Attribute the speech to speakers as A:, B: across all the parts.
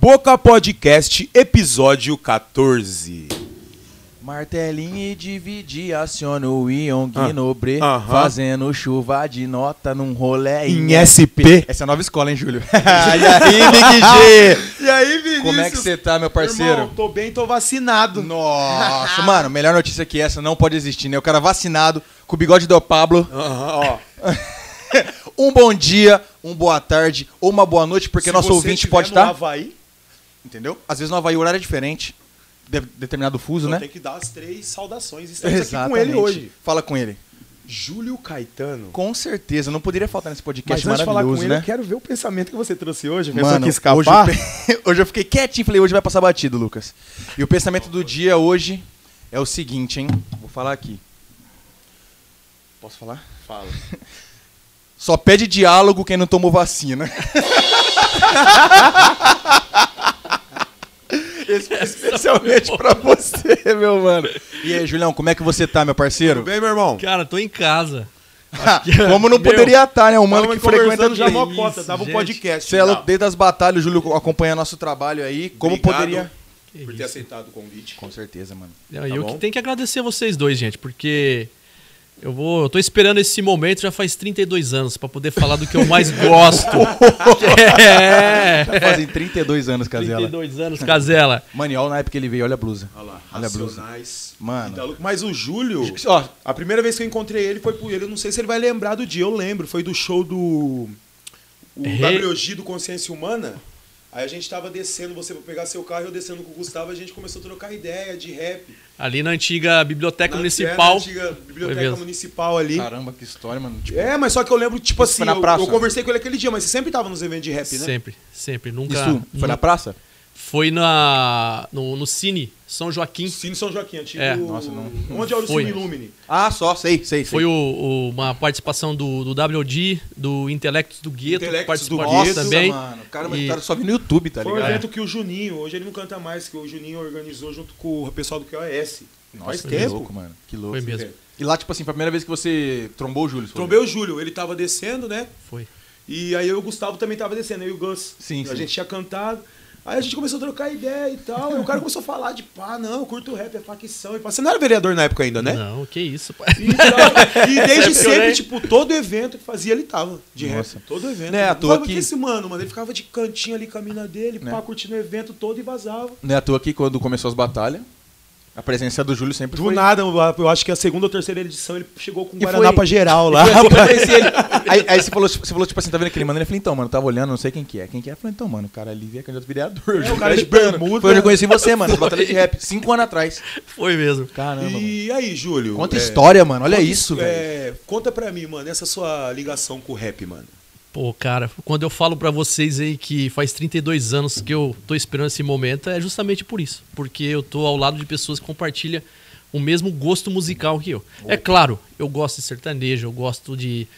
A: Boca Podcast, episódio 14.
B: Martelinho e dividir, aciona o Iong
A: Ah,
B: Nobre,
A: aham.
B: fazendo chuva de nota num rolê
A: Em SP.
B: Essa é a nova escola, hein, Júlio?
A: E aí, Big G?
C: E aí, Vinícius?
B: Como é que você tá, meu parceiro?
C: Irmão, tô bem, tô vacinado.
B: Nossa, mano, melhor notícia que essa não pode existir, né? O cara vacinado, com o bigode do Pablo.
C: Ah.
A: Aham, ó.
B: Um bom dia, um boa tarde ou uma boa noite, porque
C: Se
B: nosso
C: você
B: ouvinte
C: tiver
B: pode tá?
C: no
B: estar.
C: Havaí,
B: Entendeu? Às vezes no Havaí o horário é diferente, de- determinado fuso,
C: né?
B: né?
C: tem que dar as três saudações. Estamos aqui com ele
B: Exatamente.
C: hoje.
B: Fala com ele.
C: Júlio Caetano.
B: Com certeza, não poderia faltar nesse
C: Mas
B: podcast
C: antes de falar com
B: maravilhoso,
C: ele,
B: né?
C: eu quero ver o pensamento que você trouxe hoje. Pensou
B: Mano,
C: que
B: hoje eu, pe- hoje eu fiquei quietinho, falei, hoje vai passar batido, Lucas. E o pensamento do dia hoje é o seguinte, hein? Vou falar aqui. Posso falar?
C: Fala.
B: Só pede diálogo quem não tomou vacina. Esse foi Especialmente pra você, meu mano. E aí, Julião, como é que você tá, meu parceiro?
A: Bem, meu irmão?
D: Cara, tô em casa.
B: Como não poderia estar, né? Um mano
C: é, Tava
B: que frequenta
C: conversando já
B: já
C: mó
D: Isso,
C: cota, dava um
D: gente.
C: podcast.
B: Celo,
C: já.
B: desde as batalhas, o Júlio acompanha nosso trabalho aí. Como
C: Obrigado
B: poderia.
D: Que
C: Por ter
D: isso.
C: aceitado o convite.
B: Com certeza, mano.
D: Não,
C: Tá
D: e eu
C: bom?
D: que tenho que agradecer vocês dois, gente, porque eu vou, eu tô esperando esse momento já faz 32 anos pra poder falar do que eu mais gosto. é.
B: Fazem 32 anos, Casela.
D: 32 anos, Casela.
B: Maniol na época que ele veio, olha a blusa.
C: Olha lá,
B: Olha a blusa.
C: Racionais.
B: Mano.
C: Italo- Mas o Júlio,
B: Ó,
C: a primeira vez que eu encontrei ele foi por ele. Eu não sei se ele vai lembrar do dia, eu lembro. Foi do show do. O
D: Re-
C: WG do Consciência Humana. Aí a gente tava descendo, você pra pegar seu carro, eu descendo com o Gustavo, a gente começou a trocar ideia de rap.
D: Ali na antiga biblioteca
C: Na-
D: municipal.
C: é, na antiga
D: Foi
C: biblioteca
D: mesmo.
C: municipal ali.
B: caramba, que história, mano. Tipo,
C: É, mas só que eu lembro, tipo
B: Isso
C: assim,
B: foi na
C: eu,
B: praça?
C: eu conversei com ele aquele dia, mas você sempre tava nos eventos de rap, né?
D: Sempre, sempre, nunca.
B: isso foi na praça?
D: Foi na no, no Cine São Joaquim.
C: Cine São Joaquim, antigo.
D: É.
C: Nossa, não. Onde é o
D: Foi.
C: Cine Lumine?
B: Ah, só, sei, sei,
D: Foi o- o- uma participação do, do WD, do Intelectos do Gueto, que
C: Intelectos
D: participou
C: do
D: disso
C: Gueto,
D: também.
B: mano. Caramba,
D: E-
B: o cara só vi no YouTube, tá
C: Foi um
B: ligado?
C: evento que o Juninho, hoje ele não canta mais, que o Juninho organizou junto com o pessoal do QOS. Faz
B: que
C: tempo.
B: louco, mano. Que louco.
D: Foi mesmo.
B: E lá, tipo assim, foi a primeira vez que você trombou o Júlio. foi?
C: Trombei o Júlio, ele tava descendo, né?
D: Foi.
C: E aí eu e o Gustavo também tava descendo, eu e o Gus.
B: Sim,
C: A
B: sim.
C: gente tinha cantado. Aí a gente começou a trocar ideia e tal. e o cara começou a falar de pá, não, eu curto rap, é facção. E pá. Você não era vereador na época ainda, né?
D: Não, que isso, pai.
C: E, tal.
B: É
C: E desde
D: Sempre
C: sempre,
D: olhei.
C: tipo, todo evento que fazia, ele tava de
B: Nossa.
C: rap. Todo evento.
B: Não é à
C: Mas
B: toa
C: por
B: que-
C: esse mano, mano, ele ficava de cantinho ali, caminho dele,
B: Né?
C: pá, curtindo o evento todo e vazava.
B: Não é à toa que quando começou as batalhas, a presença do Júlio sempre
C: Do
B: foi...
C: nada, eu acho que a segunda ou terceira edição, ele chegou com o
B: E
C: Guaraná
B: foi-
C: pra geral lá.
B: Eu conheci ele. aí, aí você, falou, você falou, tipo assim, tá vendo aquele mano? Ele falou, então, mano, tava olhando, não sei quem que é. Quem que é? Eu falei, então, mano, o cara ali é candidato a vereador.
C: É, o cara de bermuda.
B: Foi onde eu conheci você, mano. Batalha de rap. Cinco anos atrás.
D: Foi mesmo.
B: Caramba, mano.
C: E aí, Júlio?
B: Conta
C: é,
B: história, mano. Olha isso, velho.
C: é, Conta pra mim, mano, essa sua ligação com o rap, mano.
D: Pô, cara, quando eu falo pra vocês aí que faz 32 anos que eu tô esperando esse momento, é justamente por isso. Porque eu tô ao lado de pessoas que compartilham o mesmo gosto musical que eu. É claro, eu gosto de sertanejo, eu gosto de,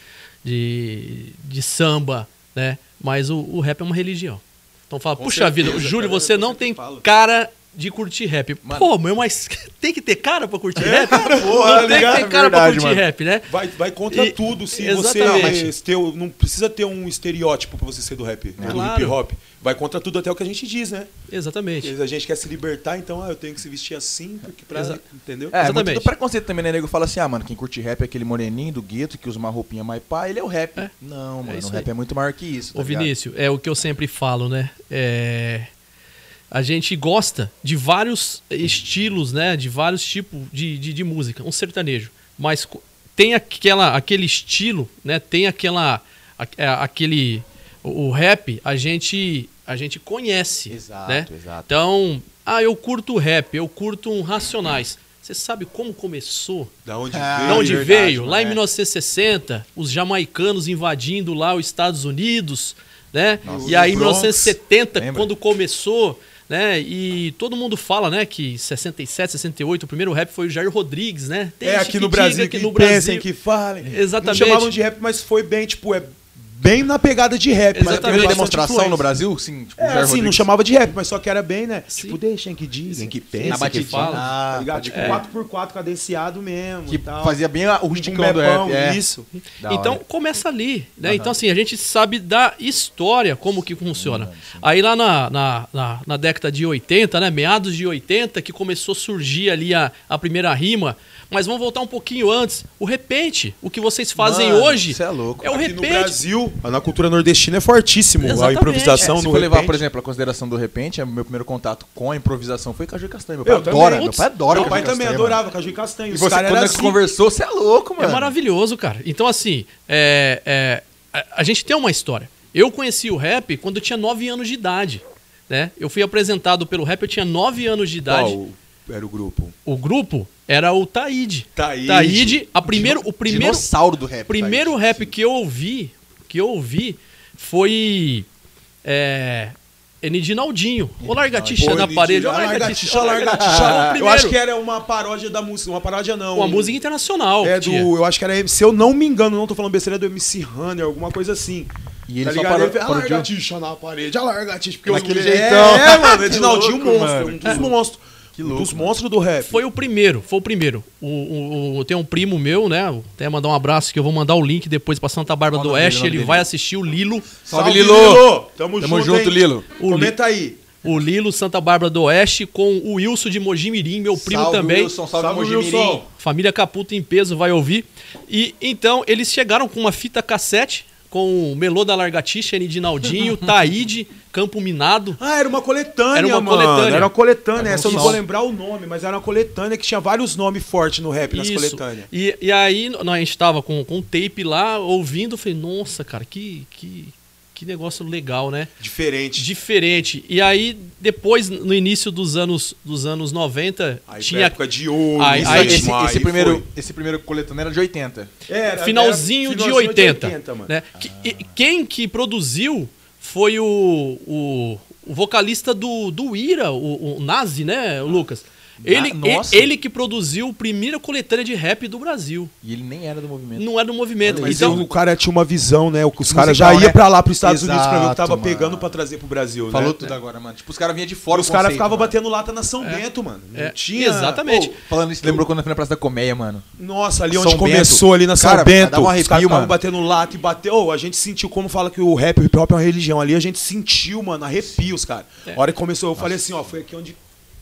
D: de, de samba, né? Mas o, o rap é uma religião. Então fala, puxa
C: certeza,
D: vida, Júlio,
C: cara, é
D: você
C: eu
D: não
C: sempre
D: tem
C: falo.
D: cara de curtir rap. Pô, meu, mas tem que ter cara pra curtir
C: É,
D: rap?
C: porra,
D: não tem que
C: tá ligado?
D: ter cara pra
B: Verdade,
D: curtir
B: mano.
D: rap, né?
C: Vai, vai contra
D: E-
C: tudo se
D: exatamente.
C: você ter, o- não precisa ter um estereótipo pra você ser do rap, do
D: Claro.
C: hip hop. Vai contra tudo até o que a gente diz, né?
D: Exatamente.
C: Porque A gente quer se libertar, então ah, eu tenho que se vestir assim, porque pra,
D: Exa-
C: entendeu?
B: É, muito
D: exatamente.
B: do preconceito também, né, nego? Fala assim, ah, mano, quem curte rap é aquele moreninho do gueto que usa uma roupinha mais pá, ele é o rap.
D: É.
B: Não, mano,
D: isso
B: o rap
D: aí.
B: é muito maior que isso.
D: Ô, Vinício, é o que eu sempre falo, né? É, A gente gosta de vários estilos, né? De vários tipos de, de, de música. Um sertanejo. Mas co- tem aquela, aquele estilo, né? Tem aquela. a- é, aquele. O, o rap, a gente, a gente conhece.
B: Exato,
D: né?
B: exato.
D: Então, ah, eu curto rap, eu curto um Racionais. Você sabe como começou?
C: Da onde
B: Ah,
C: veio?
D: De onde
B: verdade,
D: veio?
B: mano,
D: Lá em
B: é.
D: 1960, os jamaicanos invadindo lá os Estados Unidos, né?
B: Nossa.
D: e aí em
C: No Bronx,
D: 1970,
B: lembra?
D: quando começou, né? E todo mundo fala, né, que 67, 68, o primeiro rap foi o Jair Rodrigues, né? Tem
C: É
D: o
C: aqui no
D: Chiquitinga,
C: Brasil,
D: aqui
C: que
D: no
C: pensem,
D: Brasil.
C: que falem.
D: Exatamente.
C: Não chamavam de rap, mas foi bem, tipo, é bem na pegada de rap.
B: Mas
D: Exatamente.
C: Mas
B: teve
C: teve
D: Bastante
B: demonstração no
C: influência.
B: Brasil? Sim, tipo,
C: É, assim, não chamava de rap, mas só que era bem, né?
D: Sim.
C: Tipo, deixem que dizem, que
D: Na
C: pensem, que
D: batidinha.
C: falam. tá
B: Ah,
C: ligado? Tipo, 4x4 cadenciado mesmo
B: que
C: e tal.
B: fazia bem a- o
C: um
B: rusticão do
C: bebão,
B: rap. É.
C: isso.
B: Da
D: então
B: hora.
D: começa ali, né? Então assim, a gente sabe da história como que funciona. Aí lá na, na, na, na década de 80, né? Meados de 80, que começou a surgir ali a, a primeira rima. Mas vamos voltar um pouquinho antes. O repente, o que vocês fazem
B: Mano,
D: hoje
B: cê é louco.
D: é o
C: Aqui no
D: repente.
C: Brasil, na cultura nordestina é fortíssimo
D: Exatamente.
C: a improvisação
B: É, se
C: no
B: for levar,
C: repente.
B: por exemplo, a consideração do repente, é meu primeiro contato com a improvisação foi Caju e Castanha. Meu pai
C: Eu
B: adora,
C: também.
B: meu pai adora
C: Meu pai
B: Caju e
C: também
B: Castanha,
C: adorava Caju e Castanho.
B: mano. E
C: Os
B: você,
C: caras
B: quando
C: eram
B: é
C: assim.
B: conversou, você é louco, mano.
D: É maravilhoso, cara. Então, assim, é, é, a, a gente tem uma história. Eu conheci o rap quando eu tinha 9 anos de idade. Né? Eu fui apresentado pelo rap, eu tinha 9 anos de idade.
A: Qual era o grupo?
D: O grupo era o Taíde.
A: Taíde.
D: a primeiro, o primeiro,
B: Dinossauro do rap.
D: primeiro
B: tá aí.
D: rap que eu ouvi, que eu ouvi, foi. É, Nidinaldinho. Ô largatixa na parede. Ô
C: largatixa,
D: largatixa, ô largatixa. Ô,
C: largatixa. Eu acho
D: primeiro.
C: que é era uma paródia da música. Uma paródia não.
D: Uma
C: um-
D: música internacional.
C: É
D: que
C: do.
D: tinha.
C: Eu acho que era. Se eu não me engano, não tô falando besteira, é do MC Hunter, alguma coisa assim.
B: E ele só
C: ligado?
B: parou-
C: fez, "Ah,
B: parodiou?"
C: largatixa na parede, "Ah, a largatixa. Porque
B: Daquele
C: moleque-
B: jeitão.
C: É, mano,
B: Que
C: Edinaldinho
B: louco,
C: monstro.
B: mano.
C: Um dos monstros. um dos monstros do rap.
D: Foi o primeiro, foi o primeiro. O, o, o- tem um primo meu, né? Até mandar um abraço que eu vou mandar o link depois pra Santa Bárbara do
B: nome dele,
D: Oeste.
B: nome
D: ele
B: dele?
D: vai assistir o Lilo.
B: Salve, Lilo!
C: Tamo,
B: Tamo
C: junto,
B: junto,
C: hein?
B: Lilo.
D: O
C: Comenta aí.
D: O Lilo Santa Bárbara do Oeste com o Wilson de Mojimirim, meu primo
B: Salve,
D: também.
B: Wilson, salve,
C: Salve,
B: Mojimirim.
C: Wilson.
D: Família Caputo em peso vai ouvir. E então eles chegaram com uma fita cassete com o Melô da Largatixa, Nidinaldinho, Taíde, Campo Minado.
C: Ah, era uma coletânea,
D: Era uma
C: mano.
D: coletânea.
C: Era uma coletânea. Essa eu não
D: som.
C: vou lembrar o nome, mas era uma coletânea que tinha vários nomes fortes no rap, nas
D: Isso.
C: coletâneas.
D: E, e aí nó- a gente tava com, com o tape lá, ouvindo, falei, nossa, cara, que, que, que negócio legal, né?
C: Diferente.
D: Diferente. E aí, depois, no início dos anos, dos anos 90,
C: Aí foi a
D: tinha
C: época de ouro.
D: Aí-
B: Esse,
C: isso
D: aí-
B: esse-
C: mesmo,
B: esse
C: aí
B: primeiro,
C: foi.
B: esse primeiro coletâneo É, era de 80.
C: Era-
D: É, finalzinho,
C: era
D: de 80.
C: mano.
D: né? Que- e- quem que produziu foi o, o, o vocalista do, do Ira, o, o Nazi, né, Lucas?
C: Ah,
D: Ele,
B: Na- nossa.
D: e- ele que produziu a primeira coletânea de rap do Brasil.
B: E ele nem era do movimento.
D: Não era do movimento.
C: Mas
D: então,
C: o cara tinha uma visão, né? Os
B: musical,
C: caras já iam
B: né?
C: pra lá, pros Estados Unidos, pra ver o que
B: Exato,
C: tava
B: mano.
C: pegando pra trazer pro Brasil,
B: Falou
C: né?
B: tudo agora, mano. Tipo, os caras vinham de fora.
C: Os caras
B: ficavam
C: ficavam batendo lata na São Bento, mano. Não
D: É,
C: tinha...
D: exatamente.
C: Pô,
B: Falando isso, lembrou quando eu fui na Praça da Colmeia, mano.
C: Nossa, ali
B: São
C: onde
B: Bento.
C: começou, ali na São
B: Cara, dá
C: Bento,
B: um
C: os caras
B: arrepio, mano.
C: ficavam batendo lata e bateu. Ô, a gente sentiu como fala que o rap, o hip hop é uma religião. Ali a gente sentiu, mano, arrepios, cara.
D: É.
C: A hora que começou, eu falei assim, ó, foi aqui onde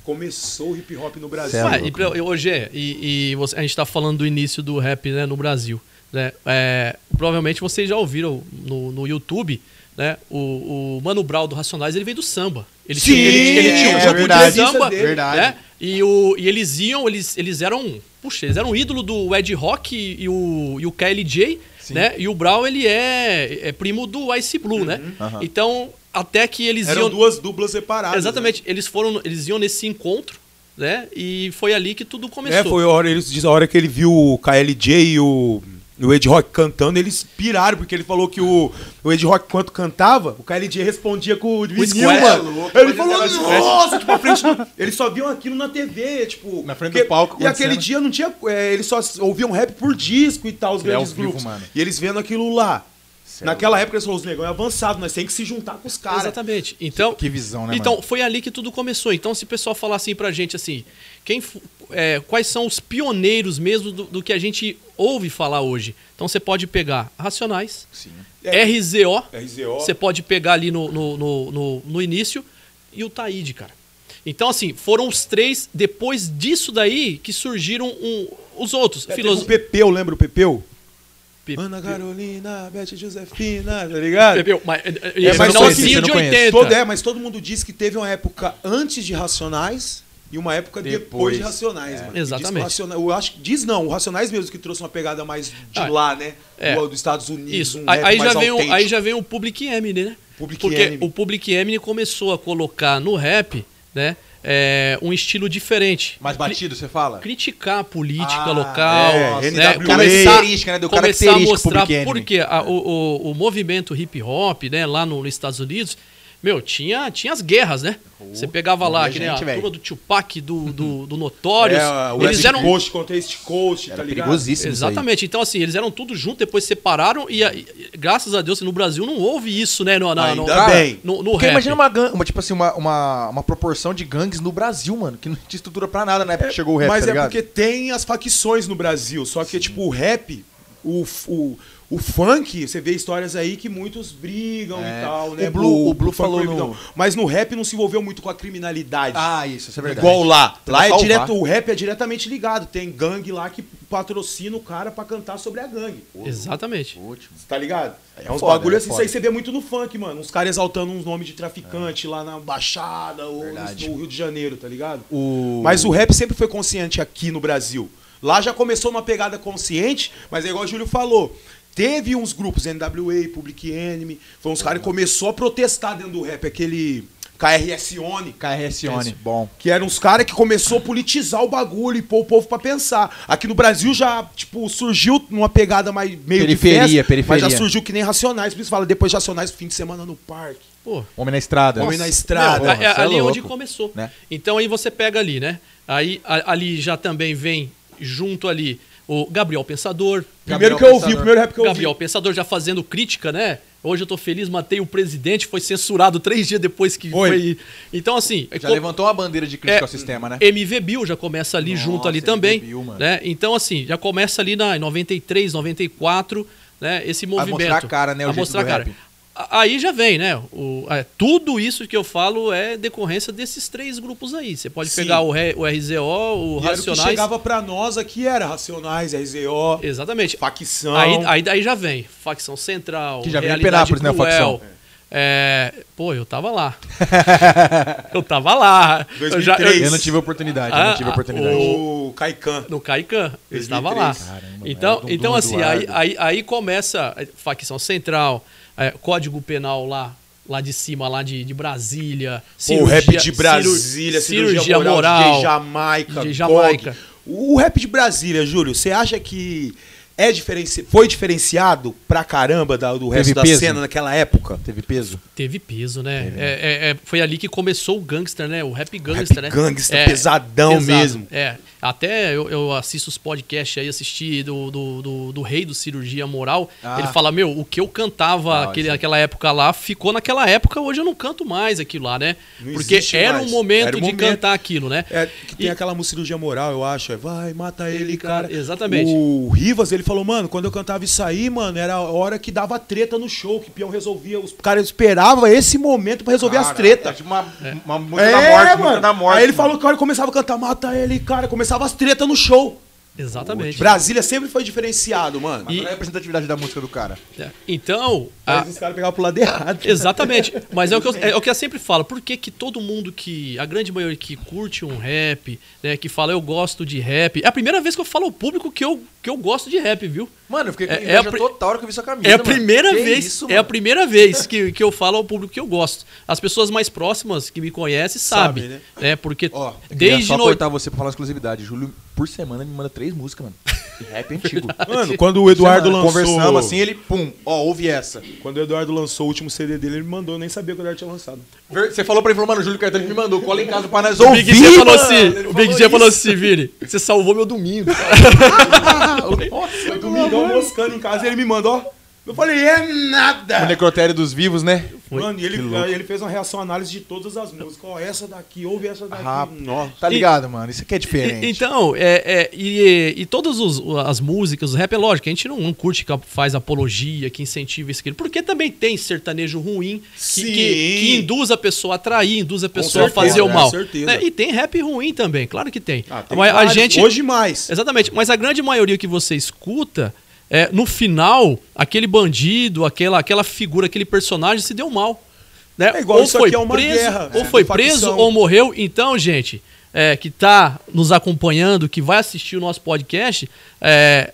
C: começou o hip hop no Brasil.
B: Cê é
D: Ué,
B: louco,
D: e pra- hoje é, e, e você- a gente tá falando do início do rap né, no Brasil. Né? É, provavelmente vocês já ouviram no, no YouTube, né? O, o Mano Brown do Racionais, ele veio do samba. Ele,
C: Sim,
D: tinha, ele, ele tinha um
B: é
D: grupo
B: verdade,
D: de samba.
C: isso é dele.
B: Verdade.
D: Né? E, o, e eles iam, eles, eles eram. Puxa, eles eram um ídolo do Ed Rock e, e o, e o KLJ, né? E o Brown, ele é, é primo do Ice Blue, né? Então, até que eles
C: Uhum. Eram
D: iam.
C: duas duplas separadas. né?
D: Exatamente. Eles foram, eles iam nesse encontro, né? E foi ali que tudo
C: Né?
D: começou.
C: É, foi a hora, eles diz a hora que ele viu o KLJ e o, o Ed Rock cantando, eles piraram, porque ele falou que o, o Ed Rock, quando cantava, o KLJ respondia com o vinil,
D: squash.
C: mano.
B: É louco,
C: ele
B: mas
C: falou,
B: esse
C: nossa, tipo, a frente do... Eles só viam aquilo na TV, tipo...
B: Na frente do
C: porque-
B: palco
C: E aquele
B: acontecendo.
C: dia não tinha... é, eles só ouviam rap por disco e tal, os
B: Ele é
C: grandes
B: ao vivo,
C: grupos.
B: mano.
C: E eles vendo aquilo lá. Naquela época eles falaram, os negão é avançado, nós tem que se juntar com os caras.
D: Exatamente. Então,
B: Que visão, né,
D: Então,
B: mano?
D: foi ali que tudo começou. Então, se o pessoal falar assim pra gente, assim, quem, fu- é, quais são os pioneiros mesmo do, do que a gente ouve falar hoje? Então, você pode pegar Racionais, RZO,
C: RZO.
D: você pode pegar ali no, no, no, no- no início, e o Taíde, cara. Então, assim, foram os três, depois disso daí, que surgiram um- os outros.
C: É, teve
D: Filoso-
C: O Pepeu, lembra o Pepeu?
D: Pe-
C: Ana Carolina, Beth Josefina, tá ligado?
D: Pepeu, mas, é, é,
C: mas
D: finalzinho
C: só que-
D: de
B: eu não conheço.
D: 80.
C: Todo, é, mas todo mundo diz que teve uma época antes de Racionais e uma época depois,
B: Depois.
C: de Racionais, mano. Que diz que o
D: É, Exatamente.
C: Racionais, eu acho, que- diz não, o Racionais mesmo que trouxe uma pegada mais de
D: Ah,
C: lá, né?
D: é.
C: Do, dos Estados Unidos,
D: Isso.
C: um
D: aí,
C: rap
D: aí
C: mais
D: já vem o, aí
C: autêntico.
D: já vem o Public Enemy, né?
C: Public
D: Porque
C: Enemy.
D: o Public Enemy começou a colocar no rap, né? é, um estilo diferente.
B: Mais batido, você fala?
D: Criticar a política
B: Ah,
D: local,
B: é,
D: né?
B: NWA.
D: começar,
B: Característica, né, do
D: começar a
B: característico
D: mostrar
B: Public Enemy.
D: porque a- o, o- o movimento hip hop, né, lá no- nos Estados Unidos, Meu, tinha, tinha as guerras, né? Você pegava lá,
B: tinha
D: que nem
B: gente,
D: a
B: velho.
D: turma do Tupac, do, do, do Notorious.
B: É, o
D: eles
C: West
D: eram.
C: Coast contra East Coast, tá
B: Era
C: ligado?
B: perigosíssimo isso aí.
D: Exatamente. Então, assim, eles eram tudo junto, depois separaram e, e- e graças a Deus, assim, no Brasil não houve isso, né? No, na-
C: Ainda
D: no,
C: bem.
D: No, no
B: Porque
D: rap.
B: imagina uma, gan- uma, tipo assim, uma, uma, uma proporção de gangues no Brasil, mano, que não tinha estrutura pra nada na época que chegou o rap,
C: Mas
B: tá
C: é
B: ligado?
C: porque tem as facções no Brasil. Só que, tipo, o rap, o, f- o, o funk, você vê histórias aí que muitos brigam e tal, né?
B: É. O Blue- o Blue
C: funk
B: falou
C: proibidão.
B: no-
C: Mas no rap não se envolveu muito com a criminalidade.
B: Ah, isso, isso é verdade.
C: Igual lá. Lá é
B: Salvar.
C: direto, o rap é diretamente ligado. Tem gangue lá que patrocina o cara pra cantar sobre a gangue.
D: Exatamente.
B: Ótimo.
C: Tá ligado? É, uns
B: foda,
C: bagulho
B: é
C: assim. Isso
B: foda.
C: aí você vê muito no funk, mano. Uns caras exaltando uns nomes de traficante lá na Baixada ou
B: Verdade.
C: no, no Rio de Janeiro, tá ligado?
B: O-
C: Mas o rap sempre foi consciente aqui no Brasil. Lá já começou uma pegada consciente, mas é igual o Júlio falou. Teve uns grupos, NWA, Public Enemy, foi uns caras que começou a protestar dentro do rap, aquele KRS One.
B: KRS One, bom.
C: Que eram uns caras que começou a politizar o bagulho e pôr o povo pra pensar. Aqui no Brasil já, tipo, surgiu numa pegada mais meio
B: Periferia,
C: de festa,
B: periferia.
C: mas já surgiu que nem Racionais. Por isso fala, depois de Racionais, fim de semana no parque.
D: Pô.
B: Homem na estrada.
C: Homem na estrada.
D: Não, é,
B: Porra, cê é
D: ali
B: louco.
D: onde começou.
B: Né?
D: Então aí você pega ali, né? Aí a- ali já também vem junto ali o Gabriel Pensador.
C: Primeiro
B: Gabriel
C: que eu ouvi,
B: Pensador.
C: o primeiro rap que eu
D: Gabriel
C: ouvi.
D: Pensador já fazendo crítica, né? Hoje eu tô feliz, matei o presidente, foi censurado três dias depois que
C: Foi.
D: foi. Então, assim.
B: Já
D: co-
B: levantou uma bandeira de crítica
D: É,
B: ao sistema, né?
D: MV Bill já começa ali
B: Nossa,
D: junto ali
B: MV
D: também,
B: Bill, mano.
D: né? Então assim, já começa ali na em 93, 94, né, esse movimento.
B: mostrar a cara, né, o
D: A
B: jeito
D: mostrar a
B: do
D: cara.
B: rap.
D: A- Aí já vem, né? o- é, tudo isso que eu falo é decorrência desses três grupos aí. Você pode
C: Sim.
D: pegar o, re- o RZO,
C: E
D: o
C: era o que
D: Racionais.
C: chegava pra nós aqui era Racionais, RZO,
D: Exatamente.
C: facção.
D: Aí, aí, aí já vem facção central,
B: Que já vem
D: Realidade
B: Penápolis, né, a facção?
D: É, pô, eu tava lá. eu tava lá. Eu, já,
C: 2003.
D: eu,
B: Eu não tive oportunidade, eu não tive
D: Ah, ah,
B: oportunidade.
C: O Caican.
D: no Caican, eu
C: 2003.
D: estava lá.
B: Caramba,
C: um
D: então,
B: velho,
D: então
B: Dundum,
D: assim, aí,
B: Eduardo.
D: aí, aí começa a facção central, é, código penal lá, lá de cima, lá de, de Brasília.
C: Pô, o rap de
D: ciru-
C: Brasília, cirurgia, moral, DJ Jamaica,
D: DJ
C: Gog.
D: Jamaica.
C: O rap de Brasília, Júlio, você acha que é diferenci... foi diferenciado pra caramba da- do resto
B: Teve
C: da
B: peso?
C: cena naquela época?
B: Teve peso?
D: Teve peso, né? É, é, é, foi ali que começou o gangster, né? O rap
C: Rap
D: gangster, né?
C: gangsta,
D: É,
C: pesadão
D: pesado,
C: mesmo.
D: É. Até eu, eu assisto os podcasts aí, assisti do, do, do, do rei do cirurgia moral.
C: Ah.
D: Ele fala, meu, o que eu cantava aquele,
C: é
D: naquela época lá, ficou naquela época, hoje eu não canto mais aquilo lá, né?
C: Não
D: Porque
C: existe
D: era
C: mais.
D: um momento
C: Era um
D: de
C: momento.
D: cantar aquilo, né?
C: É, que tem
D: E-
C: aquela música cirurgia moral, eu acho. É, vai, mata ele, cara.
D: Exatamente.
C: O Rivas, ele falou, mano, quando eu cantava isso aí, mano, era a hora que dava treta no show, que o peão resolvia. Os caras esperavam esse momento pra resolver as tretas.
B: é Uma, uma música
C: É,
B: da morte,
C: mano.
B: música da morte.
C: Aí ele
B: mano.
C: falou que a hora que começava a cantar, mata ele, cara. Começava as tretas no show.
D: Exatamente.
C: Brasília sempre foi diferenciado, mano.
D: E-
B: Olha é a representatividade da música do cara.
D: É. Então. a-
C: Mas os caras pegavam pro lado errado.
D: Exatamente. Mas é o, que eu, é o que eu sempre falo. Por que, que todo mundo que. A grande maioria que curte um rap, né? Que fala eu gosto de rap. É a primeira vez que eu falo ao público que eu, que eu gosto de rap, viu?
B: Mano, eu fiquei com
D: É- é
B: inveja
D: a pri-
B: total hora que eu vi sua camisa.
D: É a
B: mano.
D: primeira
B: Que
D: vez.
B: isso,
D: é a
B: mano?
D: primeira vez que, que eu falo ao público que eu gosto. As pessoas mais próximas que me conhecem sabem.
C: Sabem,
D: né? Porque
B: Ó, eu queria
D: desde
B: só
D: noite.
B: cortar você pra falar exclusividade. Júlio, por semana, me manda três músicas, mano. De rap antigo.
C: Mano, quando o Eduardo
B: Semana,
C: lançou.
B: Conversamos assim, ele, pum, ó, ouve essa.
C: Quando o Eduardo lançou o último CD dele, ele me mandou, eu nem sabia que o Eduardo tinha lançado.
B: Ver- Você falou pra ele, falou, mano, o Júlio Caetano me mandou, cola em casa pra nós
D: O
B: ouvir.
D: Big G falou
B: mano.
D: assim,
B: Ele
D: o Big G
B: falou
D: falou
B: isso.
D: assim, Vini, você salvou meu domingo.
B: Nossa,
C: Foi domingão moscando em casa, ele me manda, ó. Eu falei, é
B: O
C: nada!
B: necrotério dos vivos, né?
C: Mano, e ele, ele fez uma reação análise de todas as músicas. Ó, essa daqui, ouve essa daqui.
B: Ah,
C: Nossa.
B: Tá ligado, mano? Isso aqui é
D: E-
B: diferente.
D: Então, é, é, e, e todas os- as músicas, o rap é lógico, a gente não, não curte que faz apologia, que incentiva isso, aquilo, porque também tem sertanejo ruim que,
C: Sim.
D: que, que induz a pessoa a trair, induz a pessoa
C: certeza,
D: a fazer o
C: com
D: mal.
C: certeza.
D: né? E tem rap ruim também, claro que tem.
C: Ah, tem
D: Mas a
C: vários.
D: gente.
C: Hoje mais.
D: Exatamente, mas a grande maioria que você escuta, é, no final, aquele bandido, aquela, aquela figura, aquele personagem se deu mal. Né?
C: É igual
D: ou
C: isso
D: foi
C: aqui é uma
D: preso,
C: guerra,
D: ou
C: é,
D: foi
C: de
D: preso,
C: facção.
D: ou morreu. Então, gente, é, que tá nos acompanhando, que vai assistir o nosso podcast, é,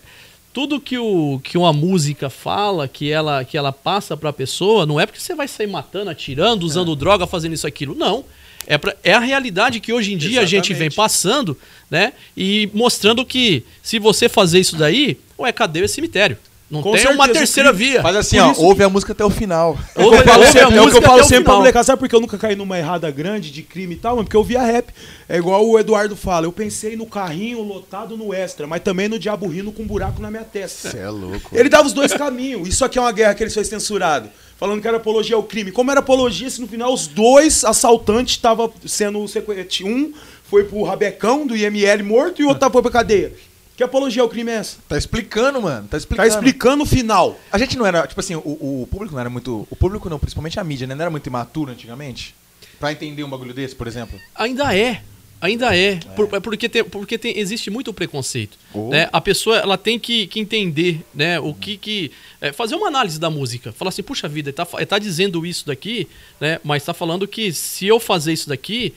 D: tudo que, o, que uma música fala, que ela, que ela passa pra pessoa, não é porque você vai sair matando, atirando,
C: É.
D: usando droga, fazendo isso, aquilo. Não. É, pra, é a realidade que hoje em dia a gente vem
C: Exatamente.
D: passando, né? E mostrando que se você fazer isso daí, ué, cadê o cemitério? Não
C: Com
D: tem uma
C: certeza,
D: terceira
C: o clipe
D: via.
B: Faz assim,
C: Por
B: ó,
C: isso
B: ouve a música até o final. assim,
C: É o que eu falo
D: Ouve a
C: sempre, é o que
D: música
C: eu falo
D: até o
C: sempre pra
D: final.
C: molecada. Sabe por que eu nunca caí numa errada grande de crime e tal? Mano? Porque eu via rap. É igual o Eduardo fala. Eu pensei no carrinho lotado no extra, mas também no diabo rindo com um buraco na minha testa.
B: é louco.
C: Ele dava os dois caminhos. Isso aqui é uma guerra que ele foi censurado. Falando que era apologia ao crime. Como era apologia se no final os dois assaltantes estavam sendo sequestrados? Um foi pro Rabecão do IML morto e o outro foi pra cadeia. Que apologia ao crime é essa?
B: Tá explicando, mano. Tá
C: Tá
B: explicando.
C: explicando o final.
B: A gente não era, tipo assim, o, o público não era muito. O público não, principalmente a mídia, né? Não era muito imaturo antigamente. Pra entender um bagulho desse, por exemplo.
D: Ainda é. Ainda é. Por- é porque tem- porque tem- existe muito preconceito.
B: Oh.
D: né? A pessoa ela tem que, que entender né? o que. que é, fazer uma análise da música. Falar assim, puxa vida, ele tá, fa- ele tá dizendo isso daqui, né? mas tá falando que se eu fazer isso daqui,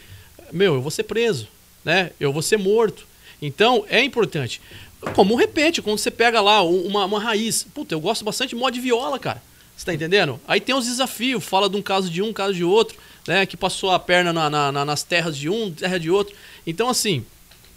D: meu, eu vou ser preso. Né? Eu vou ser morto. Então, é importante. Como um repente, quando você pega lá um- uma, uma raiz. Puta, eu gosto bastante de mod viola, cara. Você tá entendendo? Aí tem os desafios, fala de um caso de um, caso de outro, né? Que passou a perna na- na- na- nas terras de um, terra de outro. Então, assim,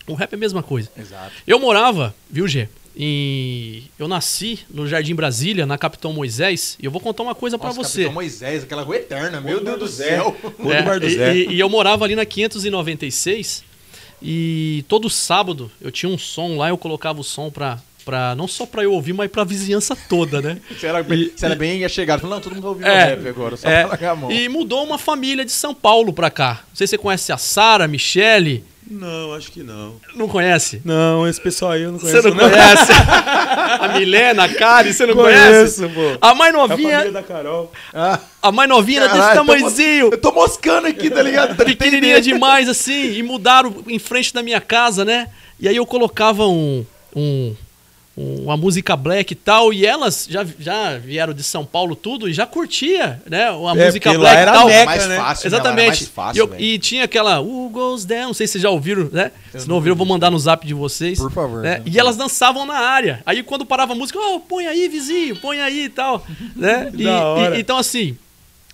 D: o rap é a mesma coisa. Exato. Eu morava, viu, Gê? Em... Eu nasci no Jardim Brasília, na Capitão Moisés, e eu vou contar uma coisa pra
B: Nossa,
D: você.
B: Capitão Moisés, aquela rua eterna, meu Deus do céu.
D: É,
A: Bar do
D: e-
A: Zé.
D: E, e eu morava ali na 596 e todo sábado eu tinha um som lá, eu colocava o som pra, pra não só pra eu ouvir, mas pra vizinhança toda, né?
B: Você era bem, você era bem chegado. Falou, não, todo mundo vai ouvir
D: É,
B: meu um rap agora, só
D: é,
B: pra largar a mão.
D: E mudou uma família de São Paulo pra cá. Não sei se você conhece a Sara, Michele.
C: Não, acho que não.
D: Não conhece?
C: Não, esse pessoal aí eu não
D: Você
C: conheço.
D: não conhece? a Milena, a Kari, você não
B: Conheço,
D: conhece?
B: pô.
D: A mais
C: É a família
D: novinha,
C: da Carol.
B: Ah,
D: a mais novinha era desse
B: caralho, tá eu tô
D: tamanhozinho.
B: mos- Eu tô moscando aqui, tá ligado? Tá
D: pequenininha
B: entendendo?
D: demais, assim, e mudaram em frente da minha casa, né? E aí eu colocava um, um- uma música black e tal, e elas já, já vieram de São Paulo tudo e já curtia, né? Uma
A: É,
D: música
A: porque lá
D: black e
A: era
D: tal.
A: Meca,
B: Mais né? fácil, né? Lá era
D: Exatamente.
B: mais fácil,
D: e, eu-
B: velho.
D: e tinha aquela Who Goes Down, não sei se vocês já ouviram, né? se não ouviram, eu vou mandar no zap de vocês.
B: Por favor,
D: né?
B: né?
D: E elas dançavam na área. Aí quando parava a música, oh, põe aí, vizinho, põe aí e tal. né?
C: Que
D: E-
C: da hora.
D: e- então, assim,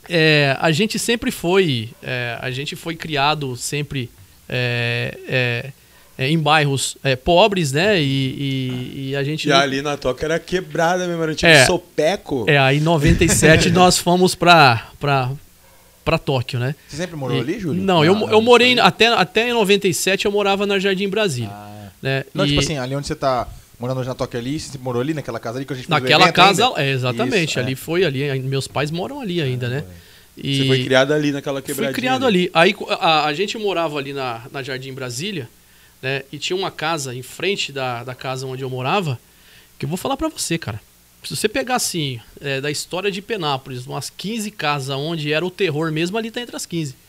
D: é, a gente sempre foi é, a gente foi criado sempre é, é, é, em bairros é, pobres né e, e- e a gente
C: E
D: não-
C: ali na toca era quebrada mesmo, era um tipo
D: É.
C: de sopeco.
D: é aí em 97 nós fomos pra pra para Tóquio né
B: Você sempre morou
D: E-
B: ali, Júlio?
D: não eu,
B: Ah,
D: eu morei até até em 97 eu morava na Jardim Brasília né
B: Não, tipo
D: e-
B: assim, ali onde você tá morando hoje na Toque ali, você morou ali naquela casa ali que a gente fez o
D: naquela
B: evento
D: casa
B: ainda?
D: é, exatamente
B: Isso, é. Ah,
D: ali foi ali aí meus pais moram ali ainda né e,
C: Você foi criado ali naquela
D: Fui
C: quebradinha.
D: criado ali. Aí co- a, a gente morava ali na, na Jardim Brasília, né? E tinha uma casa em frente da, da casa onde eu morava, que eu vou falar pra você, cara. Se você pegar assim, é, da história de Penápolis, umas 15 casas onde era o terror mesmo, ali tá entre as 15.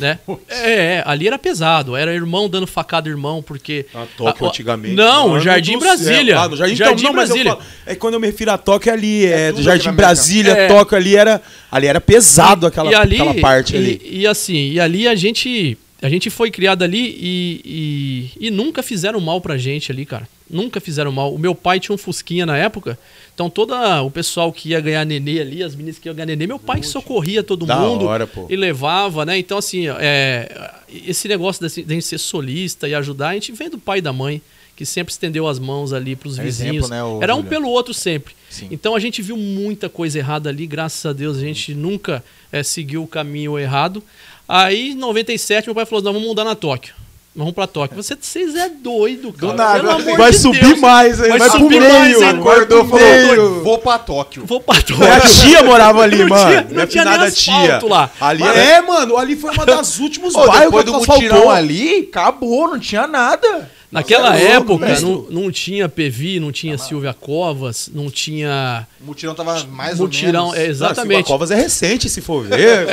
D: Né? É, é, ali era pesado. Era irmão dando facada ao irmão, porque.
C: A toca
D: a- a-
C: Tá antigamente.
D: Ah, Não,
C: Mano
D: Jardim
C: do céu.
D: Brasília.
C: Ah, no Jardim,
D: Jardim
C: então, não, mas eu
D: Brasília.
C: falo- é que quando eu me refiro a toque ali, é,
B: É
C: do
B: tudo
C: Jardim
B: aqui na
C: Brasília,
D: América.
C: toca ali era, ali era pesado aquela,
D: E ali-
C: aquela parte
D: e-
C: ali.
D: E assim, e ali a gente, a gente foi criado ali e, e, e nunca fizeram mal pra gente ali, cara. Nunca fizeram mal. O meu pai tinha um fusquinha na época, então toda o pessoal que ia ganhar nenê ali, as meninas que iam ganhar nenê, meu pai que socorria todo
A: Da
D: mundo
A: hora, pô.
D: e levava, né? Então assim, é, esse negócio de, de ser solista e ajudar, a gente vem do pai e da mãe que sempre estendeu as mãos ali pros
B: É
D: vizinhos.
B: exemplo, né, ô
D: Era um
B: Júlio?
D: pelo outro sempre.
B: Sim.
D: Então a gente viu muita coisa errada ali, graças a Deus a gente nunca eh, seguiu o caminho errado. Aí em 97 meu pai falou: "Não, vamos mudar na Tóquio. Nós Vamos pra Tóquio. Você, vocês é doido, cara.
B: nada,
D: Pelo amor
B: vai
D: de Deus.
C: mais,
D: vai subir mais, hein?
B: Acordou,
C: Vai pro
B: falou,
C: meio.
B: vou pra Tóquio.
D: Vou pra
C: É, a
D: Tóquio.
C: tia morava ali,
D: Não
C: mano.
D: tinha- não
C: Minha
D: tinha nem
C: finada
D: asfalto lá.
C: Ali
B: Mano,
C: era- é, mano, ali foi uma das últimas
B: Ô,
C: bairros
B: depois
C: que
B: do
C: asfaltou.
B: mutirão ali, acabou, não tinha nada.
D: Naquela
B: Nossa, é louco,
D: época
B: velho.
D: não, não tinha PV, não
B: Tá
D: tinha Silvia Covas, não tinha
B: O mutirão tava mais
D: mutirão.
B: ou
D: é,
B: menos.
C: Não, Silva
D: exatamente. É.
C: Covas é recente, se for ver.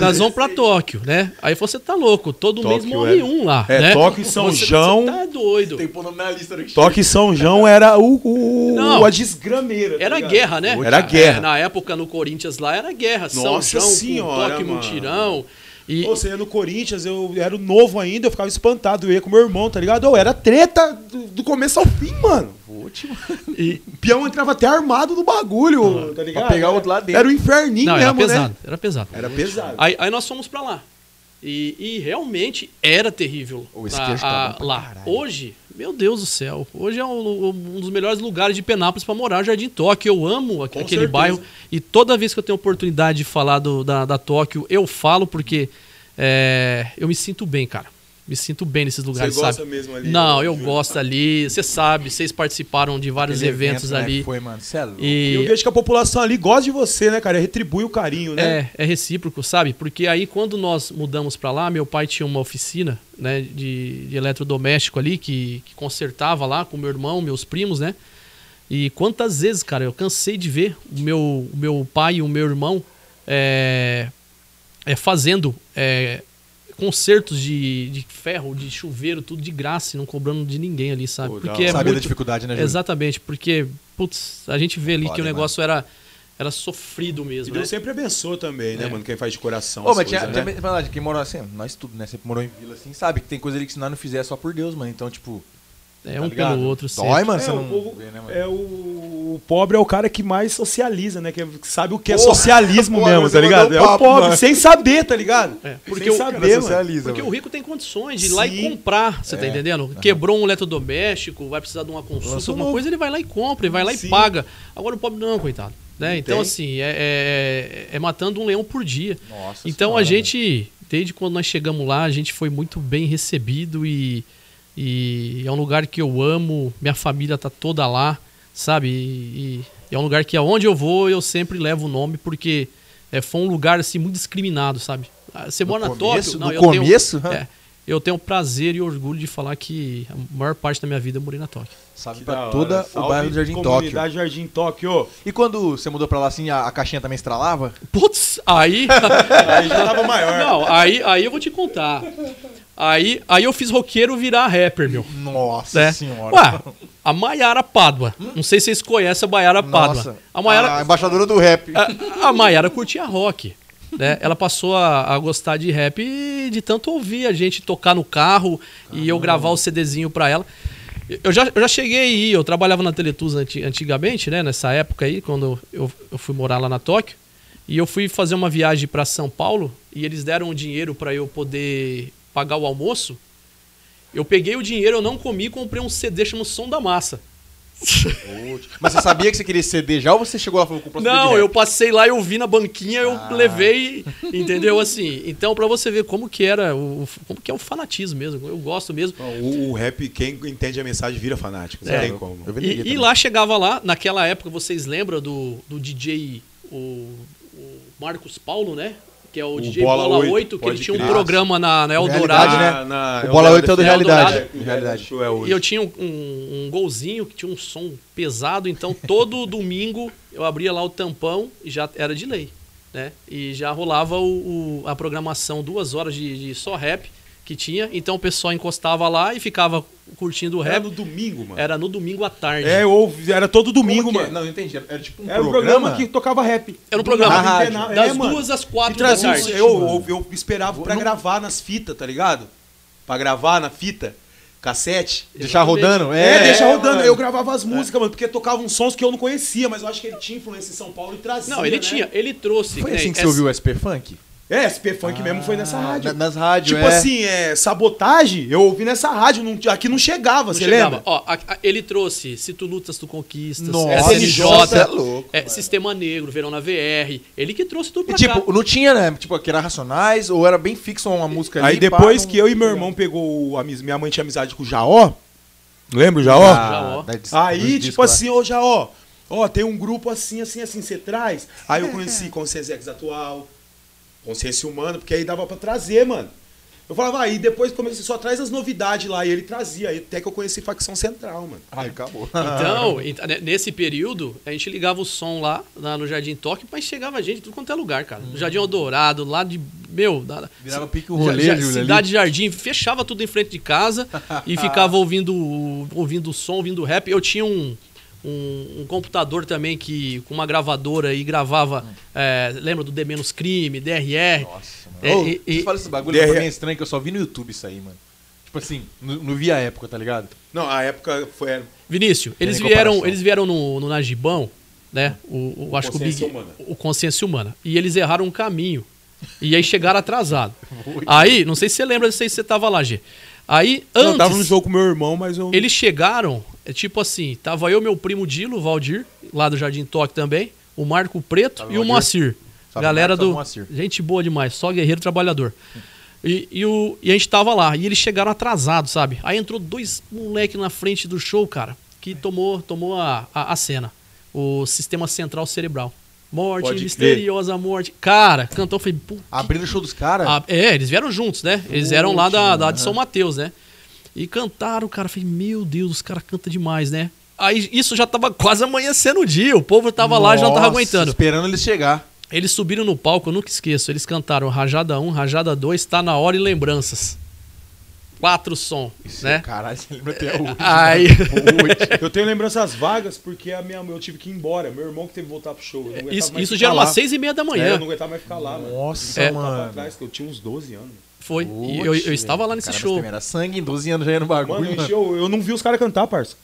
D: Nós vamos pra Tóquio, né? Aí você tá louco, todo mês
C: Tóquio
D: morre
C: é-
D: um lá.
C: é,
D: né?
C: Tóquio e São
D: Você-
C: João.
D: Você tá doido.
B: Tem que pôr nome na lista. né?
C: Toque São João era o, o-
D: Não.
C: a desgrameira. tá
D: Era
C: ligado?
D: guerra, né?
C: Era guerra.
D: É, na época no Corinthians lá era guerra. São
C: Nossa
D: João, com
C: Senhora,
D: toque
C: mano.
D: mutirão. E,
C: Ou seja, no Corinthians, eu era novo ainda, eu ficava espantado, eu ia com meu irmão, tá ligado? Eu era treta do, do começo ao fim, mano.
D: e-
C: O peão entrava até armado no bagulho, tá ligado?
B: Ah, pegar o outro lá dentro.
C: Era o inferninho
D: não, era
C: mesmo,
D: pesado,
C: né?
D: era pesado.
C: Era pesado.
D: Aí, aí nós fomos pra lá. E, e realmente era terrível
B: O
D: a-
B: esquerdo tá
D: a-
B: bom pra
D: lá. Hoje, Meu Deus do céu. Hoje é um, um dos melhores lugares de Penápolis para morar, Jardim Tóquio. Eu amo aque-
C: Com
D: aquele
C: certeza.
D: bairro. E toda vez que eu tenho oportunidade de falar do- da, da Tóquio, eu falo porque é, eu me sinto bem, cara. Me sinto bem nesses lugares,
C: gosta
D: sabe?
C: mesmo ali,
D: Não,
C: né?
D: eu gosto ali. Você sabe, vocês participaram de vários
B: Aquele
D: eventos
B: evento, né,
D: ali.
B: que Foi, mano. Cê é louco.
C: E eu
D: E
C: vejo que a população ali gosta de você, né, cara? Retribui o carinho, né?
D: É, é recíproco, sabe? Porque aí quando nós mudamos pra lá, meu pai tinha uma oficina, né, de, de eletrodoméstico ali que, que consertava lá com meu irmão, meus primos, né? E quantas vezes, cara, eu cansei de ver o meu, o meu pai e o meu irmão é, é, fazendo é, concertos de, de ferro, de chuveiro, tudo de graça, e não cobrando de ninguém ali, sabe?
C: Pô, da
D: Porque
C: hora.
D: é
B: Sabia da
D: muito,
B: dificuldade, né, Júlio?
D: Exatamente, porque putz, a gente vê ali
B: Foda,
D: que o
B: mano.
D: negócio era era sofrido
C: E
D: mesmo, né?
C: Deus sempre abençoa também, né, mano? Quem faz de coração.
B: É. Ô,
C: as
B: mas
C: coisas,
B: tinha,
C: né?
B: tinha mesmo verdade, quem morou assim, nós tudo, né? Sempre morou em vila assim, sabe? Que tem coisa ali que se nós não fizer é só por Deus, mano. Então, tipo,
D: É
B: tá
D: um
B: ligado?
D: pelo outro, sempre.
B: Dói, mano,
C: É,
B: você
C: o
B: não
C: povo-
B: vê, né, mano?
C: é, o, o pobre é o cara que mais socializa, né? Que que sabe o que é
B: Porra,
C: socialismo
B: porra,
C: mesmo,
B: você
C: tá ligado?
B: mandou
C: É o
B: um papo,
C: pobre,
B: mano.
C: sem saber, tá ligado?
D: É,
C: porque
D: porque
C: sem
D: o-
C: saber, mano.
B: socializa,
D: Porque o
B: mano.
D: rico tem condições de ir lá e
C: Sim.
D: comprar, você tá
B: É.
D: entendendo? Quebrou um eletrodoméstico, vai precisar de uma consulta,
B: Lança um
D: alguma
B: novo.
D: coisa, ele vai lá e compra, ele vai lá e
C: Sim.
D: paga. Agora o pobre não, coitado. Né? Então,
C: tem.
D: assim, é, é- é matando um leão por dia.
B: Nossa
D: então
B: senhora,
D: a gente, desde quando nós chegamos lá, a gente foi muito bem recebido e, e é um lugar que eu amo, minha família tá toda lá, sabe? E, e é um lugar que aonde eu vou eu sempre levo o nome, porque é, foi um lugar assim muito discriminado, sabe? Ah, Você
B: No
D: mora na
B: começo?
D: Tóquio?
B: No
D: eu tenho-
B: começo?
D: é, eu tenho prazer e orgulho de falar que a maior parte da minha vida eu morei na Tóquio.
B: Sabe
C: Que da
B: pra
C: hora.
B: toda o
C: Salve,
B: bairro do Jardim Tóquio.
C: Comunidade Jardim Tóquio.
B: E quando você mudou pra lá assim, a, a caixinha também estralava?
D: Putz, aí.
C: Aí já tava maior.
D: não, aí, aí eu vou te contar. Aí, aí eu fiz roqueiro virar rapper, meu.
B: Nossa
D: Né?
B: senhora.
D: Ué, a Maiara Pádua. Não sei se vocês conhecem a Maiara Pádua.
B: Nossa. Ah,
D: A Maiara,
B: A embaixadora do rap.
D: É, a, a Maiara curtia rock. Né? Ela passou a, a gostar de rap e de tanto ouvir a gente tocar no carro e eu gravar o CDzinho pra ela. Eu já, eu já cheguei aí, eu trabalhava na Teletus anti- antigamente, né? Nessa época aí, quando eu, eu fui morar lá na Tóquio. E eu fui fazer uma viagem pra São Paulo e eles deram o dinheiro pra eu poder pagar o almoço. Eu peguei o dinheiro, eu não comi e comprei um CD chamado Som da Massa.
B: Mas você sabia que você queria CD já ou você chegou lá e falou um com o
D: Não, eu passei lá, eu vi na banquinha, eu levei, entendeu? Assim, então pra você ver como que era, o, o- como que é o fanatismo mesmo, eu gosto mesmo.
C: O, o rap, quem entende a mensagem vira fanático. Não
D: É.
C: tem como.
B: Eu venderia
D: E, e
B: também.
D: lá chegava lá, naquela época, vocês lembram do, do DJ, o, o Marcos Paulo, né? Que é o, DJ Bola,
C: Bola
D: 8,
C: Oito,
D: que
C: pode
D: ele tinha um
C: crer.
D: programa na, na Eldorado.
B: Realidade, né?
C: na-
B: O Bola
C: Eldorado
B: 8 é o do
D: é
B: Realidade.
D: Eldorado.
B: Realidade.
C: É hoje.
D: E eu tinha um, um- um golzinho que tinha um som pesado, então todo domingo eu abria lá o tampão e já era de lei, né? E já rolava o, o- a programação duas horas de, de só rap que tinha, então o pessoal encostava lá e ficava curtindo o
C: Era
D: rap.
C: no domingo, É, mano.
D: Era no domingo à tarde.
C: É, eu ouvi- era todo domingo,
B: Como que é?
C: mano.
B: Não, eu entendi. Era, era tipo um
C: Era um
B: programa.
C: programa que tocava rap.
D: Era um programa.
C: Na rádio.
B: Na
D: das
C: É, mano.
D: duas às
C: E
D: quatro da
C: trazia um
D: tarde.
C: uns- eu, eu, eu esperava pra gravar nas fitas, tá ligado? Pra gravar na fita, cassete.
B: Deixar rodando?
C: É,
B: É,
C: deixa rodando.
B: mano.
C: Eu gravava as músicas, mano, porque tocava uns sons que eu não conhecia, mas eu acho que ele tinha influência em São Paulo e trazia.
D: Não, ele
C: né?
D: tinha, ele trouxe.
B: Foi
D: né,
B: assim que você
D: essa-
B: ouviu o SP Funk?
C: É, SP Funk mesmo foi nessa Ah, rádio.
B: na- nas rádios,
C: Tipo
B: é.
C: assim, é, sabotagem, eu ouvi nessa rádio, não- aqui não chegava,
D: Não
C: você
D: chegava.
C: lembra?
D: Ó, a- a- ele trouxe Se Tu Lutas, Tu Conquistas,
B: Nossa,
D: SNJ,
B: é louco,
D: é, Sistema Negro, Verão na VR. Ele que trouxe tudo pra
B: E
D: cá.
B: tipo, não tinha, né? Tipo, que era Racionais ou era bem fixo uma música
C: Aí
B: ali. pá,
C: depois
B: não-
C: que eu e meu irmão pegou, o amiz- minha mãe tinha amizade com o Jaó, lembra o Jaó?
B: Ah,
D: ó.
B: da dis- dos
C: Aí, tipo
B: discos lá.
C: assim, ô Jaó, ó, tem um grupo assim, assim, assim, você traz? Aí eu conheci Consciência Ex Atual, Consciência Humana, porque aí dava pra trazer, mano. Eu falava, aí depois comecei, só traz as novidades lá, e ele trazia, aí até que eu conheci Facção Central, mano.
B: Ai, acabou.
D: Então, ent- né, nesse período, a gente ligava o som lá, lá no Jardim Toque, mas chegava gente de tudo quanto é lugar, cara. No Jardim Eldorado, lá de. Meu, da, da-
B: Hum. Virava
D: ci-
B: pique o rolê,
D: ja- ja-
B: Júlio, ali.
D: Cidade Jardim, fechava tudo em frente de casa e ficava ouvindo o- ouvindo o som, ouvindo o rap. Eu tinha um. Um, um computador também que com uma gravadora e gravava, é, lembra do D menos crime, DRR.
B: Hum. Nossa, mano.
D: É,
B: Ô,
D: e-
B: você
D: e-
B: fala esses bagulho
C: DR
B: pra mim é estranho que eu só vi no YouTube isso aí, mano. Tipo assim, não não vi a época, tá ligado?
C: Não, a época foi...
D: Vinícius, eles
B: nem
D: vieram,
B: comparação.
D: eles vieram no, no Najibão, né? O, o, acho que o Big,
C: Consciência Humana.
D: o Consciência Humana. E eles erraram um caminho. E aí chegaram atrasado. aí, não sei se você lembra, não sei se você tava lá, G. Aí,
C: Eu tava no
D: antes,
C: jogo com meu irmão, mas eu.
D: eles chegaram, é tipo assim, tava eu, meu primo Dilo, o Valdir, lá do Jardim Toque também, o Marco Preto e o Moacir.
B: Salve,
D: Galera
B: Marco, salve,
D: do...
B: Moacir.
D: Gente boa demais, só guerreiro trabalhador. E, e o, e a gente tava lá, e eles chegaram atrasados, sabe? Aí entrou dois moleque na frente do show, cara, que tomou, tomou a, a, a cena. O sistema central cerebral. Morte,
B: Pode crer.
D: misteriosa morte. Cara, cantou, foi... "Pô, que
B: Abrindo o show dos caras?
D: ah, é, eles vieram juntos, né? Eles eram lá da, da de São Mateus, né? E cantaram, cara. Falei, meu Deus, os caras cantam demais, né? Aí isso já tava quase amanhecendo o dia. O povo tava lá e já não tava
B: Nossa,
D: aguentando.
B: Esperando eles chegar.
D: Eles subiram no palco, eu nunca esqueço. Eles cantaram Rajada 1, Rajada 2, Tá na Hora e Lembranças. Quatro som,
C: é
D: né?
B: Caralho, você lembra até hoje.
D: Aí.
C: Eu tenho lembranças vagas porque a minha, eu tive que ir embora. Meu irmão que teve que voltar pro show. Eu não aguentava
D: Isso,
C: mais
D: isso
C: ficar
D: já era
C: lá.
D: umas seis e meia da
C: É, eu
D: manhã.
C: não aguentava mais ficar lá, mano.
B: Nossa,
D: É.
C: Tava
B: mano.
C: atrás, que eu tinha uns 12 anos.
D: Foi. E eu, eu estava lá nesse
B: Cara, mas
D: show.
B: também Era sangue, em 12 anos já ia no
C: Mano,
B: bagulho.
C: eu, eu, eu não vi os caras cantar, parça.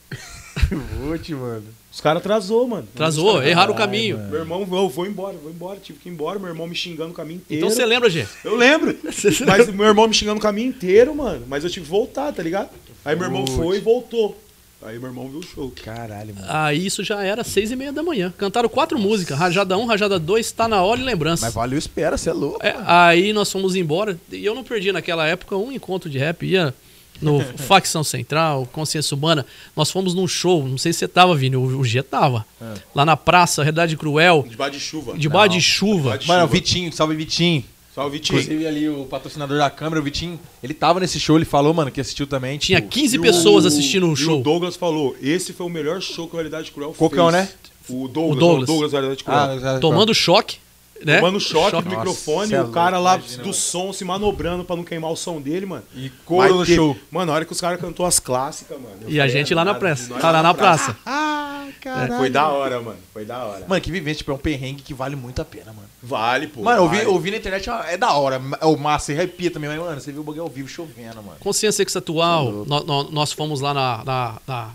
B: Putz, mano.
C: Os caras atrasou, mano.
D: Atrasou, é? erraram
C: né?
D: o caminho.
C: Meu irmão, eu vou embora, vou embora, tive que ir embora, meu irmão me xingando o caminho inteiro.
D: Então você lembra, gente?
C: Eu lembro. mas meu irmão me xingando o caminho inteiro, mano. Mas eu tive que voltar, tá ligado? Aí meu irmão foi e voltou. Aí meu irmão viu o show.
B: Caralho, mano.
D: Aí isso já era seis e meia da manhã. Cantaram quatro músicas: Rajada 1, Rajada 2, Tá na Hora e Lembranças.
B: Mas valeu, espera, você é louco.
D: É, aí nós fomos embora. E eu não perdi naquela época um encontro de rap. Ia no Facção Central, Consciência Humana. Nós fomos num show, não sei se você tava, Vini, o o G tava.
C: É.
D: Lá na praça, Realidade Cruel,
C: Debaixo de chuva.
D: debaixo de chuva.
C: Debaixo de
B: Mano, é o
C: chuva.
B: Vitinho, salve Vitinho.
C: Salve, Vitinho.
B: Inclusive ali o patrocinador da câmera, o Vitinho, ele tava nesse show, ele falou, mano, que assistiu também.
D: Tinha
B: tipo,
D: 15
C: E
D: pessoas
C: o-
D: assistindo
C: e
D: o show.
C: O Douglas falou: esse foi o melhor show que a Realidade Cruel
B: Cocão,
C: fez.
B: né?
C: O Douglas.
D: O
C: O
D: Douglas. né?
C: Douglas, da Realidade Cruel.
B: Ah, já-
D: Tomando choque. Né?
C: Tomando choque,
D: Choque.
C: do
B: Nossa,
C: microfone,
B: cê é
C: o cara
B: louco,
C: lá
B: imagina,
C: do
B: mano.
C: som se manobrando pra não queimar o som dele, mano.
B: E couro
C: Vai
B: no
C: ter-
B: show.
C: Mano, a hora que os caras cantou as clássicas, mano. eu
D: E a
C: falei,
D: gente
C: é,
D: lá na
C: nada,
D: praça.
C: nós
D: Tá lá na praça.
B: Ah, caralho.
C: Foi da hora, mano. Foi da hora.
B: Mano, que vivência, tipo, é um perrengue que vale muito a pena, mano.
C: Vale, pô.
B: mano, eu vi,
C: vale.
B: eu vi na internet, ó, é da hora. É o massa, e arrepia também, mas, mano, você viu o bagulho ao vivo chovendo, mano.
D: Consciência Sexual, nó- nó- nós fomos lá na. na, na,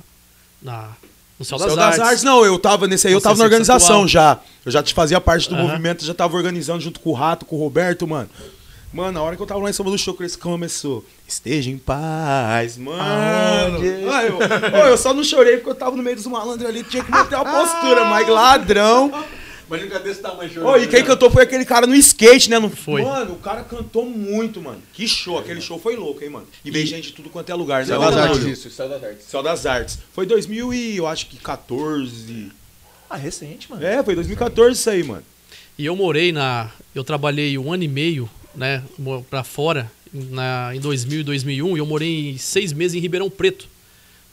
D: na- no Céu,
C: Céu
D: das, Artes.
C: não, eu tava nesse aí, eu
D: Você
C: tava na
D: se
C: organização
D: sexual.
C: já. Eu já te fazia parte do
D: Aham.
C: movimento, já tava organizando junto com o Rato, com o Roberto, mano. Mano, a hora que eu tava lá em cima do show, que eles começou. Esteja em paz, mano.
B: Aonde?
C: Ah, eu, Ô, eu só não chorei porque eu tava no meio dos malandros ali, tinha que manter a postura, mas ladrão.
B: Mas nunca desse tamanho
C: Ô, e quem cantou foi aquele cara no skate, né? No...
D: Foi.
C: Mano, o cara cantou muito, mano. Que show, aquele show foi louco, hein, mano. E veio gente de tudo quanto é lugar, né?
B: Céu
C: mano?
B: das artes, isso, céu das artes.
C: Céu das Artes. Foi 2000 e eu acho que 14.
B: Ah, recente, mano.
C: É, foi 2014 isso aí, mano.
D: E eu morei na. Eu trabalhei um ano e meio, né, mo- pra fora, na, em 2000 e 2001, e eu morei seis meses em Ribeirão Preto.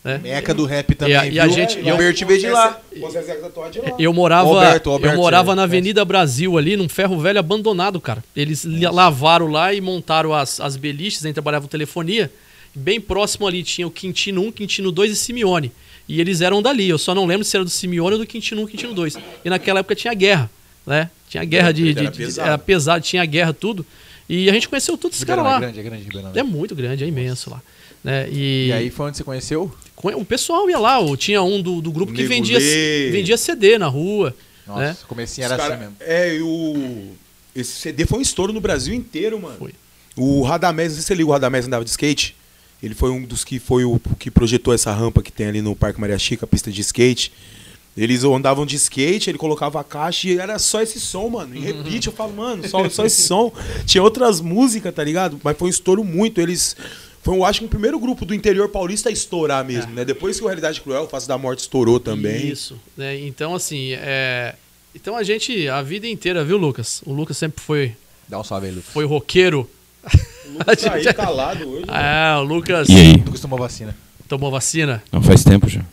D: Né?
B: Meca do rap também,
D: a- e a
B: viu?
D: gente- e
B: o
D: eu-
B: Bert veio de lá.
C: Você é tatuado de lá.
D: Eu morava,
B: Alberto, Alberto,
D: eu morava
B: é,
D: na
B: é.
D: Avenida Brasil ali, num ferro velho abandonado, cara. Eles li- lavaram lá e montaram as, as beliches, aí trabalhavam telefonia. Bem próximo ali tinha o Quintino 1, Quintino 2 e Simeone. E eles eram dali, eu só não lembro se era do Simeone ou do Quintino 1, Quintino 2. E naquela época tinha guerra, né? Tinha guerra de,
C: era
D: de- de-
C: pesado.
D: era pesado, tinha guerra tudo. E a gente conheceu todos esses caras
B: Ribeirão é
D: lá.
B: grande, é grande, Ribeirão.
D: É muito grande, é imenso lá. Né? E,
B: E aí foi onde você conheceu?
D: co- o pessoal ia lá, ou tinha um do, do grupo que
C: Nego
D: vendia,
C: Lê.
D: vendia CD na rua.
B: Nossa,
D: né?
B: o comecinho era
C: Os cara-
B: assim mesmo.
C: É, e o. Esse CD foi um estouro no Brasil inteiro, mano.
D: Foi.
C: O Radamés, não sei se você liga, o Radamés andava de skate. Ele foi um dos que foi o que projetou essa rampa que tem ali no Parque Maria Chica, a pista de skate. Eles andavam de skate, ele colocava a caixa e era só esse som, mano. E repite, eu falo, mano, só, só esse som. Tinha outras músicas, tá ligado? Mas foi um estouro muito. Eles. Foi, um, eu acho, que o primeiro grupo do interior paulista a estourar mesmo, né? Depois que o Realidade Cruel, o Face da Morte estourou também.
D: Isso. né? Então, assim, é... Então a gente, a vida inteira, viu, Lucas? O Lucas sempre foi,
B: Dá um salve aí, Lucas.
D: foi roqueiro.
C: O Lucas tá aí calado hoje.
D: Ah, o Lucas
A: E aí?
B: Lucas tomou vacina.
D: tomou vacina.
A: Não faz tempo já.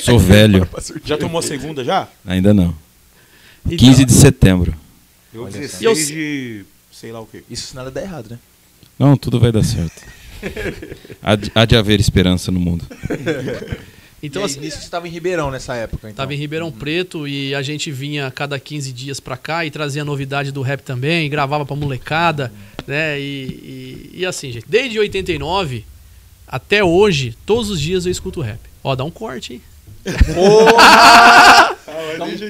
A: Sou velho.
C: Já tomou a segunda já?
A: Ainda não.
D: Então,
A: 15 de setembro.
C: Eu
B: Olha só.
C: 16
D: Eu-
C: de. sei lá o quê.
B: Isso se nada dá errado, né?
A: Não, tudo vai dar certo. Há de, há de haver esperança no mundo.
D: Então,
B: e aí,
D: assim,
B: nisso você tava em Ribeirão nessa época, então.
D: Tava em Ribeirão Preto e a gente vinha a cada 15 dias pra cá e trazia novidade do rap também, gravava pra molecada, né? E, e, e assim, gente, desde 89 até hoje, todos os dias eu escuto rap. Ó, dá um corte, hein?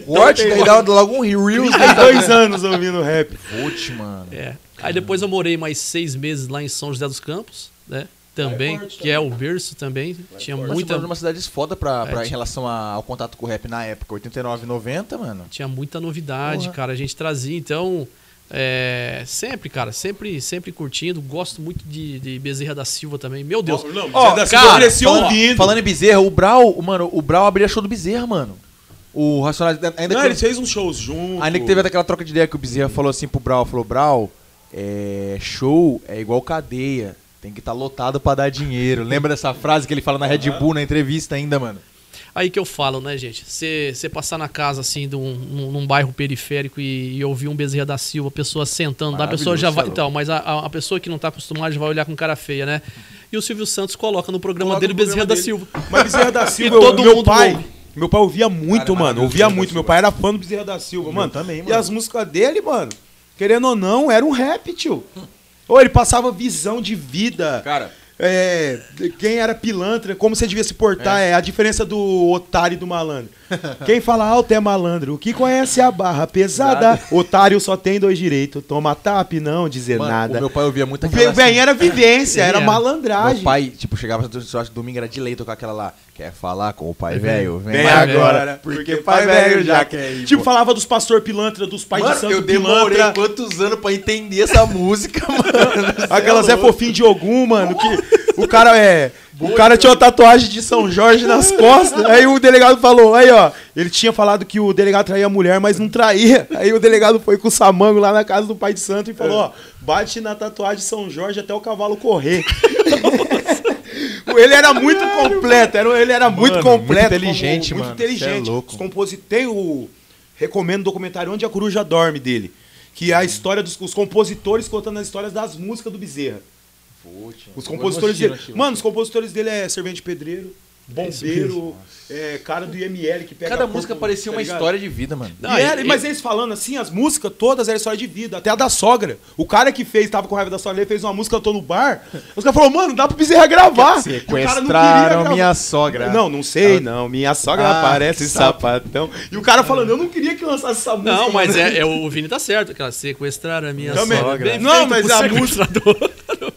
B: Corte,
C: Então,
B: daí dá logo um Reels.
C: Tem dois anos ouvindo rap.
B: Putz, mano.
D: É. Aí depois eu morei mais seis meses lá em São José dos Campos, né? também, que é o berço também, tinha
B: Nós
D: muita,
B: moramos numa cidade foda pra,
D: É,
B: pra- em
D: ti-
B: relação a- ao contato com o rap na época, 89, 90, mano.
D: tinha muita novidade,
B: Porra.
D: cara. A gente trazia, então. é, sempre, cara, sempre, sempre curtindo. Gosto muito de, de Bezerra da Silva também. Meu Deus.
C: Ó, não,
D: Ó,
C: Bezerra da Silva
D: cara,
C: cresceu
D: ó,
C: ouvindo. Lindo.
B: Falando em Bezerra, o Brau, o- mano, o Brau abria show do Bezerra, mano. O Racionais, ainda
C: Não, um
B: que...
C: eles fez uns shows juntos.
B: Ainda que teve aquela troca de ideia que o Bezerra falou assim pro Brau, falou, Brau, é, show é igual cadeia, tem que estar lotado pra dar dinheiro. Lembra dessa frase que ele fala na Red Bull na entrevista ainda, mano?
D: Aí que eu falo, né, gente? Você passar na casa, assim, de um- num, num bairro periférico e, e ouvir um Bezerra da Silva, a pessoa sentando, lá, a pessoa já
B: Maravilhoso,
D: vai.
B: cê é
D: Então, mas a, a- a pessoa que não tá acostumada já vai olhar com cara feia, né? E o Silvio Santos coloca no programa
C: Coloca
D: dele
C: no
D: Bezerra
C: programa
D: da
C: dele.
D: Silva.
C: Mas Bezerra da Silva,
D: todo
C: todo meu
D: mundo
C: pai.
D: ouve.
C: Meu pai ouvia muito,
B: Cara,
C: mano.
B: maravilhoso,
C: Ouvia
B: Bezerra da
C: muito. Meu
B: Silva.
C: pai era fã do Bezerra da Silva, mano.
B: também,
C: E
B: mano.
C: as músicas dele, mano, querendo ou não, era um rap, tio. Ou ele passava visão de vida.
B: Cara.
C: É, de- quem era pilantra, como você devia se portar, é, a diferença do otário e do malandro. Quem fala alto é malandro, o que conhece a barra pesada, otário só tem dois direitos, toma tap, não dizer
B: Mano,
C: nada.
B: o meu pai ouvia muito
C: O Bem,
B: aquela... assim,
C: bem, era vivência,
D: Ele
C: era
D: era.
C: malandragem.
B: meu pai, tipo, chegava, eu acho que domingo era de leito com aquela lá, quer falar com o pai
D: É
B: velho?
D: Vem agora,
C: né?
B: porque pai velho já quer ir.
C: Tipo,
B: pô.
C: falava dos pastor pilantra, dos pais de
B: Mano,
C: santo
B: eu demorei
C: pilantra.
B: quantos anos pra entender essa música, mano. é
C: Aquela Zé Fofinho de Ogum, mano, que o cara é. O cara tinha uma tatuagem de São Jorge nas costas. Aí o delegado falou, aí ó, ele tinha falado que o delegado traía a mulher, mas não traía. Aí o delegado foi com o Samango lá na casa do pai de santo e
B: É.
C: falou, ó, bate na tatuagem de São Jorge até o cavalo correr. Ele era muito completo, era, ele era muito
B: Mano,
C: completo.
B: muito inteligente,
C: como-
B: mano,
C: Muito inteligente.
B: cê é louco.
C: Os composi- Tem o. Recomendo o documentário Onde a Coruja Dorme dele. Que é
B: Uhum.
C: a história dos os compositores contando as histórias das músicas do Bezerra. Os compositores dele. Mano, os compositores dele é Servente Pedreiro, Bombeiro, é, cara do IML que pega.
B: Cada
C: corpo,
B: música parecia
C: tá
B: uma
C: ligado?
B: história de vida, mano.
D: Não,
C: E era-
D: e-
C: mas eles falando assim, as músicas todas eram história de vida. Até a da sogra. O cara que fez, tava com raiva da sogra, ele fez uma música, eu tô no bar. Os caras falaram, mano, dá pro Bezerra gravar. O cara não
B: Sequestraram
C: queria
B: minha
C: gravar.
B: sogra.
C: Não, não sei, não. Minha sogra
B: Ah,
C: parece
B: que sapo.
C: sapatão. E o cara falando, eu não queria que lançasse essa música.
D: Não, mas é, é, o Vini tá certo, cara. Sequestrar a minha
C: Também.
D: sogra. Bem
C: Não,
D: feito
C: mas
D: pro
C: a
D: sequestrador.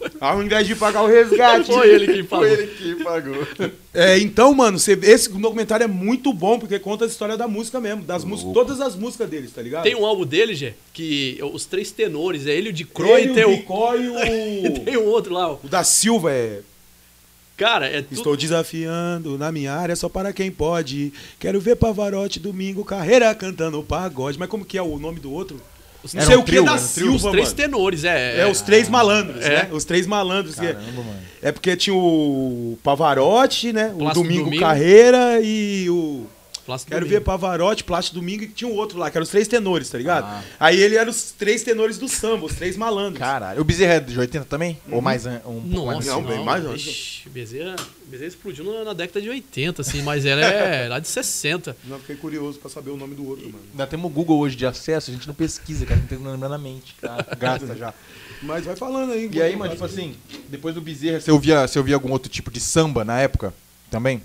C: Ao invés de pagar o resgate.
D: Foi ele que falou.
B: que pagou.
C: É, então, mano, você- esse documentário é muito bom, porque conta a história da música mesmo. Das músicas, todas as músicas deles, tá ligado?
D: Tem um álbum dele, Gê, que os três tenores, é ele, o de Croy
C: Ele,
D: e tem
C: o
D: o...
C: Bicó e
D: E
C: o...
D: tem um outro lá, ó.
C: o da Silva é...
D: Cara, é tudo...
C: Estou desafiando na minha área só para quem pode. Quero ver Pavarotti domingo, carreira cantando pagode. Mas como que é o nome do outro?
D: Os-
C: Não
B: Era
C: sei
B: um
C: o que
B: trio,
C: da
B: era um
C: Silva,
D: os três
C: mano.
D: tenores, é.
C: É, os três malandros,
D: É.
C: né? Os três malandros. que é-
B: Caramba, mano.
C: É porque tinha o Pavarotti, né? O
D: Plácido
C: Domingo,
D: Domingo.
C: Carreira e o.
D: é, Plácido
C: Quero
D: Domingo.
C: ver Pavarotti, Plástico Domingo e tinha um outro lá, que eram os três tenores, tá ligado? Aí ele era os três tenores do samba, os três malandros.
B: Caralho. O Bezerra é de 80 também? Ou mais an- um pouco mais
D: Nossa,
B: antigo?
D: não,
C: bem mais, ó.
D: Ixi, Bezerra, Bezerra explodiu na, na década de 80, assim, mas era é, lá de 60.
C: Não, fiquei curioso pra saber o nome do outro, mano.
B: Ainda temos o Google hoje de acesso, a gente não pesquisa, cara, não tem nada na mente. Cara. Gasta já.
C: Mas vai falando aí.
B: E aí, mano, tipo assim, depois do Bezerra, você ouvia, você ouvia algum outro tipo de samba na época? Também?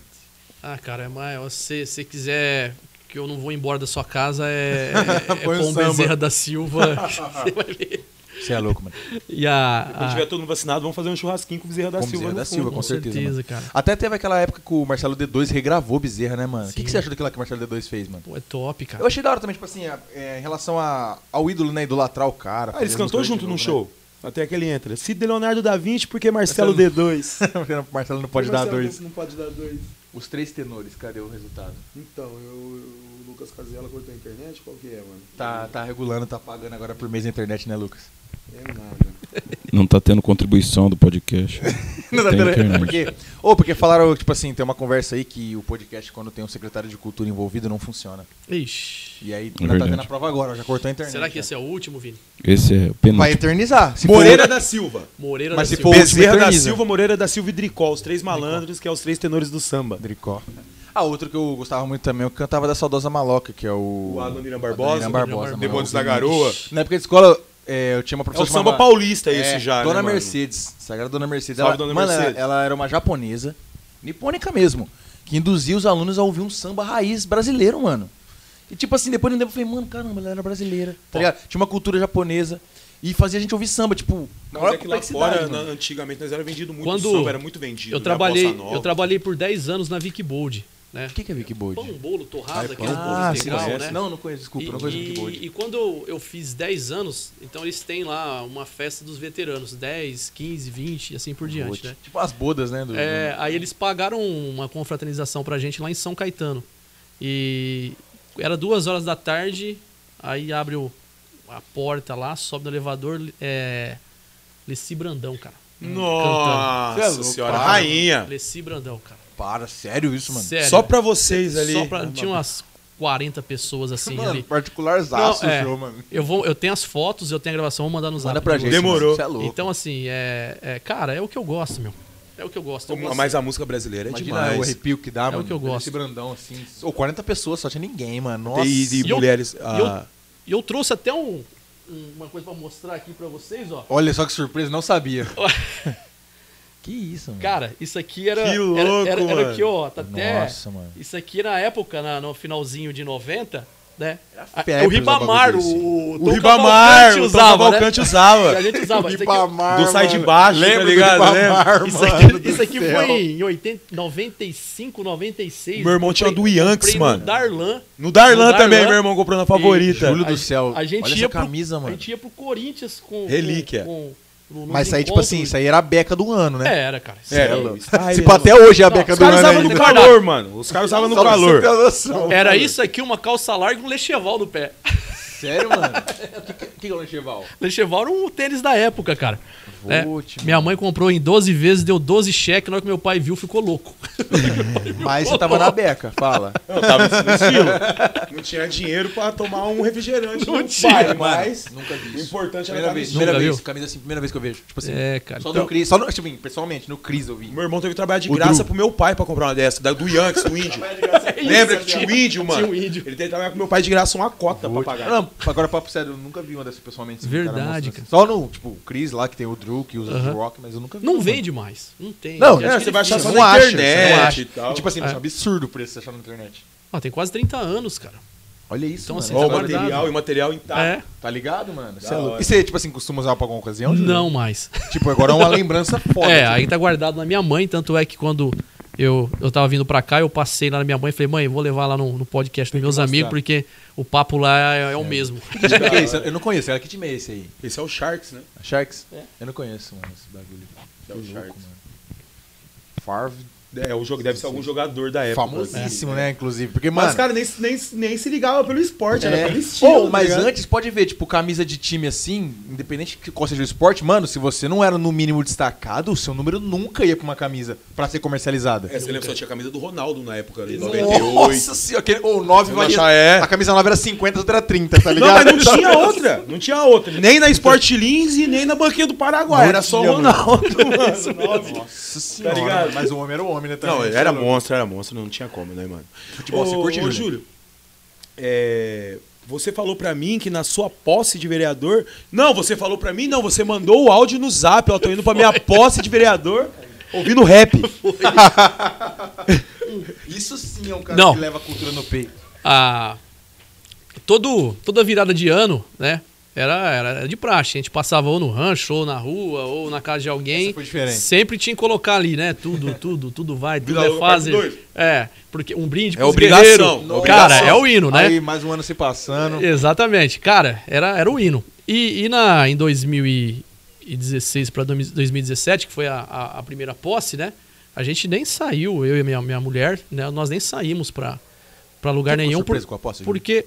D: Ah, cara, mas se você quiser que eu não vou embora da sua casa, é, é
B: Põe o
D: com
B: samba.
D: Bezerra da Silva. você vai ver.
B: Você é louco, mano.
D: E a.
C: Quando
D: a-
C: tiver todo mundo vacinado, vamos fazer um churrasquinho Ah. com o Bezerra da
B: Com
C: Silva.
B: Bezerra
C: no
B: da
C: fundo.
B: Silva, com,
D: com
B: certeza.
D: certeza,
B: mano.
D: cara.
B: Até teve aquela época que o Marcelo D2 regravou Bezerra, né, mano? O que,
D: Sim.
B: que você achou daquilo que o Marcelo D2 fez, mano?
D: Pô, é top,
C: Tá.
D: cara.
B: Eu achei da hora também, tipo assim, a- é, em relação a- ao ídolo, né? Idolatrar o cara.
C: Ah, eles
B: fazer
C: cantou
B: música
C: junto
B: de
C: num
B: novo, né?
C: show. Até que ele entra. Cid Leonardo da Vinci, porque Marcelo D2.
B: né? O Marcelo não pode dar
C: Marcelo
B: dois.
C: Não pode dar dois.
B: Os três tenores, cadê o resultado?
C: Então, eu, o Lucas Casella cortou a internet? Qual que é, mano?
B: Tá, tá regulando, tá pagando agora por mês a internet, né, Lucas?
C: É nada.
A: Não tá tendo contribuição do podcast.
C: tá
B: Não,
A: Tem
B: não,
A: internet.
B: porque, ou porque falaram, tipo assim, tem uma conversa aí que o podcast, quando tem um secretário de cultura envolvido, não funciona.
D: Ixi.
B: E aí,
A: É
B: ainda tá
A: verdade.
B: tendo a prova agora, já cortou a internet. né?
D: Será que
B: já.
D: esse é o último, Vini?
A: Esse é o
B: Vai
A: penúltimo.
B: eternizar. Se
C: Moreira
B: for-
C: da Silva.
D: Moreira
B: Mas
D: da
B: se
D: Silva.
B: for-
C: Bezerra da
B: Eterniza.
C: Silva, Moreira da Silva e Dricol, os três malandros, que é os três tenores do samba.
B: Dricó. Ah, outro que eu gostava muito também, eu cantava da saudosa maloca, que é o...
C: O Adoniran Barbosa,
B: Adoniran Barbosa. mano.
C: Demônios da Garoa.
B: Na época de escola, é, eu tinha uma
C: É o
B: professora
C: samba
B: chamava-
C: paulista
B: É,
C: esse já,
B: Dona
C: né, mano?
B: Mercedes, sagrada Dona Mercedes.
C: Salve,
B: Ela,
C: Dona
B: mano, ela-
C: Mercedes.
B: Ela, era uma japonesa, nipônica mesmo, que induzia os alunos a ouvir um samba raiz brasileiro, mano. E tipo assim, depois de um tempo eu falei, mano, caramba, ela era brasileira. tá ligado? Tinha uma cultura japonesa. e fazia a gente ouvir samba, tipo, na
C: Mas
B: maior
C: é que lá
B: complexidade,
C: fora,
B: mano.
C: na- antigamente, nós era vendido muito
D: Quando
C: samba, era muito vendido.
D: Eu
C: né?
D: trabalhei,
C: Bossa Nova.
D: eu trabalhei por 10 anos na Vic Bold, né?
B: O que, que é Vic Bold?
D: Pão, bolo, torrada,
C: Ah,
D: aquele
C: pão,
D: bolo
C: ah, sim,
D: integral,
C: conhece.
D: né?
B: Não, não conheço, desculpa,
D: e,
B: não conheço
D: e-
B: Vic Bold.
D: e quando eu- eu fiz 10 anos, então eles têm lá uma festa dos veteranos, 10, 15, 20 e assim por diante, né?
B: Tipo as bodas, né? do-
D: É, aí eles pagaram uma confraternização pra gente lá em São Caetano. E era duas horas da tarde, aí abre o- a porta lá, sobe no elevador, é. Leci Brandão, cara.
C: Nossa
B: Cê é louco,
C: senhora,
B: para.
C: rainha.
D: Leci Brandão, cara.
B: Para, sério isso, mano?
D: Sério.
C: Só pra vocês ali.
D: É, né? Só pra, tinha umas 40 pessoas assim
B: é mano,
D: ali.
B: particularzaço
D: Não,
B: o
D: é.
B: show, mano.
D: Eu, vou, eu tenho as fotos, eu tenho a gravação, vou mandar no zap.
B: Manda pra
D: pra
B: gente.
C: Demorou.
B: mano, cê é louco.
D: Então, assim, é, é- Cara, é o que eu gosto, meu. É o que eu gosto. Eu gosto.
C: Mas a música brasileira é
B: Imagina o
C: demais.
B: arrepio que dá,
D: É o
B: mano.
D: que eu gosto.
B: Esse brandão, assim. Ou 40 pessoas, só tinha ninguém, mano. Nossa.
C: E, e
D: E eu-
C: mulheres.
D: e
C: ah,
D: E eu trouxe até um- uma coisa pra mostrar aqui pra vocês, ó.
B: Olha só que surpresa, não sabia. que isso, mano.
D: Cara, isso aqui era.
C: Que
D: era-
C: louco,
D: era, era,
C: mano.
D: aqui, ó. Tá até.
B: Nossa, mano.
D: Isso aqui na época, na- no finalzinho de 90, né? A-
B: febre
D: o
B: usar
D: Ribamar,
B: bagulho desse.
D: o.
C: O Ribamar, o Tom
D: usava. né?
C: Cavalcante usava.
D: A gente usava. Isso aqui,
C: Do sai de baixo, tá
B: Lembra
C: ligado?
B: do
C: Lembra?
B: Ribamar,
D: isso
B: mano.
D: aqui,
B: do
D: isso aqui
B: céu.
D: foi em 80, 95, 96.
C: Meu irmão tinha do Yankees,
D: comprei
C: mano.
D: No Darlan.
C: No Darlan
D: No
C: também,
D: Darlan.
C: meu irmão comprou na favorita.
B: Júlio
D: A
B: do
D: gente-
B: céu.
D: A gente
B: Olha
D: ia
B: essa camisa,
D: pro,
B: mano.
D: A gente ia pro Corinthians com. com-
C: Relíquia.
D: com- no-
B: Mas
D: nos
B: isso aí, tipo assim,
D: encontros.
B: isso aí era a beca do ano, né?
D: É, era, cara. Isso
C: Era.
D: aí-
B: Se pá, até hoje é a beca
C: Os
B: do
C: caras
B: ano
C: usavam no
B: ainda.
C: calor, mano. Os caras usavam no
B: Só pra você
C: calor.
B: ter uma noção.
D: Era isso aqui, uma calça larga e um lecheval no pé.
B: Sério, mano? O que é o Lancheval?
D: Lecheval era um tênis da época, cara. É,
B: Putz,
D: minha mãe comprou em 12 vezes, deu 12 cheques, na hora que meu pai viu, ficou louco.
B: Mas você tava na beca, fala.
C: Eu tava nesse estilo. Não tinha dinheiro pra tomar um refrigerante.
D: Não
C: no
D: tinha,
C: baile,
B: mano.
C: mas
B: Nunca vi
C: o
B: isso.
C: importante era tá
B: Primeira
C: estar
B: vez,
C: vestido.
B: primeira
D: Nunca
B: vez.
D: viu?
B: Camisa assim, primeira vez que eu vejo. Tipo assim,
D: É, cara.
B: só
D: Então,
B: no Cris, só no, tipo, assim, pessoalmente, no Cris eu vi.
C: Meu irmão teve que trabalhar de
B: O
C: graça
B: Drew.
C: pro meu pai pra comprar uma dessa, da- do Yankees, do índio.
D: É isso,
C: Lembra que tinha o índio, mano?
D: Tinha um índio.
C: Ele teve que trabalhar com meu pai de graça uma cota pra pagar.
B: Não, agora papo sério, eu nunca vi uma dessas pessoalmente. assim,
D: Verdade,
B: mostrando
D: cara.
B: assim. Só no, tipo, o Cris lá, que tem o Drew, que usa o
D: Aham.
B: rock, mas eu nunca vi.
D: não
B: mano.
D: vende mais. Não tem. um
B: Não,
D: Acho
B: é,
D: que
C: você
D: ele
C: vai achar
D: fica.
C: só
B: Você
C: na
B: não acha,
C: internet
B: você não acha.
C: e tal.
B: tipo assim, eu
D: É.
B: acho absurdo o preço de achar na internet.
D: Ah, tem quase 30 anos, cara.
B: Olha isso,
D: Então,
B: mano.
D: assim,
C: Ó, o
B: Agora-
D: guardado.
C: material e o material intacto.
D: é?
B: Tá ligado, mano? Cê é
C: Da
B: louco.
C: hora.
B: E você, tipo assim, costuma usar pra alguma ocasião? Júlio?
D: Não mais.
B: Tipo, agora é uma lembrança foda.
D: é,
B: tipo,
D: aí tá guardado na minha mãe, tanto é que quando eu, eu tava vindo pra cá, eu passei lá na minha mãe e falei, mãe, eu vou levar lá no, no podcast dos meus amigos, porque o papo lá é, é o mesmo.
B: que time que é esse? Eu não conheço, era que time é esse aí?
C: Esse é o Sharks, né?
B: Sharks? Eu não conheço, mano, esse bagulho.
C: É o Sharks.
B: Farve.
C: É, o jogo deve ser algum jogador da época.
B: Famosíssimo,
C: assim.
B: né, inclusive. Porque, mano.
C: Mas os caras nem, nem, nem se ligavam pelo esporte,
B: É.
C: era pelo estilo.
B: Ou,
C: tá
B: mas
C: ligado?
B: antes, pode ver, tipo, camisa de time assim, independente de qual seja o esporte, mano, se você não era no mínimo destacado, o seu número nunca ia pra uma camisa pra ser comercializada.
C: É, você lembra, só tinha a camisa do Ronaldo na época, ali, 98.
B: Nossa senhora, aquele- ou 9
C: Eu
B: valia.
C: achar é.
B: A camisa 9 era 50, outra era 30, tá
C: Não,
B: ligado?
C: mas não tinha outra. Não tinha outra. Nem na Sport Lins e nem na banquinha do Paraguai.
B: Não
C: Era só
B: tinha,
C: o
B: mano.
C: Ronaldo, mano. Nossa.
B: Nossa senhora,
C: ligado?
B: mano, mas o homem era o homem, né? também,
C: Não,
B: cê é
C: era
B: louco.
C: monstro, era monstro, não tinha como, né, mano?
B: Futebol, você
C: Ô,
B: curte,
C: Tá, ô,
B: Júlio?
C: Júlio? é, você falou pra mim que na sua posse de vereador. Não, você falou pra mim, não, você mandou o áudio no zap, ó, tô indo pra minha posse de vereador ouvindo rap.
B: Isso sim é um cara
D: Não.
B: que leva a cultura no peito.
D: a todo toda virada de ano, né? Era, era era de praxe, a gente passava ou no rancho, ou na rua, ou na casa de alguém.
B: Essa foi diferente.
D: Sempre tinha que colocar ali, né? Tudo, tudo, tudo vai, tudo
C: Vila
D: é
C: Lobo,
D: fase.
C: parte dois.
D: É, porque um brinde
C: É
D: pros
C: obrigação,
D: guerreiros.
C: é
D: Cara,
C: obrigação. É.
D: é o hino, né?
B: Aí mais um ano se passando.
D: Exatamente. Cara, era, era o hino. E, e na, em 2016 para 2017, que foi a, a, a primeira posse, né? A gente nem saiu, eu e minha, minha mulher, né? Nós nem saímos pra, pra lugar
B: Você ficou
D: nenhum.
B: surpreso com a posse, Júlio?
D: Porque.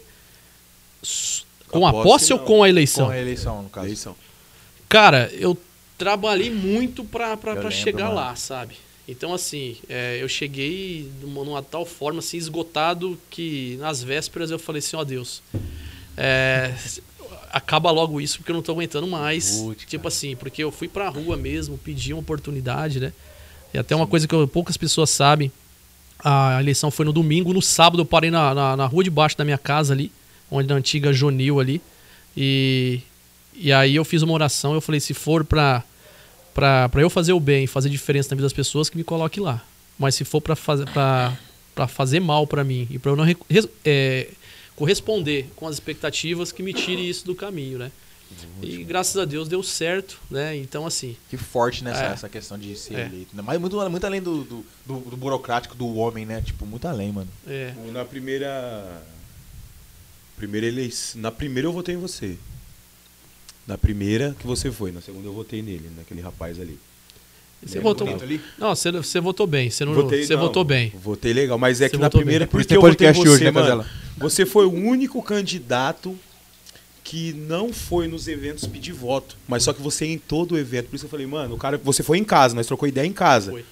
D: s-
C: Com
D: Com a
C: a
D: posse,
C: posse,
D: ou
C: não.
D: com a
B: Com
D: eleição?
B: a eleição, no caso.
C: Eleição.
D: Cara, eu trabalhei muito pra, pra,
B: Eu
D: pra
B: lembro,
D: chegar
B: mano.
D: lá, sabe? Então, assim, é, eu cheguei numa, numa tal forma, assim, esgotado, que nas vésperas eu falei assim, ó Deus, é, acaba logo isso, porque eu não tô aguentando mais.
B: Putz,
D: tipo assim, porque eu fui pra rua mesmo, pedi uma oportunidade, né? E até uma coisa que eu- poucas pessoas sabem, a eleição foi no domingo, no sábado eu parei na, na, na rua de baixo da minha casa ali, onde na antiga Jonil ali, e, e aí eu fiz uma oração, eu falei, se for pra, pra, pra eu fazer o bem, fazer diferença na vida das pessoas, que me coloque lá. Mas se for pra, fazer pra, pra fazer mal pra mim e pra eu não re- res- é, corresponder com as expectativas, que me tire isso do caminho, né?
C: Uhum.
D: E graças a Deus deu certo, né? Então, assim,
B: Que forte nessa
D: É.
B: essa questão de ser
D: É.
B: eleito. né? Mas muito, muito além do, do, do- do burocrático do homem, né? Tipo, muito além, mano.
D: é.
C: Na primeira. Primeira eleição. Na primeira eu votei em você. Na primeira que você foi, na segunda eu votei nele, naquele rapaz ali.
D: Você
C: Lembra
D: votou.
C: bonito
B: ali?
D: Não, você, você votou bem. Você, não,
C: Votei-
D: você
C: não,
D: votou bem.
C: Votei legal, mas é
D: Você
C: que na
D: votou
C: primeira
D: bem.
B: Por isso
C: porque
B: tem
C: eu votei em
B: podcast hoje,
C: você,
B: né,
C: mano.
B: Casella?
C: Você foi o único candidato que não foi nos eventos pedir voto, mas só que você ia em todo o evento. Por isso que eu falei, mano, o cara, você foi em casa, nós trocou ideia em casa.
D: Foi.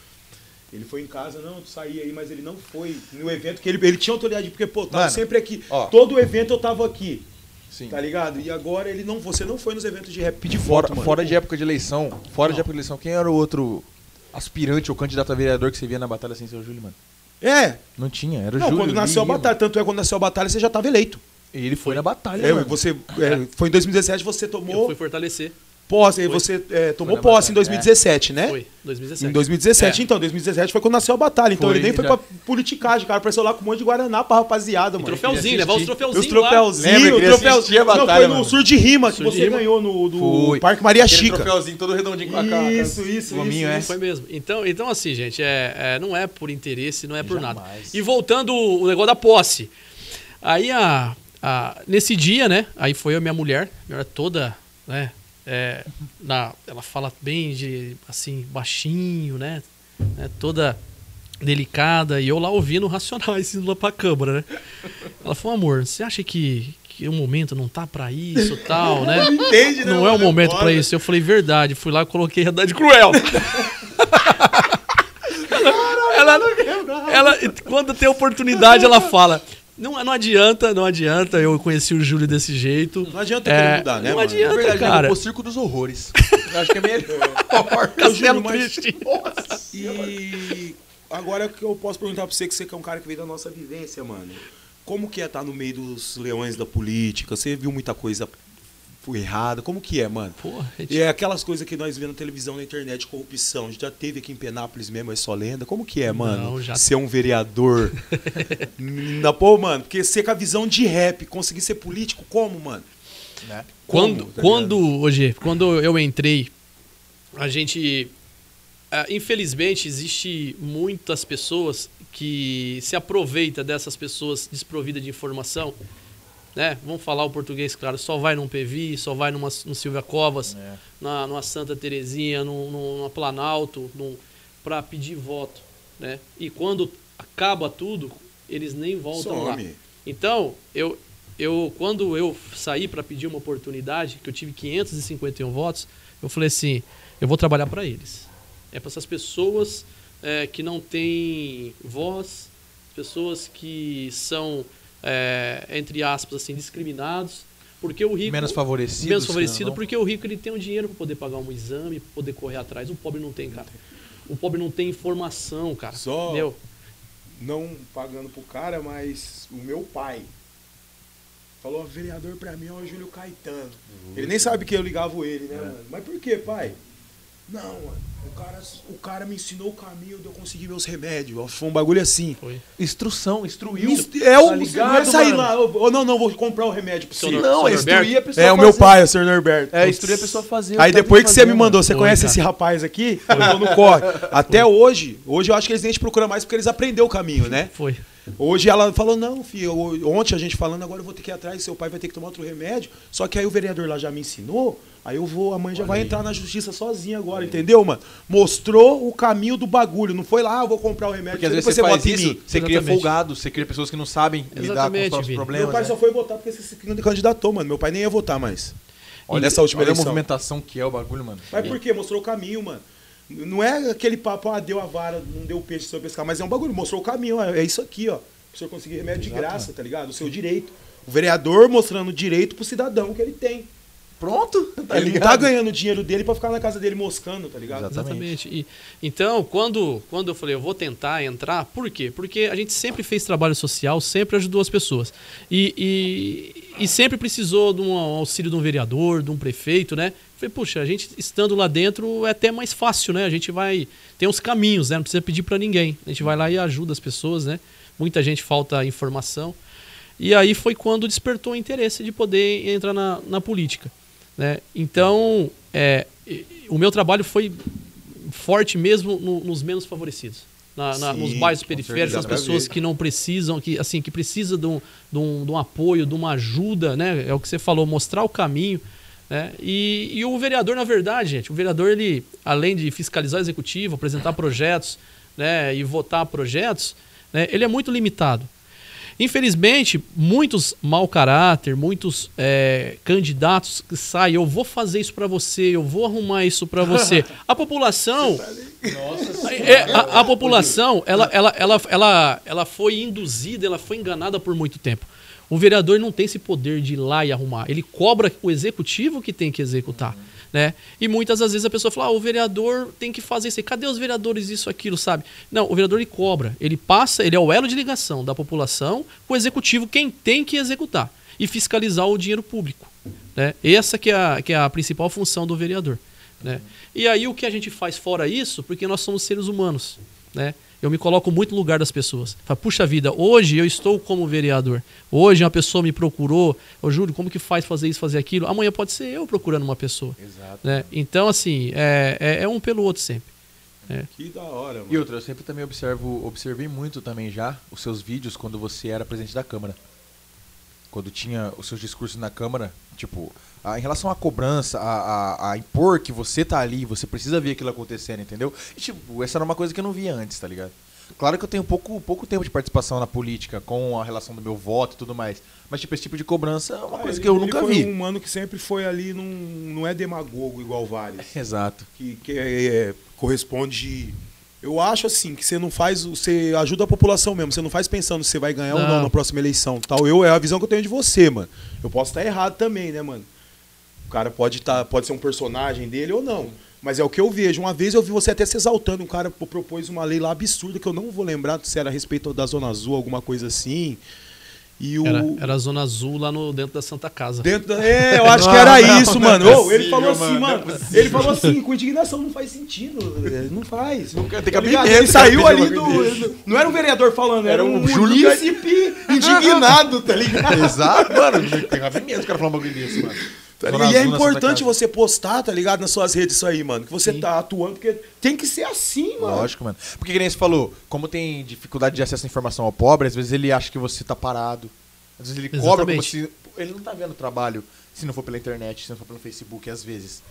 C: Ele foi em casa, não, tu saí aí, mas ele não foi no evento que ele, ele tinha autoridade, porque, pô, tava
B: Mano,
C: sempre aqui.
B: ó.
C: Todo evento eu tava aqui,
B: Sim.
C: tá ligado? E agora ele não, você não foi nos eventos de rap pedir
B: Fora,
C: voto, mano.
B: fora de época de eleição, fora de época de eleição, quem era o outro aspirante ou candidato a vereador que você via na batalha sem ser o Júlio, mano?
C: É,
B: Não tinha, era o
C: não,
B: Júlio.
C: quando nasceu a
B: Lima.
C: batalha, tanto é quando nasceu a batalha, você já tava eleito.
B: E ele foi na batalha,
C: É,
B: mano.
C: você, é, foi em 2017 você
D: Eu
C: tomou
D: fui fortalecer.
C: posse, aí você é, tomou
B: na
C: posse em
B: batalha,
C: 2017, né?
D: Foi, 2017.
C: Em 2017, então, 2017 foi quando nasceu a batalha. Então
B: É. Foi, é.
C: ele nem foi
B: já.
C: pra politicagem, cara. Apareceu lá com um monte de Guaraná pra rapaziada, mano.
D: Troféuzinho, levar os troféuzinhos.
C: Os troféuzinhos,
B: Lembra, eu
C: o
B: queria assistir
C: troféu.
B: a batalha,
C: não, foi
B: mano.
C: no Sur de Rima que
D: Sur de
C: você
D: Rima.
C: ganhou no do
B: Foi.
C: Parque Maria
B: Aquele
C: Chica.
B: troféuzinho todo redondinho com a cara.
C: Isso, isso,
B: Gominho,
C: isso,
B: é.
C: isso.
D: Foi mesmo. Então, então assim, gente, é, é, não é por interesse, não é por nada.
B: Jamais.
D: E voltando o negócio da posse. Aí, a, a- nesse dia, né? Aí foi eu e minha mulher, minha mulher toda, né? é, na, ela fala bem de, assim, baixinho, né? né, toda delicada. E eu lá ouvindo Racionais indo lá pra câmara, né? Ela falou, amor, você acha que, que o momento não tá pra isso tal, né?
C: Entende, né,
D: Não é o
C: mano?
D: momento
C: Foda.
D: pra isso. Eu falei, verdade. Fui lá e coloquei Realidade Cruel. ela, ela, ela- quando tem oportunidade, ela fala. Não, não adianta, não adianta. Eu conheci o Júlio desse jeito. É,
C: Não adianta querer mudar, né, mano?
D: Não
B: Na
D: adianta,
B: verdade, ele
D: cara.
B: levou pro Circo dos Horrores. Eu acho que é melhor. é
D: Castelo
C: Júlio, mas-
D: triste.
C: E agora que eu posso perguntar pra você, que você que é um cara que veio da nossa vivência, mano. Como que é estar no meio dos leões da política? Você viu muita coisa errada? Como que é, mano?
D: Porra, gente.
C: E é aquelas coisas que nós vemos na televisão, na internet, corrupção. Já teve aqui em Penápolis mesmo, é só lenda. Como que é, mano?
D: já-
C: Ser um vereador. na, pô, mano, porque você com a visão de rap, conseguir ser político, como, mano?
D: Quando,
C: Como, tá
D: quando hoje, quando eu entrei, a gente, ah, infelizmente, existe muitas pessoas que se aproveita dessas pessoas desprovidas de informação, né? Vamos falar o português, claro. Só vai num PV, só vai numa, no Silvia Covas,
C: É.
D: na, numa Santa Terezinha, num, num- numa Planalto, num, para pedir voto, né? E quando acaba tudo, eles nem voltam lá.
C: Some.
D: Então, eu, eu quando eu saí para pedir uma oportunidade, que eu tive 551 votos, eu falei assim, eu vou trabalhar para eles. É para essas pessoas é, que não têm voz, pessoas que são, é, entre aspas, assim, discriminados, porque o rico...
B: Menos né, favorecido.
D: Menos favorecido, porque o rico ele tem o dinheiro para poder pagar um exame, pra poder correr atrás. O pobre não tem, cara. O pobre não tem informação, cara.
C: Só-
D: Entendeu?
C: não pagando pro cara, mas o meu pai falou vereador pra mim é o Júlio Caetano.
B: Uhum.
C: Ele nem sabe que eu ligava ele,
B: É.
C: né, mano? Mas por que, pai? Não, mano. O cara, o cara me ensinou o caminho de eu conseguir meus remédios. Foi um bagulho assim.
D: Foi.
B: Instrução, instruiu.
C: Inst- É o.
B: Tá ligado,
C: vai sair
B: mano?
C: lá. Ou não, não, vou comprar o remédio pra você.
D: Seu
B: Não, é
D: Norberto?
B: instruir a pessoa
C: É,
B: a
C: o meu
B: fazer.
C: pai, o senhor Norberto.
B: É, instruir a pessoa a fazer. o
C: Aí
B: que tá ela
C: depois
B: tem
C: que você me
B: fazer,
C: mandou, você
D: Foi,
C: conhece
D: cara.
C: esse rapaz aqui? Eu não corre. Até hoje, hoje eu acho que eles nem te procuram mais porque eles aprenderam o caminho, né?
D: Foi.
C: Hoje ela falou, não, filho, eu- ontem a gente falando, agora eu vou ter que ir atrás, seu pai vai ter que tomar outro remédio. Só que aí o vereador lá já me ensinou, aí eu vou, a mãe já vai entrar na justiça sozinha agora, entendeu, mano? Mostrou o caminho do bagulho, não foi lá, ah, eu vou comprar o remédio,
B: Porque às vezes
C: depois
B: você faz
C: vota em
B: isso,
C: mim.
B: você cria
D: Exatamente.
B: folgado, você cria pessoas que não sabem lidar com os
D: Exatamente,
B: próprios
D: Vini.
C: Meu
B: problemas.
C: pai
B: né?
C: só foi votar porque esse não candidatou, mano, meu pai nem ia votar mais.
B: Olha
C: nessa última
B: olha a
C: eleição.
B: movimentação que é o bagulho, mano.
C: Mas por quê? Mostrou o caminho, mano. Não é aquele papo, ah, deu a vara, não deu o peixe pra pescar, mas é um bagulho, mostrou o caminho, é é isso aqui, ó. Pra senhor conseguir remédio de graça, tá ligado? O seu direito. O vereador mostrando o direito pro cidadão que ele tem.
B: Pronto, tá
C: ele
B: ligado?
C: não tá ganhando o dinheiro dele pra ficar na casa dele moscando, tá ligado?
B: Exato.
D: Exatamente. E, então, quando, quando eu falei, eu vou tentar entrar, por quê? Porque a gente sempre fez trabalho social, sempre ajudou as pessoas. E, e, e sempre precisou de um auxílio de um vereador, de um prefeito, né? Falei, puxa, a gente estando lá dentro é até mais fácil, né? A gente vai. Tem uns caminhos, né? Não precisa pedir pra ninguém. A gente vai lá e ajuda as pessoas, né? Muita gente falta informação. E aí foi quando despertou o interesse de poder entrar na, na política. né? Então, é, e- o meu trabalho foi forte mesmo no- nos menos favorecidos. Na- na-
C: Sim,
D: nos bairros
C: com
D: periféricos,
C: certeza,
D: as
C: dá pra
D: pessoas
C: ver.
D: que não precisam, que assim que precisa de um, de, um, de um apoio, de uma ajuda, né? É o que você falou, mostrar o caminho. Né? E, e o vereador, na verdade, gente, o vereador, ele, além de fiscalizar o executivo, apresentar projetos né, e votar projetos, né, ele é muito limitado. Infelizmente, muitos mau caráter, muitos é, candidatos que saem, eu vou fazer isso pra você, eu vou arrumar isso pra você. A população, é, a, a população, ela, ela, ela, ela, ela foi induzida, ela foi enganada por muito tempo. O vereador não tem esse poder de ir lá e arrumar. Ele cobra o executivo que tem que executar. Né? E muitas às vezes a pessoa fala: ah, o vereador tem que fazer isso. aí. Cadê os vereadores, isso, aquilo, sabe? Não, o vereador ele cobra. Ele passa, ele é o elo de ligação da população com o executivo, quem tem que executar e fiscalizar o dinheiro público. Né? Essa que é, a, que é a principal função do vereador. Né? E aí o que a gente faz fora isso? Porque nós somos seres humanos. Né? Eu me coloco muito no lugar das pessoas. Fala, Puxa vida, hoje eu estou como vereador. Hoje uma pessoa me procurou. Ô, Júlio, como que faz fazer isso, fazer aquilo? Amanhã pode ser eu procurando uma pessoa. Né? Então, assim, é, é- é um pelo outro sempre.
C: Que da hora, mano.
B: E outra, eu sempre também observo, observei muito também já os seus vídeos quando você era presidente da Câmara. Quando tinha os seus discursos na Câmara, tipo, a- em relação à cobrança, a, a- a impor que você tá ali, você precisa ver aquilo acontecendo, entendeu? E, tipo, essa era uma coisa que eu não via antes, tá ligado? Claro que eu tenho pouco, pouco tempo de participação na política, com a relação do meu voto e tudo mais. Mas, tipo, esse tipo de cobrança é uma coisa que eu
C: Ah, Ele-
B: nunca
C: ele
B: vi.
C: Foi um mano que sempre foi ali, num, não é demagogo igual o Vares.
B: Exato.
C: que, que é, é, corresponde. Eu acho assim, que você não faz. o- Você ajuda a população mesmo, você não faz pensando se você vai ganhar ou
D: Não.
C: não na próxima eleição. tal. Eu, é a visão que eu tenho de você, mano. Eu posso estar errado também, né, mano? O cara pode, tá, pode ser um personagem dele ou não. Mas é o que eu vejo. Uma vez eu vi você até se exaltando. Um cara pro- propôs uma lei lá absurda, que eu não vou lembrar se era a respeito da Zona Azul, alguma coisa assim. E o.
D: Era, era a Zona Azul lá no, dentro da Santa Casa.
C: Dentro da... É, eu acho que
B: Não,
C: era
B: não,
C: isso,
B: não é
C: mano. Ô, ele
B: possível,
C: falou assim,
B: mano, não é
C: mano. ele falou assim, com indignação, não faz sentido. é, Não faz.
B: tem
C: Tá ligado?
B: cabimento, tem
C: Ele
B: cabimento
C: saiu
B: um
C: ali
B: bagulho
C: do. Não era um vereador falando, era
B: Era
C: um
B: um Júlio
C: munícipe indignado, tá ligado?
B: Exato, mano. Tem cabimento o cara falar um bagulho desse, mano.
C: Tá
B: Zona
C: ligado? E é
B: Azul na Santa
C: importante
B: Casa.
C: você postar, tá ligado? Nas suas redes isso aí, mano. Que você tá atuando, porque tem que ser assim, mano.
B: Lógico, mano. Porque que nem você falou, como tem dificuldade de acesso à informação ao pobre, às vezes ele acha que você tá parado. Às vezes ele cobra como
D: Exatamente.
B: se. Ele não tá vendo o trabalho se não for pela internet, se não for pelo Facebook, às vezes.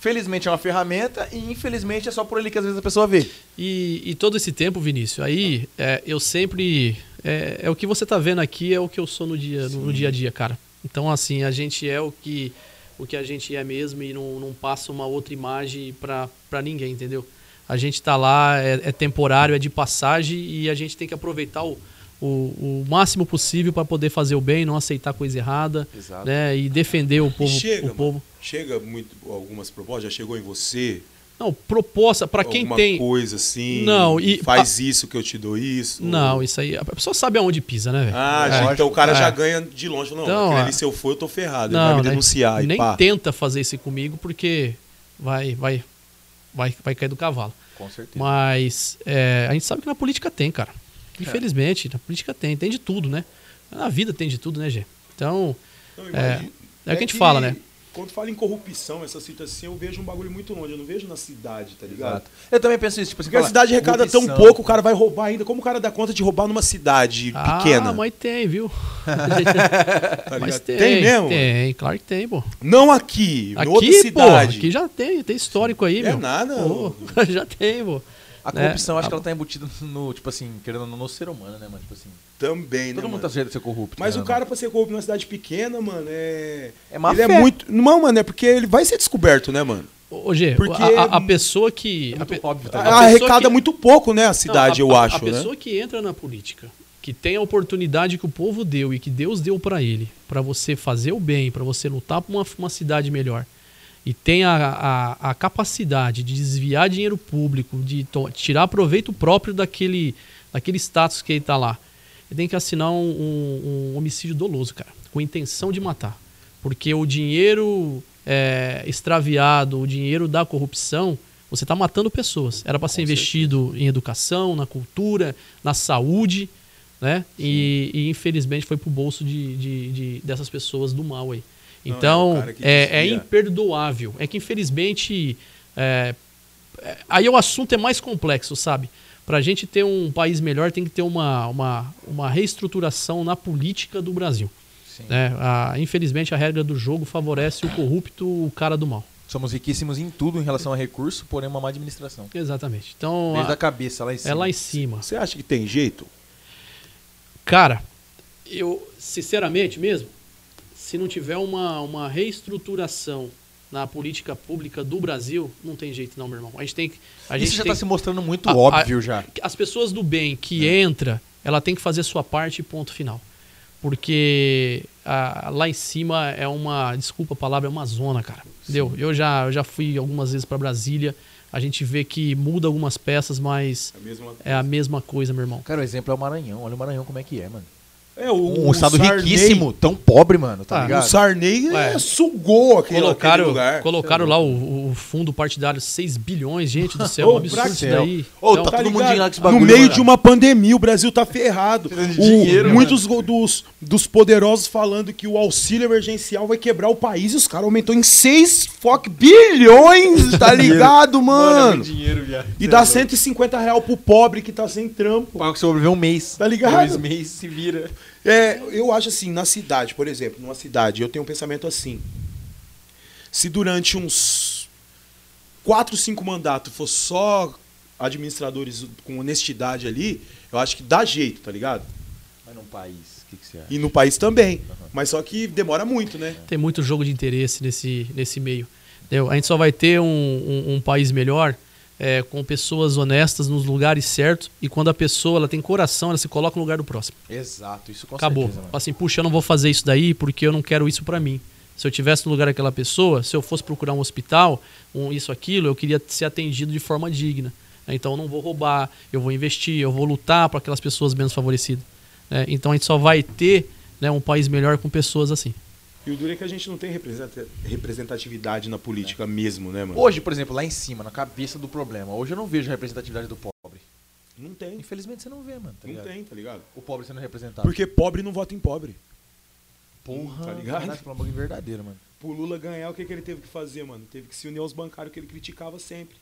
B: Felizmente é uma ferramenta e infelizmente é só por ali que às vezes a pessoa vê.
D: E, e todo esse tempo, Vinícius, aí é, eu sempre. É, é o que você tá vendo aqui, é o que eu sou no dia, no, no dia a dia, cara. Então, assim, a gente é o que, o que a gente é mesmo e não, não passa uma outra imagem pra pra ninguém, entendeu? A gente tá lá, é, é temporário, é de passagem e a gente tem que aproveitar o, o, o máximo possível pra poder fazer o bem, não aceitar coisa errada,
B: Exato.
D: né? E defender o povo.
C: E chega,
D: o povo.
C: mano. Chega muito, algumas propostas, já chegou em você.
D: Não, proposta, pra quem
C: alguma
D: tem.
C: coisa assim.
D: Não, e-
C: Faz isso que eu te dou isso.
D: Não, isso aí. A pessoa sabe aonde pisa, né, velho?
C: Ah,
B: É.
C: gente, então o cara
D: É.
C: já ganha de longe. Não,
D: Então,
C: aquele
D: é.
C: ali, se eu for, eu tô ferrado. ele
D: Não,
C: vai me
D: né?
C: denunciar e
D: nem
C: pá.
D: tenta fazer isso comigo porque vai, vai, vai, vai cair do cavalo.
B: Com certeza.
D: Mas é, a gente sabe que na política tem, cara.
B: É.
D: Infelizmente, na política tem, tem de tudo, né? Na vida tem de tudo, né, Gê? Então,
C: Não,
D: é,
C: imagina.
D: é o que a gente fala, né?
C: Quando fala em corrupção, essa situação, eu vejo um bagulho muito longe. Eu não vejo na cidade, tá ligado?
B: Eu também penso isso, tipo, você
C: Porque a
B: fala,
C: cidade arrecada tão
B: corrupção.
C: pouco, o cara vai roubar ainda. Como o cara dá conta de roubar numa cidade pequena?
D: Ah, mas tem, viu?
C: tá
D: mas
C: ligado?
D: tem,
C: tem mesmo?
D: Tem, claro que tem, pô.
C: Não aqui, em outra
D: Aqui, pô,
C: cidade.
D: aqui já tem, tem histórico aí,
C: É
D: meu.
C: nada,
D: Pô, já tem, pô.
B: A
D: né?
B: corrupção, acho
D: Ah,
B: que ela tá embutida no, tipo assim, querendo ou não, no ser humano, né, mano? Tipo assim,
C: Também, né?
B: todo mundo
C: mano?
B: tá sujeito a ser corrupto.
C: Mas
B: né,
C: o
B: mano?
C: cara, pra ser corrupto numa cidade pequena, mano, é.
B: É má
C: ele é
B: fé.
C: muito. Não, mano, é porque ele vai ser descoberto, né, mano?
D: Ô, Gê,
C: Porque-
D: a, a- a pessoa que. a pe-
B: óbvio, tá
D: a
B: ligado?
C: Ela
D: pessoa
C: arrecada
D: que-
C: muito pouco, né, a
D: Não,
C: cidade,
D: a-
C: eu
D: a-
C: acho,
D: A
C: né?
D: pessoa que entra na política, que tem a oportunidade que o povo deu e que Deus deu pra ele, pra você fazer o bem, pra você lutar por uma, uma cidade melhor, e tem a, a, a capacidade de desviar dinheiro público, de to- tirar proveito próprio daquele, daquele status que ele tá lá, ele tem que assinar um, um- um homicídio doloso, cara, com intenção de matar. Porque o dinheiro é, extraviado, o dinheiro da corrupção, você está matando pessoas. Era para ser investido em educação, na cultura, na saúde, né? E, e, infelizmente foi pro bolso de, de- de- dessas pessoas do mal aí. Então,
C: é o cara que
D: é, é
C: desvia.
D: imperdoável. É que, infelizmente, é, é, aí o assunto é mais complexo, sabe? Para a gente ter um país melhor, tem que ter uma, uma, uma reestruturação na política do Brasil.
B: Sim.
D: né? A- infelizmente, a regra do jogo favorece o corrupto, o cara do mal.
B: Somos riquíssimos em tudo em relação a recurso, porém uma má administração.
D: Exatamente. Então,
B: Desde
D: a-
B: a cabeça, lá em cima.
D: é lá em cima.
C: Você acha que tem jeito?
D: Cara, eu, sinceramente mesmo, se não tiver uma, uma reestruturação na política pública do Brasil, não tem jeito não, meu irmão. A gente tem que... A gente
B: Isso já
D: tem
B: tá se mostrando muito
D: a- a-
B: óbvio já.
D: As pessoas do bem que
C: É.
D: entra, ela tem que fazer sua parte ponto final. Porque ah, lá em cima é uma, desculpa a palavra, é uma zona, cara. Entendeu? Eu já, eu já fui algumas vezes pra Brasília, a gente vê que muda algumas peças, mas
C: É, mesmo...
D: é a mesma coisa, meu irmão.
B: Cara, o exemplo é o Maranhão. Olha o Maranhão como é que é, mano.
C: é o,
B: Um
C: o
B: estado
C: Sarney-
B: riquíssimo, tão pobre, mano, tá
D: Ah,
C: O
B: ligado?
C: Sarney
D: Ué.
C: é, sugou aquele,
D: Colocaram,
C: aquele lugar.
D: colocaram lá o, o fundo partidário 6 bilhões, gente do céu, é um
C: Ô, pra
D: absurdo isso
B: céu.
D: daí.
C: Ô,
D: Então,
B: tá- todo mundo
C: ligado?
B: lá com esse bagulho,
C: No meio
B: mano.
C: de uma pandemia, o Brasil tá ferrado.
B: Precisando de
C: O-
B: dinheiro,
C: muitos go- dos, dos poderosos falando que o auxílio emergencial vai quebrar o país e os caras aumentou em 6 fuck bilhões, tá ligado, mano?
B: é dinheiro, é já.
C: E dá 150 real pro pobre que tá sem trampo.
B: Paga que você sobreviver um mês.
C: Tá ligado?
B: Dois meses, se vira.
C: É, eu acho assim, na cidade, por exemplo, numa cidade, eu tenho um pensamento assim. Se durante uns 4, 5 mandatos for só administradores com honestidade ali, eu acho que dá jeito, tá ligado?
B: Mas num país, o que, que você acha?
C: E no país também. Mas só que demora muito, né?
D: Tem muito jogo de interesse nesse, nesse meio. entendeu? A gente só vai ter um, um- um país melhor é, com pessoas honestas nos lugares certos e quando a pessoa ela tem coração, ela se coloca no lugar do próximo.
B: Exato, isso com
D: Acabou.
B: certeza,
D: Fala
B: mano.
D: assim, puxa, eu não vou fazer isso daí porque eu não quero isso pra mim. Se eu tivesse no lugar daquela pessoa, se eu fosse procurar um hospital, um isso, aquilo, eu queria ser atendido de forma digna. né? Então eu não vou roubar, eu vou investir, eu vou lutar para aquelas pessoas menos favorecidas. né? Então a gente só vai ter né, um país melhor com pessoas assim.
C: E o duro é que a gente não tem representa- representatividade na política mesmo, né, mano?
B: Hoje, por exemplo, lá em cima, na cabeça do problema, hoje eu não vejo a representatividade do pobre.
C: Não tem.
B: Infelizmente você não vê, mano, tá
C: Não
B: ligado?
C: tem, tá ligado? Tá.
B: O pobre sendo representado.
C: Porque pobre não vota em pobre.
B: Porra,
C: tá ligado?
B: Verdade, pelo bagulho verdadeiro, mano.
C: Pro Lula ganhar, o que, que ele teve que fazer, mano? Teve que se unir aos bancários que ele criticava sempre.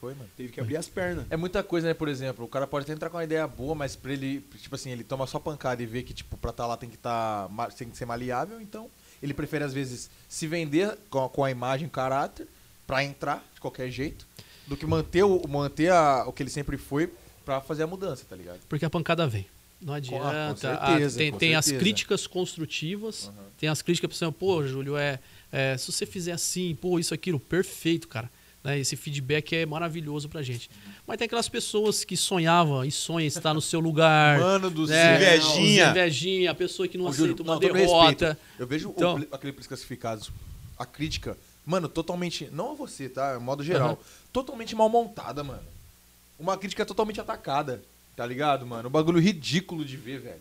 B: Foi, mano.
C: Teve que abrir as pernas.
B: É muita coisa, né? Por exemplo, o cara pode até entrar com uma ideia boa, mas pra ele, tipo assim, ele toma só pancada e vê que, tipo, pra tá lá tem que, tá, ma- tem que ser maleável, então ele prefere, às vezes, se vender com a, com a imagem, o caráter, pra entrar de qualquer jeito, do que manter, o, manter a- o que ele sempre foi pra fazer a mudança, tá ligado?
D: Porque a pancada vem. Não adianta. Ah,
B: certeza,
D: tem
B: com
D: tem as
B: certeza.
D: críticas construtivas, tem as críticas para pô, Júlio, é, é, se você fizer assim, pô, isso, aquilo, perfeito, cara. Né? Esse feedback é maravilhoso pra gente. Mas tem aquelas pessoas que sonhavam e sonham estar no seu lugar.
B: Mano do
D: né?
B: céu.
C: invejinha.
D: Os invejinha, a pessoa que não
B: Ô, Júlio,
D: aceita uma
B: não, todo
D: derrota.
B: respeito. Eu vejo o
D: Então-
B: poli- aquele Políticos Classificados, a crítica, mano, totalmente. Não a você, tá? Modo geral.
D: Aham.
B: Totalmente mal montada, mano. Uma crítica totalmente atacada, tá ligado, mano? Um bagulho ridículo de ver, velho.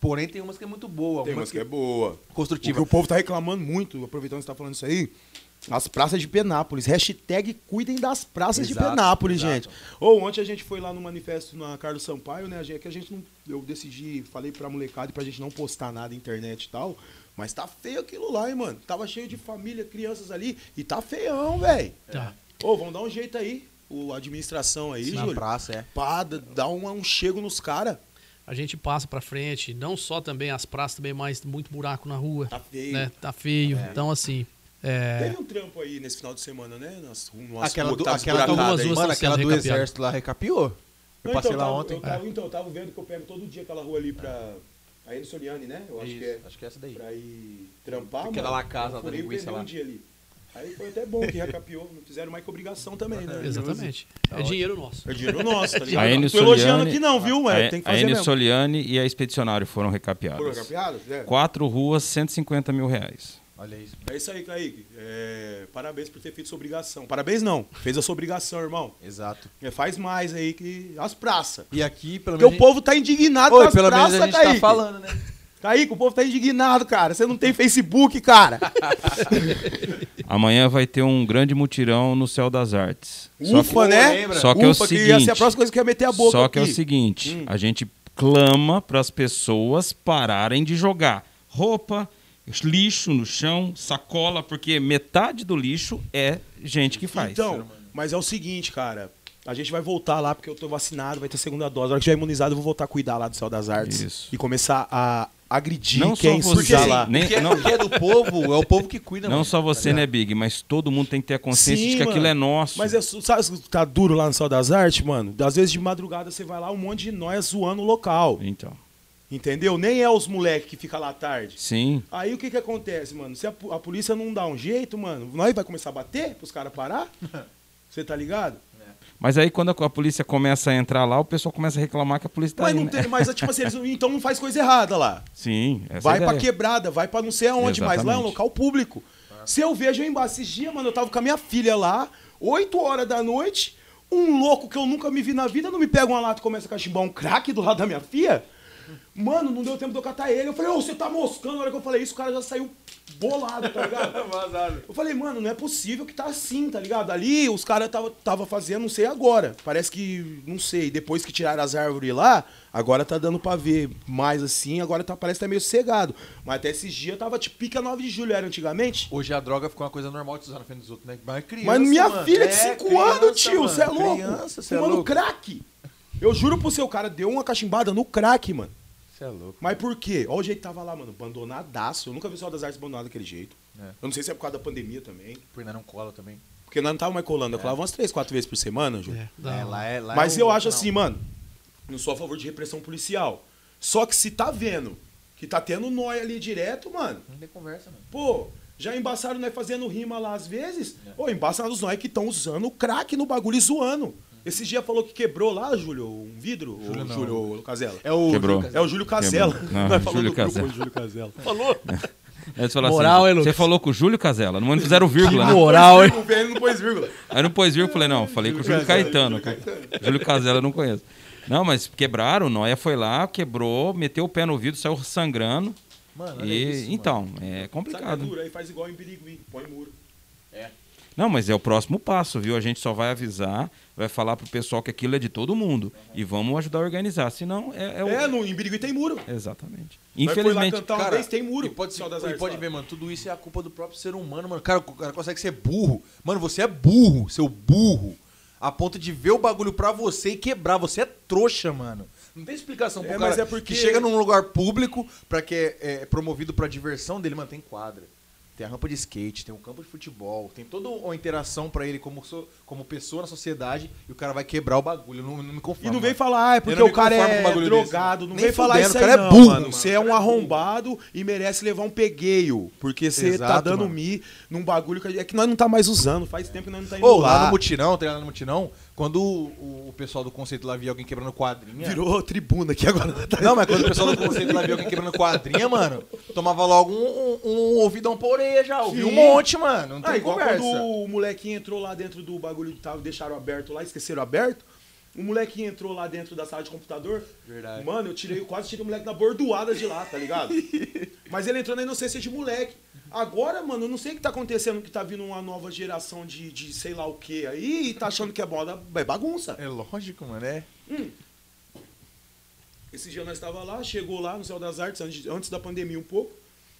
B: Porém, tem umas que é muito boa,
C: Tem umas que é boa. O que
B: construtiva.
C: o povo tá reclamando muito, aproveitando que você tá falando isso aí, as praças de Penápolis. Hashtag cuidem das praças de
B: Exato,
C: Penápolis,
B: exato.
C: gente. Ou ontem a gente foi lá no manifesto na Carlos Sampaio, né? a gente- Que a gente não. Eu decidi, falei pra molecada pra gente não postar nada na internet e tal. Mas tá feio aquilo lá, hein, mano. Tava cheio de família, crianças ali, e tá feião, velho.
D: Tá.
C: Ô, vamos dar um jeito aí. O a administração aí,
B: Na
C: Júlio.
B: praça, é.
C: Pá, dá- dá um, um chego nos caras.
D: A gente passa pra frente, não só também as praças também, mas muito buraco na rua.
C: Tá feio.
D: né? Tá feio. Então, assim. é,
C: Teve um trampo aí nesse final de semana, né? Nas, numas
B: Aquela
C: ruas
B: do,
C: que tava
B: aquela do,
C: esburacada
D: Algumas
C: aí.
D: ruas
B: mano,
D: estão
B: aquela
D: sendo
B: do
D: recapeadas.
B: exército lá recapiou. Eu
C: Não,
B: passei
C: então,
B: lá
C: tava-
B: ontem. É.
C: Eu tava, Então, eu tava vendo que eu pego todo dia aquela rua ali pra. Aí no Soriani, né? Eu acho
B: Isso,
C: que é.
B: acho que é essa daí.
C: Pra ir trampar.
B: Aquela
C: mano.
B: lá casa
C: Eu
B: da
C: furei o
B: linguiça
C: pneu
B: lá.
C: um dia ali. Aí foi até bom que recapiou. Não fizeram mais que obrigação também, né?
D: Exatamente.
B: Tá
D: É dinheiro nosso.
C: É dinheiro nosso, tá
A: A
C: ligado?
A: Enio
C: Não tô elogiando
A: Soliani-
C: aqui não, viu? Ué,
A: a
C: tem que
A: a
C: fazer
A: Enio
C: mesmo.
A: Soliani e a Expedicionário foram
C: Foram
A: recapeadas.
C: recapeados? É.
A: Quatro ruas, 150 mil reais.
B: Olha isso.
C: É isso aí, Kaique. É, Parabéns por ter feito sua obrigação. Parabéns não. Fez a sua obrigação, irmão.
B: Exato.
C: É, Faz mais aí que as praças.
B: E aqui, pelo
C: Porque o
B: menos.
C: povo tá indignado
B: Oi,
C: com as
B: pelo menos
C: praças,
B: a gente tá
C: Kaique.
B: falando, né?
C: Kaique, o povo tá indignado, cara. Você não tem Facebook, cara.
A: Amanhã vai ter um grande mutirão no Céu das Artes. Só que-
C: Ufa, né?
B: lembra?
A: Só que é o
C: Ufa, ia ser a
A: seguinte.
C: próxima coisa que ia meter a boca
A: Só que é
C: aqui. Hum.
A: o seguinte, a gente clama para as pessoas pararem de jogar roupa, lixo no chão, sacola, porque metade do lixo é gente que faz.
C: Então, mas é o seguinte, cara. A gente vai voltar lá porque eu tô vacinado, vai ter segunda dose. Na hora que tiver imunizado, eu vou voltar a cuidar lá do Céu das Artes.
A: Isso.
C: E começar a agredir
A: Não
C: quem
A: só você,
C: surgir lá.
A: nem-
B: o, que é,
A: não-
B: o que é do povo, é o povo que cuida.
A: não
B: mano.
A: só você, né, Big, mas todo mundo tem que ter a consciência
C: Sim,
A: de que aquilo
C: mano.
A: é nosso.
C: Mas é, su- sabe o que tá duro lá no Céu das Artes, mano? Às vezes de madrugada você vai lá, um monte de nós zoando o local.
A: Então,
C: Entendeu? Nem é os moleques que fica lá à tarde.
A: sim.
C: Aí o que que acontece, mano? Se a, po- a polícia não dá um jeito, mano, nós vai começar a bater pros caras parar? Você tá ligado?
A: Mas aí quando a, a polícia começa a entrar lá, o pessoal começa a reclamar que a polícia tá
C: Mas
A: aí,
C: não
A: né?
C: tem mais, tipo assim, eles, não- então não faz coisa errada lá.
A: Sim, essa
C: vai
A: é a
C: pra
A: ideia.
C: quebrada, vai pra não sei aonde, mas lá é um
A: Exatamente.
C: local público. Se eu vejo eu embaixo, esses dias, mano, eu tava com a minha filha lá, 8 horas da noite, um louco que eu nunca me vi na vida não me pega uma lata e começa a cachimbar um crack do lado da minha filha. Mano, não deu tempo de eu catar ele. Eu falei, ô, você tá moscando. Na hora que eu falei isso, o cara já saiu bolado, tá ligado? Eu falei, mano, não é possível que tá assim, tá ligado? Ali os caras tava, tava fazendo, não sei agora. Parece que, não sei, depois que tiraram as árvores lá, agora tá dando pra ver mais assim, agora tá, parece que tá meio cegado. Mas até esses dias tava tipo pica 9 de julho, era antigamente.
B: Hoje a droga ficou uma coisa normal de usar na frente dos outros, né? Mas, criança,
C: Mas minha
B: mano,
C: filha
B: é
C: de 5
B: criança,
C: anos, tio,
B: mano,
C: você é louco?
B: Criança, você é
C: Fumando
B: louco.
C: crack. Eu juro pro seu cara, deu uma cachimbada no crack, mano.
B: Você é louco.
C: Mas por quê? Olha o jeito que tava lá, mano, abandonadaço. Eu nunca vi o Sol das Artes abandonado daquele jeito.
B: É.
C: Eu não sei se é por causa da pandemia também.
B: Porque não cola também.
C: Porque nós não tava mais colando, eu colava umas três, quatro vezes por semana, Ju.
D: dá-
B: é,
C: Mas
B: é
C: eu
B: um-
C: acho
B: não.
C: assim, mano, não sou a favor de repressão policial. Só que se tá vendo que tá tendo nóia ali direto, mano,
B: Não tem conversa, mano.
C: pô, já embaçaram nós fazendo rima lá às vezes, ou embaçaram os nós que estão usando o crack no bagulho e zoando. Esse dia falou que quebrou lá, Júlio, um vidro? Júlio,
B: não.
C: Júlio ou Casella? É,
B: É o.
A: Quebrou.
B: Lucas,
C: é o Júlio Casella.
A: Quebrou. Não,
C: Nós falamos
A: Júlio
C: do grupo
A: Casella.
C: Júlio Casella.
D: Falou?
A: Aí eles falam
D: Moral,
A: assim,
D: hein, Lucas?
A: Você falou com o Júlio Casella, não fizeram
D: Que
A: vírgula. né?
D: moral, hein?
C: O velho não pôs vírgula.
A: Aí não pôs vírgula, eu falei, não, falei com o Júlio Caetano. Júlio Casella eu não conheço. Não, mas quebraram, Noia foi lá, quebrou, meteu o pé no vidro, saiu sangrando.
B: Mano, olha
A: e,
B: isso, mano.
A: então, é
C: Sabe que é
A: complicado.
C: duro? Aí faz igual em Birigui, põe muro.
A: Não, mas é o próximo passo, viu? A gente só vai avisar, vai falar pro pessoal que aquilo é de todo mundo. E vamos ajudar a organizar, senão é, é o...
C: É, no, em Birigui tem muro.
A: Exatamente.
C: Nós foi lá
A: Infelizmente,
B: tá-
C: cantar uma vez, tem muro.
B: E pode, ser,
C: Só das
B: e
C: artes
B: pode
C: lá.
B: ver, mano, tudo isso é a culpa do próprio ser humano, mano. Cara, o cara consegue ser burro. Mano, você é burro, seu burro. A ponto de ver o bagulho pra você e quebrar. Você é trouxa, mano. Não tem explicação pro
C: É,
B: cara
C: mas é porque-
B: que chega num lugar público pra que é, é promovido pra diversão dele, mano, tem quadra. Tem a rampa de skate, tem um campo de futebol, tem toda uma interação pra ele como, so- como pessoa na sociedade e o cara vai quebrar o bagulho. Eu Não, não me
C: E
B: conformo.
C: não vem
B: mano.
C: falar, ah, é porque
B: Eu não
C: o
B: me
C: cara
B: conformo
C: é
B: com um bagulho
C: drogado.
B: desse.
C: Não
B: Nem
C: vem falar
B: fudendo,
C: isso
B: o
C: aí,
B: cara é
C: não,
B: burro,
C: mano.
B: mano.
C: Você
B: O
C: é
B: cara
C: um
B: é
C: arrombado e merece levar um pegueio. Porque você tá
B: Exato,
C: dando
B: mano.
C: mi num bagulho que... a- É que nós não tá mais usando. Faz tempo que nós não tá indo
B: Ou lá
C: lá.
B: no mutirão, treinando no mutirão, quando o, o pessoal do conceito lá via alguém quebrando quadrinha.
C: Virou tribuna aqui agora.
B: Não, mas quando o pessoal do conceito lá via alguém quebrando quadrinha, mano, tomava logo um, um, um ouvidão por já. Ouvi um
C: Sim.
B: monte, mano. Não tem
C: Ah, igual
B: conversa.
C: quando o molequinho entrou lá dentro do bagulho que tava, deixaram aberto lá, esqueceram aberto. O molequinho entrou lá dentro da sala de computador.
B: Verdade.
C: Mano, eu tirei, eu quase tirei o moleque da bordoada de lá, tá ligado? Mas ele entrou na inocência de moleque. Agora, mano, eu não sei o que tá acontecendo, que tá vindo uma nova geração de, de sei lá o que aí e tá achando que é moda, é bagunça.
B: É lógico, mano, é.
C: Esse dia nós estava lá, chegou lá no Céu das Artes, antes, antes da pandemia um pouco.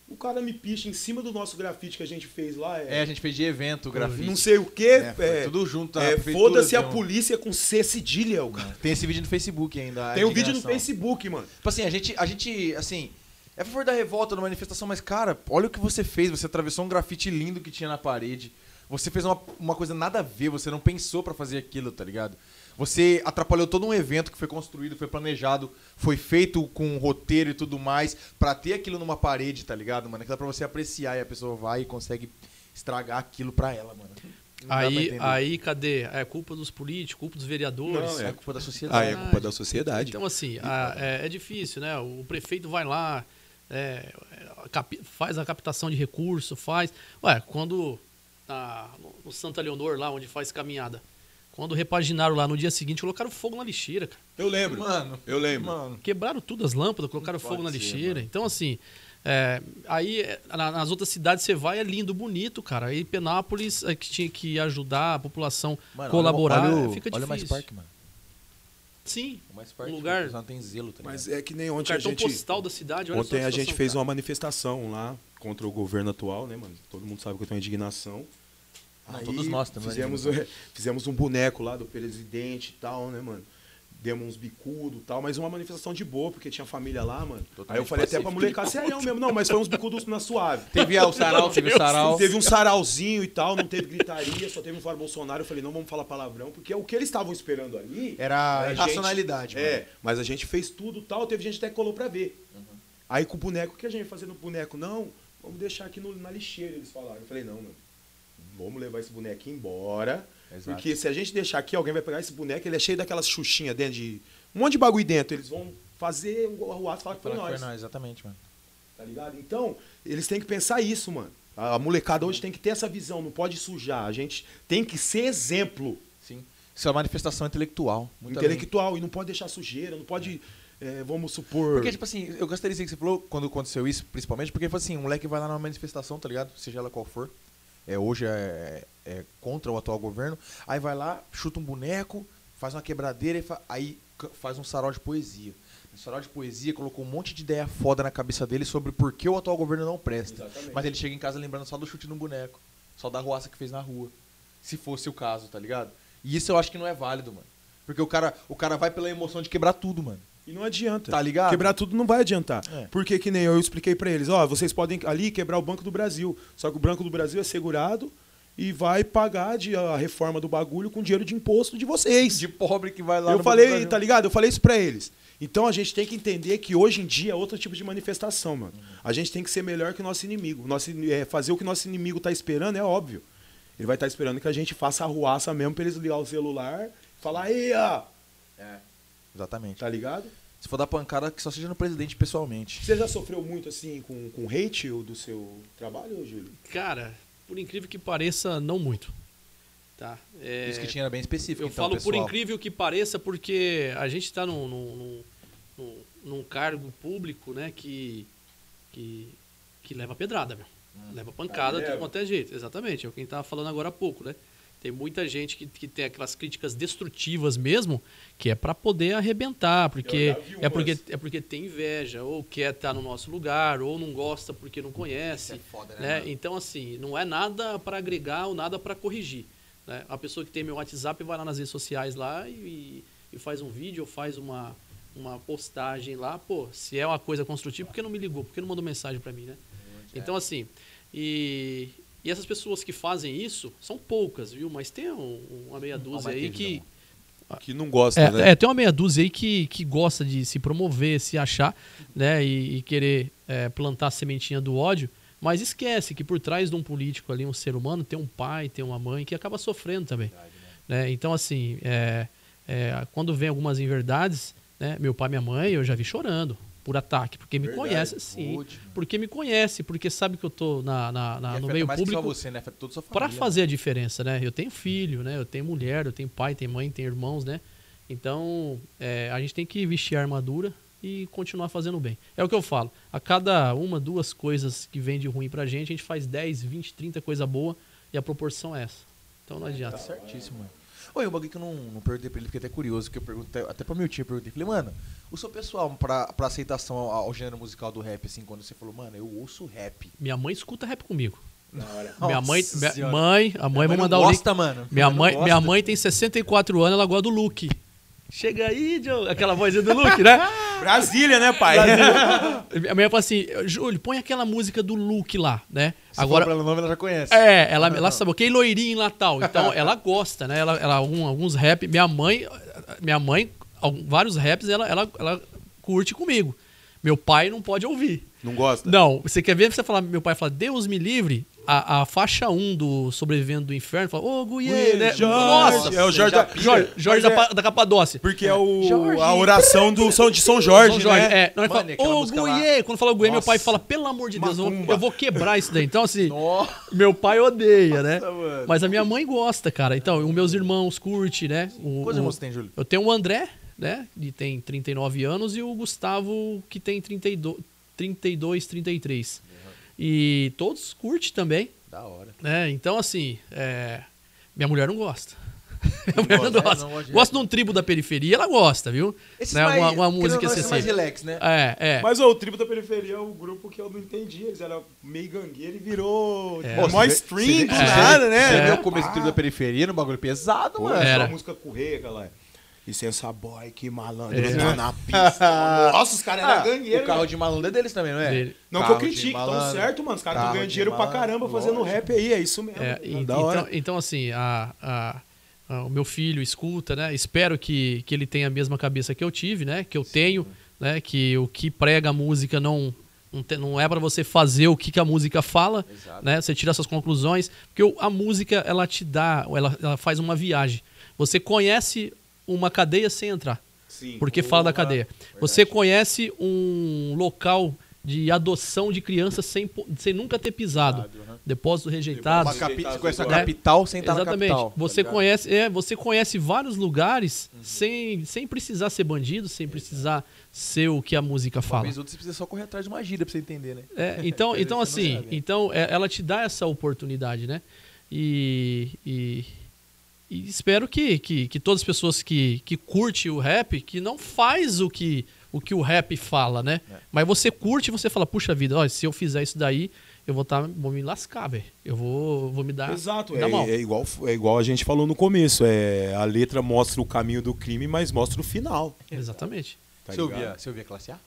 C: O cara me picha em cima do nosso grafite que a gente fez lá.
B: É, a gente fez de evento, grafite.
C: não sei o que.
B: É, foi tudo junto, a
C: É,
B: prefeitura
C: foda-se a
B: deu um-
C: polícia com C cedilha, o cara.
B: Tem esse vídeo no Facebook ainda. a
C: Tem um vídeo no
B: indignação.
C: Facebook, mano.
B: Tipo assim, a gente, a gente, assim, é a favor da revolta, da manifestação, mas, cara, olha o que você fez. Você atravessou um grafite lindo que tinha na parede. Você fez uma, uma coisa nada a ver, você não pensou pra fazer aquilo, tá ligado? Você atrapalhou todo um evento que foi construído, foi planejado, foi feito com roteiro e tudo mais, pra ter aquilo numa parede, tá ligado, mano? Que dá pra você apreciar e a pessoa vai e consegue estragar aquilo pra ela, mano. Não dá pra
D: Aí,
B: entender.
D: aí, cadê? É culpa dos políticos, culpa dos vereadores.
C: Não,
B: É culpa da sociedade.
C: Ah, é culpa da sociedade.
D: Então, assim, a- é, é difícil, né? O prefeito vai lá, é, é, capi- faz a captação de recurso, faz. Ué, quando a, no Santa Leonor, lá onde faz caminhada, quando repaginaram lá no dia seguinte, colocaram fogo na lixeira, cara.
C: Eu lembro.
B: Mano.
C: eu lembro.
B: Mano,
D: Quebraram tudo as lâmpadas, colocaram
B: Não
D: fogo na
B: pode ser,
D: lixeira. Então, assim, é, aí é, na- nas outras cidades você vai, é lindo, bonito, cara. Aí Penápolis, é, que tinha que ajudar a população
B: mano,
D: colaborar,
B: olha, o-
D: fica
B: olha
D: difícil.
B: o mais parque, mano.
D: Sim,
B: O mais parque.
D: Um lugar-
B: o pessoal Não tem zelo, tá ligado?
C: Mas é que nem
D: o
C: ontem a
D: cartão
C: gente.
D: postal da cidade, olha só
C: Ontem a gente
D: situação,
C: fez
D: cara.
C: uma manifestação lá contra o governo atual, né, mano? Todo mundo sabe que eu tenho indignação.
B: Ah, todos nós temos
C: Fizemos,
D: né?
C: fizemos um boneco lá do presidente e tal, né, mano? Demos uns bicudos e tal, mas uma manifestação de boa, porque tinha família lá, mano. Aí eu falei até pra molecada, sério mesmo, não, mas foi uns bicudos na suave.
B: Teve ah, o sarau, teve o sarau.
C: Teve um sarauzinho e tal, não teve gritaria, só teve um fora Bolsonaro. Eu falei, não vamos falar palavrão, porque o que eles estavam esperando ali.
E: Era
C: a gente-
E: racionalidade, mano. Uhum.
C: É, mas a gente fez tudo e tal, teve gente até que colou pra ver. Aí com o boneco, o que a gente vai fazer no boneco? Não, vamos deixar aqui no- na lixeira, eles falaram. Eu falei, não, mano, vamos levar esse boneco embora.
B: Exato.
C: Porque se a gente deixar aqui, alguém vai pegar esse boneco, ele é cheio daquelas xuxinhas dentro de. Um monte de bagulho dentro. Eles vão fazer o ato e falar que foi
B: Falar que
C: nós.
B: foi nós, exatamente, mano.
C: Tá ligado? Então, eles têm que pensar isso, mano. A molecada hoje tem que ter essa visão, não pode sujar. A gente tem que ser exemplo
B: Sim. Isso é uma manifestação intelectual. Muito além.
C: intelectual e não pode deixar sujeira, não pode, eh, vamos supor.
B: É. Porque, tipo assim, eu gostaria de dizer que você falou quando aconteceu isso, principalmente, porque foi assim, um moleque vai lá numa manifestação, tá ligado? Seja ela qual for. É, hoje é, é contra o atual governo. Aí vai lá, chuta um boneco, faz uma quebradeira e fa- aí ca- faz um sarau de poesia. Um sarau de poesia colocou um monte de ideia foda na cabeça dele sobre por que o atual governo não presta.
C: Exatamente.
B: Mas ele chega em casa lembrando só do chute no boneco. Só da ruaça que fez na rua. Se fosse o caso, tá ligado? E isso eu acho que não é válido, mano. Porque o cara, o cara vai pela emoção de quebrar tudo, mano.
C: E não adianta.
B: Tá ligado?
C: Quebrar tudo não vai adiantar.
B: É.
C: Porque que nem eu expliquei pra eles, ó, vocês podem ali quebrar o Banco do Brasil. Só que o Banco do Brasil é segurado e vai pagar de, a reforma do bagulho com dinheiro de imposto de vocês.
B: de pobre que vai lá.
C: eu
B: no
C: falei,
B: Brasil.
C: tá ligado? Eu falei isso pra eles. Então a gente tem que entender que hoje em dia é outro tipo de manifestação, mano. A gente tem que ser melhor que o nosso inimigo. O Nosso, in- é, fazer o que o nosso inimigo tá esperando é óbvio. Ele vai estar esperando que a gente faça a ruaça mesmo pra eles ligar o celular e falar, ei, ó,
B: Exatamente.
C: tá ligado?
B: Se for dar pancada, que só seja no presidente pessoalmente.
C: Você já sofreu muito assim com, com hate do seu trabalho, Júlio?
B: um
D: Cara, por incrível que pareça, não muito. Tá. É,
B: Isso que tinha era bem específico.
D: Eu
B: então,
D: falo por
B: pessoal.
D: incrível que pareça, porque a gente está num, num, num- num- num cargo público, né, que, que, que leva pedrada, meu. Leva pancada,
C: Hum. Aí
D: de
C: leva.
D: quanto é jeito. Exatamente, é o que a gente tava falando agora há pouco, né? Tem muita gente que, que tem aquelas críticas destrutivas mesmo, que é para poder arrebentar, porque
C: já vi
D: é
C: umas.
D: porque, é porque tem inveja, ou quer estar no nosso lugar, ou não gosta porque não conhece. né? Então, assim, não é nada para agregar ou nada para corrigir. né? A pessoa que tem meu WhatsApp vai lá nas redes sociais lá e, e faz um vídeo ou faz uma, uma postagem lá. Pô, se é uma coisa construtiva, por que não me ligou? Por que não mandou mensagem para mim, né? Então, assim, e, e essas pessoas que fazem isso são poucas, viu? Mas tem um- uma então. meia dúzia aí
B: teve,
D: que,
B: não.
C: Que não gosta, né?
D: é,
B: né?
D: é, tem uma meia dúzia aí que, que gosta de se promover, se achar, né? E, e querer é, plantar a sementinha do ódio. Mas esquece que por trás de um político ali, um ser humano, tem um pai, tem uma mãe que acaba sofrendo também. né? Então, assim, é, é, quando vem algumas inverdades, né? Meu pai, minha mãe, eu já vi chorando por ataque, porque me
C: Verdade,
D: conhece, sim.
B: rude, mano.
D: Porque me conhece, porque sabe que eu tô na, na- na-
B: E
D: Ah, no
B: afeta
D: meio
B: mais que
D: público.
B: Só você, né? Afeta toda a sua
D: Pra
B: família.
D: fazer a diferença, né? Eu tenho filho, né? Eu tenho mulher, eu tenho pai, tenho mãe, tenho irmãos, né? Então, é, a gente tem que vestir a armadura e continuar fazendo bem. É o que eu falo. A cada uma, duas coisas que vem de ruim pra gente, a gente faz 10, 20, 30 coisa boa e a proporção é essa. Então não adianta.
B: Tá Certíssimo, mano. Oi, um bagulho que eu não, não perguntei pra ele, fiquei até curioso, porque eu perguntei, até pra meu tio eu perguntei, falei, mano, o seu pessoal pra, pra aceitação ao, ao gênero musical do rap, assim, quando você falou, mano, eu ouço rap.
D: Minha mãe escuta rap comigo.
C: Na hora.
D: minha mãe,
B: Nossa
D: minha-
B: Senhora.
D: mãe, a mãe, vai
B: não
D: mandar o link.
B: gosta, mano.
D: Minha
B: não
D: mãe,
B: gosta.
D: minha mãe tem 64 anos, ela gosta do Luke. Chega aí, Joe. Aquela vozinha do Luke, né?
C: Brasília, né, pai?
D: A minha fala assim, Júlio, põe aquela música do Luke lá, né?
B: Se Agora,
D: Agora.
B: fala o nome, ela já conhece.
D: É, ela, ela sabe, ok, loirinho lá tal. Então, ela gosta, né? Ela, ela algum- alguns rap. Minha mãe, minha mãe, algum- vários raps, ela, ela, ela curte comigo. Meu pai não pode ouvir.
C: Não gosta?
D: Não, você quer ver você falar, meu pai fala, Deus me livre, a, a faixa 1 do Sobrevivendo do Inferno, fala, ô, Guiê, né? Nossa!
C: é o Jorge da
D: Jorge, Jorge da, Pa- da Capadócia.
C: Porque é o, a oração do São, de São Jorge,
D: São Jorge,
C: né?
D: é. Na hora
B: Mano, e
D: que fala,
B: aquela
D: ô,
B: música lá?
D: Guiê, quando fala Guiê, meu
B: Nossa.
D: pai fala, pelo amor de Deus, eu vou,
B: Macumba.
D: eu vou quebrar isso daí. Então, assim,
B: Nossa.
D: meu pai odeia, né?
B: mano.
D: Mas a minha mãe gosta, cara. Então, os meus irmãos curte, né? O,
B: Quantos
D: o-
B: irmãos você tem, Júlio?
D: Eu tenho o André, né? Que tem 39 anos e o Gustavo, que tem 32, 32 33. E todos curte também,
B: Da hora.
D: né? Então, assim, é, minha mulher não gosta. A
B: gosta, né?
D: Fernanda gosta.
B: Não gosta de
D: Gosta de um tribo da periferia, ela gosta, viu? Né, uma, uma música
B: assim. mais
D: assim.
B: relax, né?
D: É, é.
E: Mas ó, o Tribo da Periferia é o grupo que eu não entendi. Eles eram meio gangueiro e virou
C: tipo,
D: É.
E: mó stream do
B: você vê-
E: nada,
B: Você vê
E: né?
B: o começo do trio da periferia no bagulho pesado,
E: Pô,
B: mano.
D: É.
E: era.
D: Era.
E: Só música correia, galera. E sensa boy, que malandro.
D: É.
E: Tá na pista. Nossa, os caras
B: Ah,
E: eram ganheiros.
B: o carro
E: né?
B: de malandro é deles também, não é?
D: Dele.
E: Não que eu
B: Carro de
E: critique, tão
B: malandro.
E: certo, mano. Os caras
B: Carro
E: estão ganhando
B: de
E: dinheiro pra
B: malandro,
E: caramba fazendo
B: lógico.
E: rap aí, é isso mesmo.
D: É,
E: Tá
D: e-
E: da
D: então,
E: hora.
D: então, assim, a- a- a- o meu filho escuta, né? Espero que, que ele tenha a mesma cabeça que eu tive, né? Que eu tenho, né? Que o que prega a música não não, te- não é para você fazer o que, que a música fala, né? Você tira suas conclusões, porque o- a música ela te dá, ela, ela faz uma viagem. Você conhece uma cadeia sem entrar.
C: Sim.
D: Porque fala da cadeia. Você conhece um local de adoção de crianças sem, po- sem nunca ter pisado. Depósito rejeitado.
B: Uma capi- Você conhece a
D: Né?
B: capital sem estar na
D: Exatamente.
B: capital. tá
D: você
B: ligado?
D: conhece, é, você conhece vários lugares sem, sem precisar ser bandido, sem precisar ser o que a música fala.
B: Talvez outro você precisa só correr atrás de uma gíria pra você entender, né?
D: É, então,
B: Às vezes você
D: então
B: não
D: assim,
B: sabe.
D: então é, ela te dá essa oportunidade, né? E, e- e espero que, que, que todas as pessoas que, que curte o rap, que não faz o que o, que o rap fala, né? Mas você curte e você fala, puxa vida, ó, se eu fizer isso daí, eu vou, tá, vou me lascar, velho. Eu vou, vou me dar.
E: Exato,
D: então, Dá
E: é,
D: mal.
E: é igual, é igual a gente falou no começo. É, a letra mostra o caminho do crime, mas mostra o final.
D: Exatamente.
E: Tá
B: Você
E: ligado?
B: ouvia, você ouvia classe A?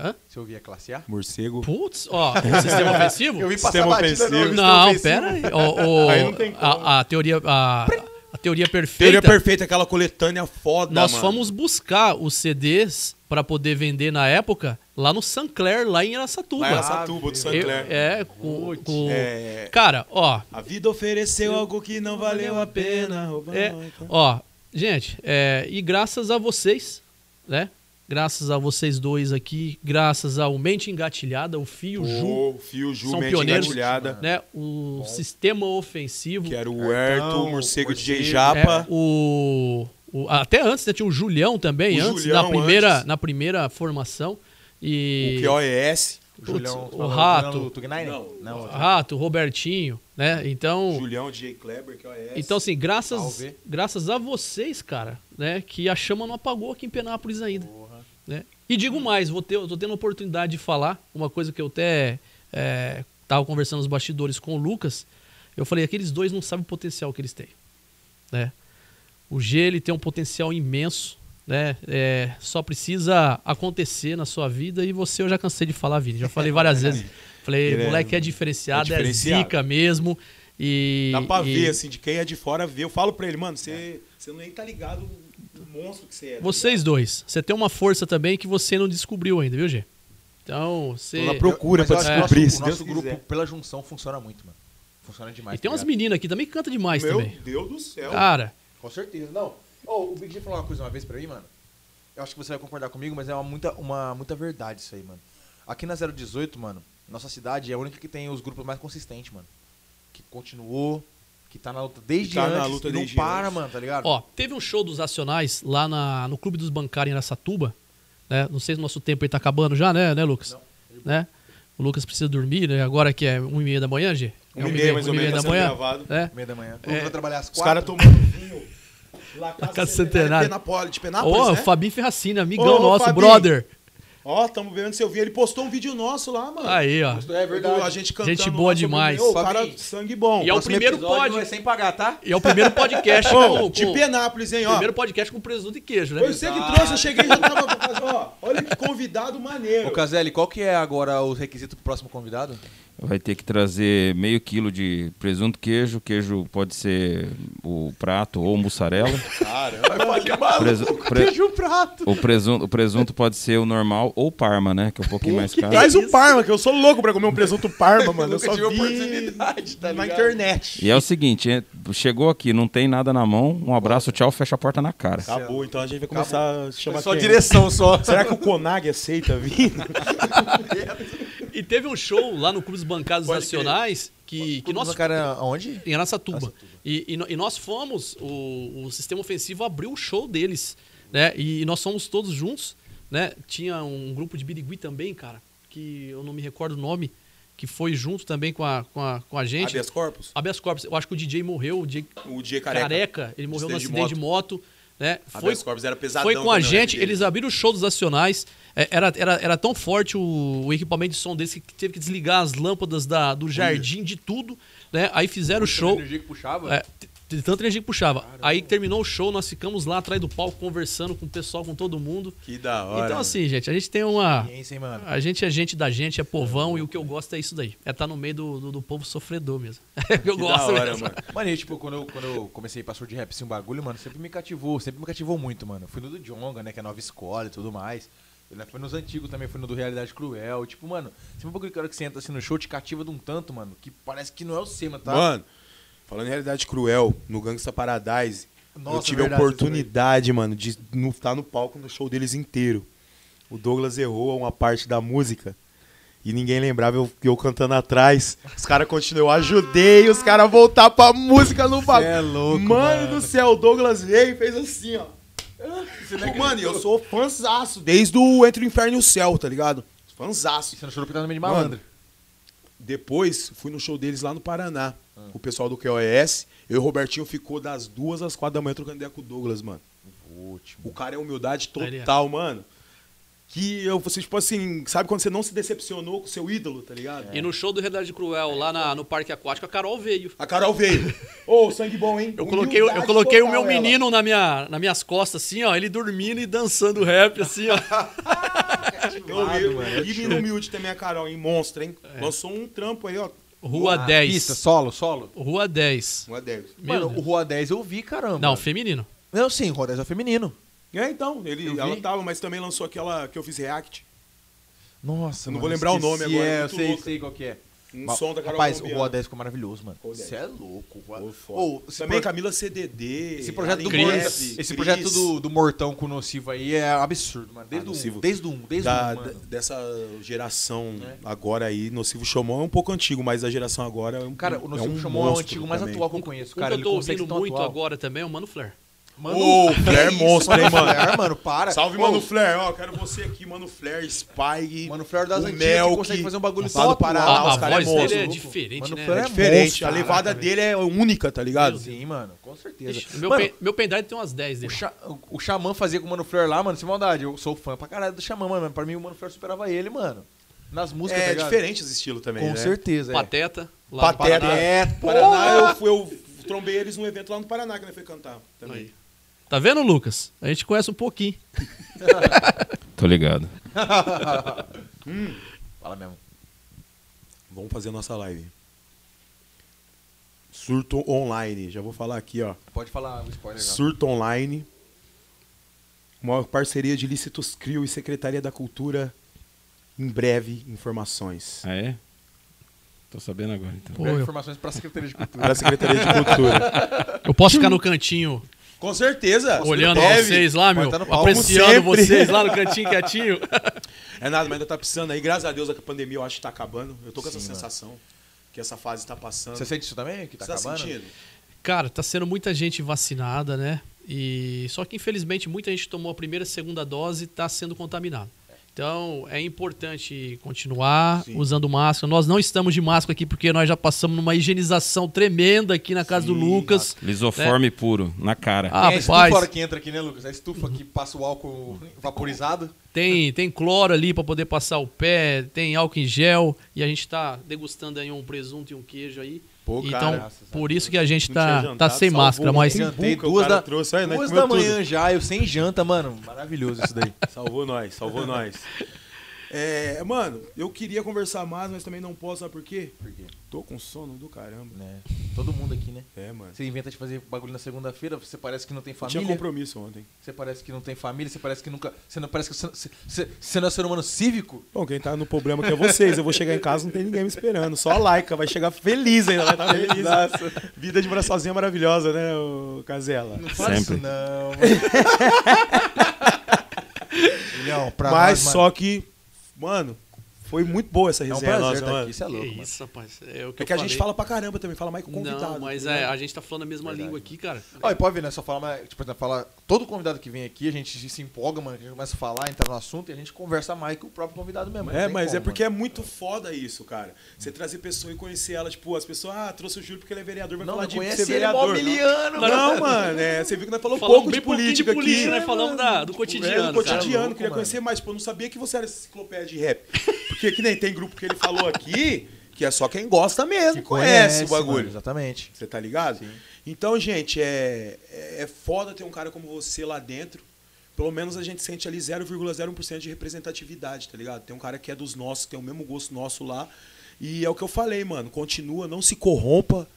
D: Hã?
B: Você ouvia classe A?
E: Morcego.
D: Putz, ó, o sistema ofensivo?
B: Eu vi passar
E: Sistema
B: batida no...
E: ofensivo.
D: Não, pera aí. Ó, ó,
E: Aí não tem
D: a, a teoria. A, a teoria
E: Teoria
D: perfeita.
E: perfeita, aquela coletânea foda,
D: Nós
E: mano.
D: fomos buscar os CDs pra poder vender na época lá no Sancler, lá em Araçatuba.
E: Lá em Araçatuba, do
D: Eu-
E: Sancler.
D: é, com, com-
E: É.
D: Cara, ó,
E: A vida ofereceu algo que não valeu a pena. roubar.
D: É, ó, gente, é, e graças a vocês, né? Graças a vocês dois aqui, graças ao Mente Engatilhada, o Fio Ju,
E: Ju, Fio Ju,
D: são
E: Mente
D: pioneiros.
E: Engatilhada,
D: né? O Sistema Ofensivo,
E: que é era o Herto, o Morcego DJ
D: é,
E: Japa.
D: o, o- até antes né, tinha o Julião também,
E: O
D: antes, na
E: Julião
D: primeira,
E: antes.
D: na primeira formação. é, E
E: O QOS,
B: O
D: Putz,
B: Julião,
D: o
B: falou,
D: Rato.
B: Julião do Tugnain?
E: Não.
B: não. outro.
D: Rato, Robertinho, né? Então,
E: Julião, DJ Kleber, QOS.
D: então assim, graças,
B: Salve.
D: graças a vocês, cara, né, que a chama não apagou aqui em Penápolis ainda, né? E digo mais, vou ter, eu tô tendo a oportunidade de falar uma coisa que eu até é, tava conversando nos bastidores com o Lucas. Eu falei, aqueles dois não sabem o potencial que eles têm, né? O G ele tem um potencial imenso, né? É, só precisa acontecer na sua vida e você eu já cansei de falar, Vini. Já falei várias vezes. Falei,
E: Ele é-
D: moleque é diferenciado,
E: é
D: é,
E: diferenciado.
D: zica mesmo. E,
E: Dá pra
D: e
E: ver, assim, de quem é de fora ver. Eu falo pra ele, mano, você você nem tá ligado o monstro que você é. tá
D: É. Vocês dois, você tem uma força também que você não descobriu ainda, viu, G? Então, você.
E: Tô na pro- Procura
B: Mas eu
E: pra
B: acho que o
E: descobrir,
B: nosso-
E: se
B: O
E: Deus
B: nosso grupo,
E: quiser.
B: pela junção, funciona muito, mano. Funciona demais.
D: E tem
B: tá
D: umas
B: ligado?
D: meninas aqui também que cantam demais
E: Meu
D: também. Ah,
E: Deus do céu.
D: Cara,
B: Com certeza, não. Ô, o Big G falou uma coisa uma vez pra mim, mano. Eu acho que você vai concordar comigo, mas é uma muita, uma, muita verdade isso aí, mano. Aqui na 018, mano, nossa cidade é a única que tem os grupos mais consistentes, mano. Que continuou, que tá na luta desde
E: Que tá
B: antes,
E: na luta
B: e não
E: desde
B: para,
E: antes.
B: mano, tá ligado?
D: ó, teve um show dos Racionais lá na- no Clube dos Bancários em Aracatuba. Né? Não sei se o nosso tempo aí tá acabando já, né, né Lucas? Né? O Lucas precisa dormir, né? Agora que é 1 e meia da manhã, G? É
E: Um e
D: uma e
E: meia,
D: meia-
E: mais
D: uma
E: ou
D: e meia
E: menos, tá
D: da
E: sendo
D: manhã.
E: gravado.
D: né?
B: Meia da manhã.
D: É.
B: Eu vou trabalhar às
E: Os caras
B: quatro.
E: tomando vinho. La
D: Casa
E: Centenária.
D: Centenária.
E: Penapoli- de
D: Tá Ô,
E: Penápolis, é né?
D: Fabinho Ferracina, amigão
E: Ô, ô,
D: nosso,
E: Fabinho.
D: brother.
E: Ó, tamo vendo seu vinho. Ele postou um vídeo nosso lá, mano.
D: Aí, ó.
B: É verdade.
E: A gente cantando.
D: Gente
E: lá
D: boa
E: sobre
D: demais.
E: o meu, O
B: Fabinho.
E: cara, sangue bom.
D: E é o
B: Próximo
D: primeiro
B: episódio
D: pode.
B: É sem pagar, tá?
D: E é o primeiro podcast
E: Ô,
D: com,
E: de
D: com-
E: Penápolis, hein, ó. é.
D: primeiro podcast com presunto e queijo, né?
E: Foi você que trouxe, eu cheguei e já tava pra fazer, ó. Olha que convidado maneiro.
B: Ô, Caselli, qual que é agora o requisito pro próximo convidado?
A: Vai ter que trazer meio quilo de presunto, queijo. Queijo pode ser o prato ou mussarela.
E: é
A: Presu- pre-
B: um prato.
A: o, presunto, o presunto pode ser o normal ou parma, né? Que é um pouquinho mais caro.
E: Traz o Parma, que eu sou louco pra comer um presunto Parma, mano. Eu
B: Nunca
E: só
B: tive
E: vi
B: oportunidade, tá
E: na
B: ligado?
E: internet.
A: E é o seguinte, é, chegou aqui, não tem nada na mão, um abraço, tchau, fecha a porta na cara.
E: Acabou, então a gente vai começar a chamar
B: Só
E: quem?
B: direção, só.
E: Será que o Conag aceita vir?
D: E teve um show lá no Clube dos Bancados
B: Pode
D: Nacionais que, que nós
B: cara, é aonde?
D: em Araçatuba. E, e no- e nós fomos, o, o sistema ofensivo abriu o show deles, né? E, nós fomos todos juntos, né? Tinha um grupo de birigui também, cara, que eu não me recordo o nome, que foi junto também com a, com a, com a gente.
F: Habeas corpus?
D: Habeas corpus. Eu acho que o DJ morreu, o DJ
F: O DJ
D: careca,
F: careca.
D: ele morreu num
F: Acidente de
D: acidente de moto, né? Foi,
F: Habeas corpus era pesadão.
D: foi com a
F: também, o
D: gente,
F: rap dele.
D: eles abriram o show dos Nacionais. é, Era, era, era tão forte o, o equipamento de som deles que teve que desligar as lâmpadas da, do jardim, de tudo, né? Aí fizeram o show.
B: energia que puxava.
D: É, t- de tanta energia que puxava. Aí terminou o show, nós ficamos lá atrás do palco conversando com o pessoal, com todo mundo.
F: Que da hora. né?
D: então, assim, gente, a gente tem uma.
B: Ciência, hein, mano?
D: A gente é gente da gente, é povão, e o que eu gosto é isso daí. É estar no meio do, do, do povo sofredor mesmo. É o que eu
F: que
D: gosto
F: da hora,
D: mesmo.
F: mano.
B: Mano, e tipo, quando eu, quando eu comecei a ir pra surdo de rap, assim, um bagulho, mano, sempre me cativou, sempre me cativou muito, mano. Fui no do Jonga, né, que é a nova escola e tudo mais. Eu, né, Fui nos antigos também, fui no do Realidade Cruel. Tipo, mano, sempre um bagulho que a hora que você entra assim no show te cativa de um tanto, mano, que parece que não é o Sema, tá?
C: Mano, falando em realidade cruel, no Gangsta Paradise, eu
B: Nossa,
C: tive
B: verdade,
C: a oportunidade, mano, de estar no palco no show deles inteiro. O Douglas errou uma parte da música e ninguém lembrava eu, eu cantando atrás. Os caras continuam, eu ajudei os caras a voltar pra música no bagulho.
B: é louco,
C: mano do
B: mano.
C: céu, o Douglas veio e fez assim, ó. Mano, eu sou fanzaço desde o Entre o Inferno e o Céu, tá ligado? Fanzaço.
B: E você não chorou porque tá no meio de
C: Mano.
B: malandro.
C: Depois fui no show deles lá no Paraná.
D: Ah.
C: O pessoal do QOS. Eu e o Robertinho ficou das duas às quatro da manhã trocando ideia com o Douglas, mano. O cara é humildade
D: Ele é.
C: total, mano. Que eu, você, tipo assim, sabe quando você não se decepcionou com o seu ídolo, tá ligado?
D: E no show do Realidade Cruel, lá na- no Parque Aquático, a Carol veio.
C: A Carol veio. Ô, sangue bom, hein?
D: Eu coloquei, eu
C: Humildade
D: coloquei o meu
C: total, ela.
D: menino na minha, nas minhas costas, assim, ó, ele dormindo e dançando rap, assim, ó.
C: Eu vi,
D: é
C: E menino humilde também a Carol, hein? Monstro, hein? Lançou um trampo aí, ó.
D: Rua
B: Ah,
D: 10.
B: Pista, solo, solo.
D: Rua 10.
C: Não é 10.
D: Meu
B: mano,
D: Deus.
B: o Rua 10 eu vi, caramba.
D: Não, feminino.
B: Não, sim, Rua 10 é feminino.
C: É, então, ele,
D: Eu
C: ela
D: vi.
C: tava, mas também lançou aquela que eu fiz react.
B: Nossa,
C: Não
B: mano,
C: vou lembrar o nome
B: esqueci.
C: agora, é
B: É, eu
C: muito
B: sei,
C: louca.
B: sei qual que é.
C: Um
B: Mas,
C: som da Carol
B: Rapaz, o
C: Colombiana.
B: Rua 10 ficou maravilhoso, mano.
C: Rua 10.
B: Você é louco. Rua...
C: Ô, foda.
B: Ô, esse
C: Também
B: pro-
C: Camila CDD.
B: Esse projeto, do,
C: Alan
B: Morta-
C: Cresce,
B: esse
C: Cris,
B: projeto do, do Mortão com o Nocivo aí é absurdo, mano.
C: Ah,
B: Desde o
C: Nocivo.
B: um, desde o um, desde o
C: da-
B: um, mano.
C: da- dessa geração
B: Né?
C: agora aí, Nocivo Chamon é um pouco antigo, mas a geração agora é um
B: Cara, o Nocivo
C: é um
B: chamou é o
C: monstro
B: antigo mais
C: também.
B: atual que eu conheço,
D: Um
B: cara.
D: que eu
B: Ele
D: tô
B: consegue
D: ouvindo
B: tão
D: muito
B: atual.
D: agora também é o Mano Flair.
B: Mano,
C: Ô,
B: que
C: Flair
B: isso,
C: monstro, hein, mano?
B: Flair, mano, para.
C: Salve,
B: Ô,
C: Mano Flair. Ó, quero você aqui, Mano Flair, Spy.
B: Mano Flair das
C: o
B: antigas
C: Melk,
B: que consegue fazer um bagulho
C: Passado
B: só
C: Paraná,
B: atual.
C: os
D: a
C: cara é
D: voz dele é
C: monstro.
D: diferente,
B: Mano
D: né?
B: Flair
C: É
B: é
C: diferente,
B: monstro,
C: a levada
B: caraca,
C: dele é única, tá ligado?
B: Sim, mano, com certeza.
D: Ixi, Meu,
B: Mano,
D: pen- meu pendrive tem umas 10
B: O,
D: dele.
B: Xa- o Xamã fazia com o Mano Flair lá, mano, sem maldade. Eu sou fã pra caralho do Xamã, mano. mas Pra mim o Mano Flair superava ele, mano. Nas músicas, tá
C: É
B: ligado?
C: diferente os estilos também,
B: Com
C: né?
B: certeza, é.
D: Pateta. Lá no
C: Pateta.
D: Paraná.
C: É, Paraná, eu, fui- eu trombei eles num evento lá no Paraná que nós foi cantar também.
D: Aí. Tá vendo, Lucas? A gente conhece um pouquinho.
A: Tô ligado.
B: Fala mesmo.
C: Vamos fazer a nossa live. Surto online, já vou falar aqui, ó.
B: Pode falar o spoiler já.
C: Surto Online, uma parceria de Lícitos Crio e Secretaria da Cultura. Em breve, informações.
A: Ah, é? Tô sabendo agora, então.
D: Pô, eu,
B: Informações pra Secretaria de Cultura.
C: Da Secretaria de Cultura.
D: eu posso
C: Hum.
D: ficar no cantinho
C: Com certeza.
D: olhando
C: Deve.
D: vocês lá, meu.
B: tá no palco
D: Apreciando
C: sempre.
D: vocês lá no cantinho quietinho.
C: É nada, mas ainda tá precisando aí. Graças a Deus, a pandemia eu acho que tá acabando. Eu tô com essa sensação que essa fase tá passando.
B: Você sente isso também? Que tá
C: Você tá
B: acabando?
C: sentindo?
D: Cara, tá sendo muita gente vacinada, né? E só que infelizmente muita gente tomou a primeira, e segunda dose e tá sendo contaminada. Então é importante continuar usando máscara. Nós não estamos de máscara aqui porque nós já passamos numa higienização tremenda aqui na casa do Lucas.
A: Lisoforme puro, na cara.
D: Ah, Uhum.
B: Tem a
C: É,
B: estufa
D: Rapaz.
B: hora que entra aqui, né, Lucas? A estufa que passa o álcool vaporizado.
D: Tem, tem cloro ali pra poder passar o pé, tem álcool em gel e a gente tá degustando aí um presunto e um queijo aí.
C: Pô,
D: então,
C: cara,
D: por isso que a gente
C: não
D: tá,
C: tinha
D: tá
C: jantado,
D: sem
C: salvou
D: máscara,
C: um
D: mas
C: tempo.
B: Jantei
C: Cumbuca, o
B: duas
C: cara
B: da,
C: trouxe, olha, né,
B: duas
C: comeu
B: da manhã já, eu sem janta, mano. Maravilhoso isso daí.
C: Salvou nós, salvou nós. É, mano, eu queria conversar mais, mas também não posso, sabe por quê?
B: Por quê?
C: Tô com sono do caramba.
B: Né? Todo mundo aqui, né?
C: É, mano.
B: Você inventa de fazer bagulho na segunda-feira, você parece que não tem
C: Eu tinha
B: família.
C: compromisso ontem.
B: Você parece que não tem família, você parece que nunca. Você não parece que. Você, você, você não é ser humano cívico?
C: Bom, quem tá no problema aqui é vocês. Eu vou chegar em casa não tem ninguém me esperando. Só a Laika vai chegar feliz ainda. Vai estar feliz. Vida de morar sozinha é maravilhosa, né, ô Casela?
B: Não
A: fala Sempre. isso
B: não, Julião, pra
C: Mas
B: nós,
C: só que, mano,
E: Foi muito boa essa
B: É um
E: resenha
B: prazer
E: nossa,
B: estar
E: mano.
B: aqui, isso é
D: Que
B: louco, mano.
D: isso, rapaz. É o que
C: É
D: eu
C: que a gente
D: falei.
C: fala pra caramba também, fala mais com o convidado.
D: Não, mas
C: tá ligado?
D: é, a gente tá falando a mesma língua aqui, cara.
B: Ó, e pode ver, né? Só falar, mas, tipo, fala, todo convidado que vem aqui, a gente se empolga, mano, a gente começa a falar, entra no assunto e a gente conversa mais que o próprio convidado mesmo. não
C: É,
B: tem
C: mas
B: como,
C: é porque
B: mano.
C: é muito foda isso, cara. Você trazer pessoa e conhecer ela, tipo, as pessoas, ah, trouxe o Júlio porque ele é vereador, vai
B: Não,
C: falar
B: não
C: de
B: conhece
C: ser
B: ele, é mó
C: vereador.
B: miliano,
C: não, não, mano, é, você viu que nós falamos
D: Falamos
C: pouco de
D: bem pouquinho
C: política,
D: de política,
C: aqui.
D: né? Falamos da- do
C: Tipo,
D: cotidiano,
C: É, do cotidiano,
B: cara, louco,
C: queria
B: mano.
C: conhecer mais, tipo, eu não sabia que você era essa enciclopédia de rap. Porque que nem tem grupo que ele falou aqui, que é só quem gosta mesmo, conhece, o
B: mano,
C: bagulho.
B: exatamente.
C: Você tá ligado? Então, gente, é, é é foda ter um cara como você lá dentro. Pelo menos a gente sente ali 0,01% de representatividade, tá ligado? Tem um cara que é dos nossos, que tem o mesmo gosto nosso lá. E é o que eu falei, mano. Continua, não se corrompa.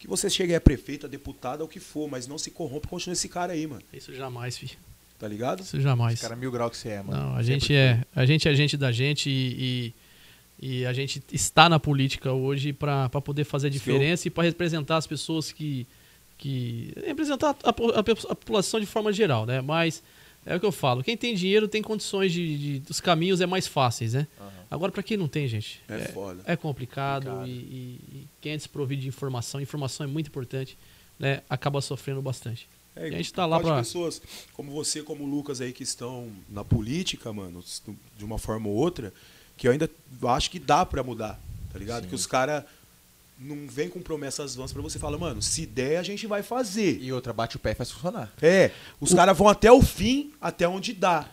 C: Que você chegue aí a prefeito, a deputada, o que for, mas não se corrompa, continua esse cara aí, mano.
D: Isso jamais, filho.
C: Tá ligado?
D: Isso jamais.
B: Cara, mil grau que você é, mano.
D: Não, a gente é, a gente é gente da gente e, e, e a gente está na política hoje para poder fazer a diferença e para representar as pessoas que que representar a, po- a pe- a população de forma geral, né? Mas é o que eu falo, quem tem dinheiro tem condições de, de- dos caminhos é mais fáceis, né? Agora para quem não tem, gente,
C: É foda.
D: é complicado, E, e- e quem é desprovido de informação, informação é muito importante, né? Acaba sofrendo bastante.
C: É,
D: E a gente tá lá
C: quantas
D: pra-
C: pessoas como você, como o Lucas aí, que estão na política, mano, s- de uma forma ou outra, que eu ainda acho que dá pra mudar, tá ligado? Que os caras não vêm com promessas vãs pra você fala, mano, se der, a gente vai fazer.
B: E outra, bate o pé e faz funcionar.
C: É, os caras vão até o fim, até onde dá.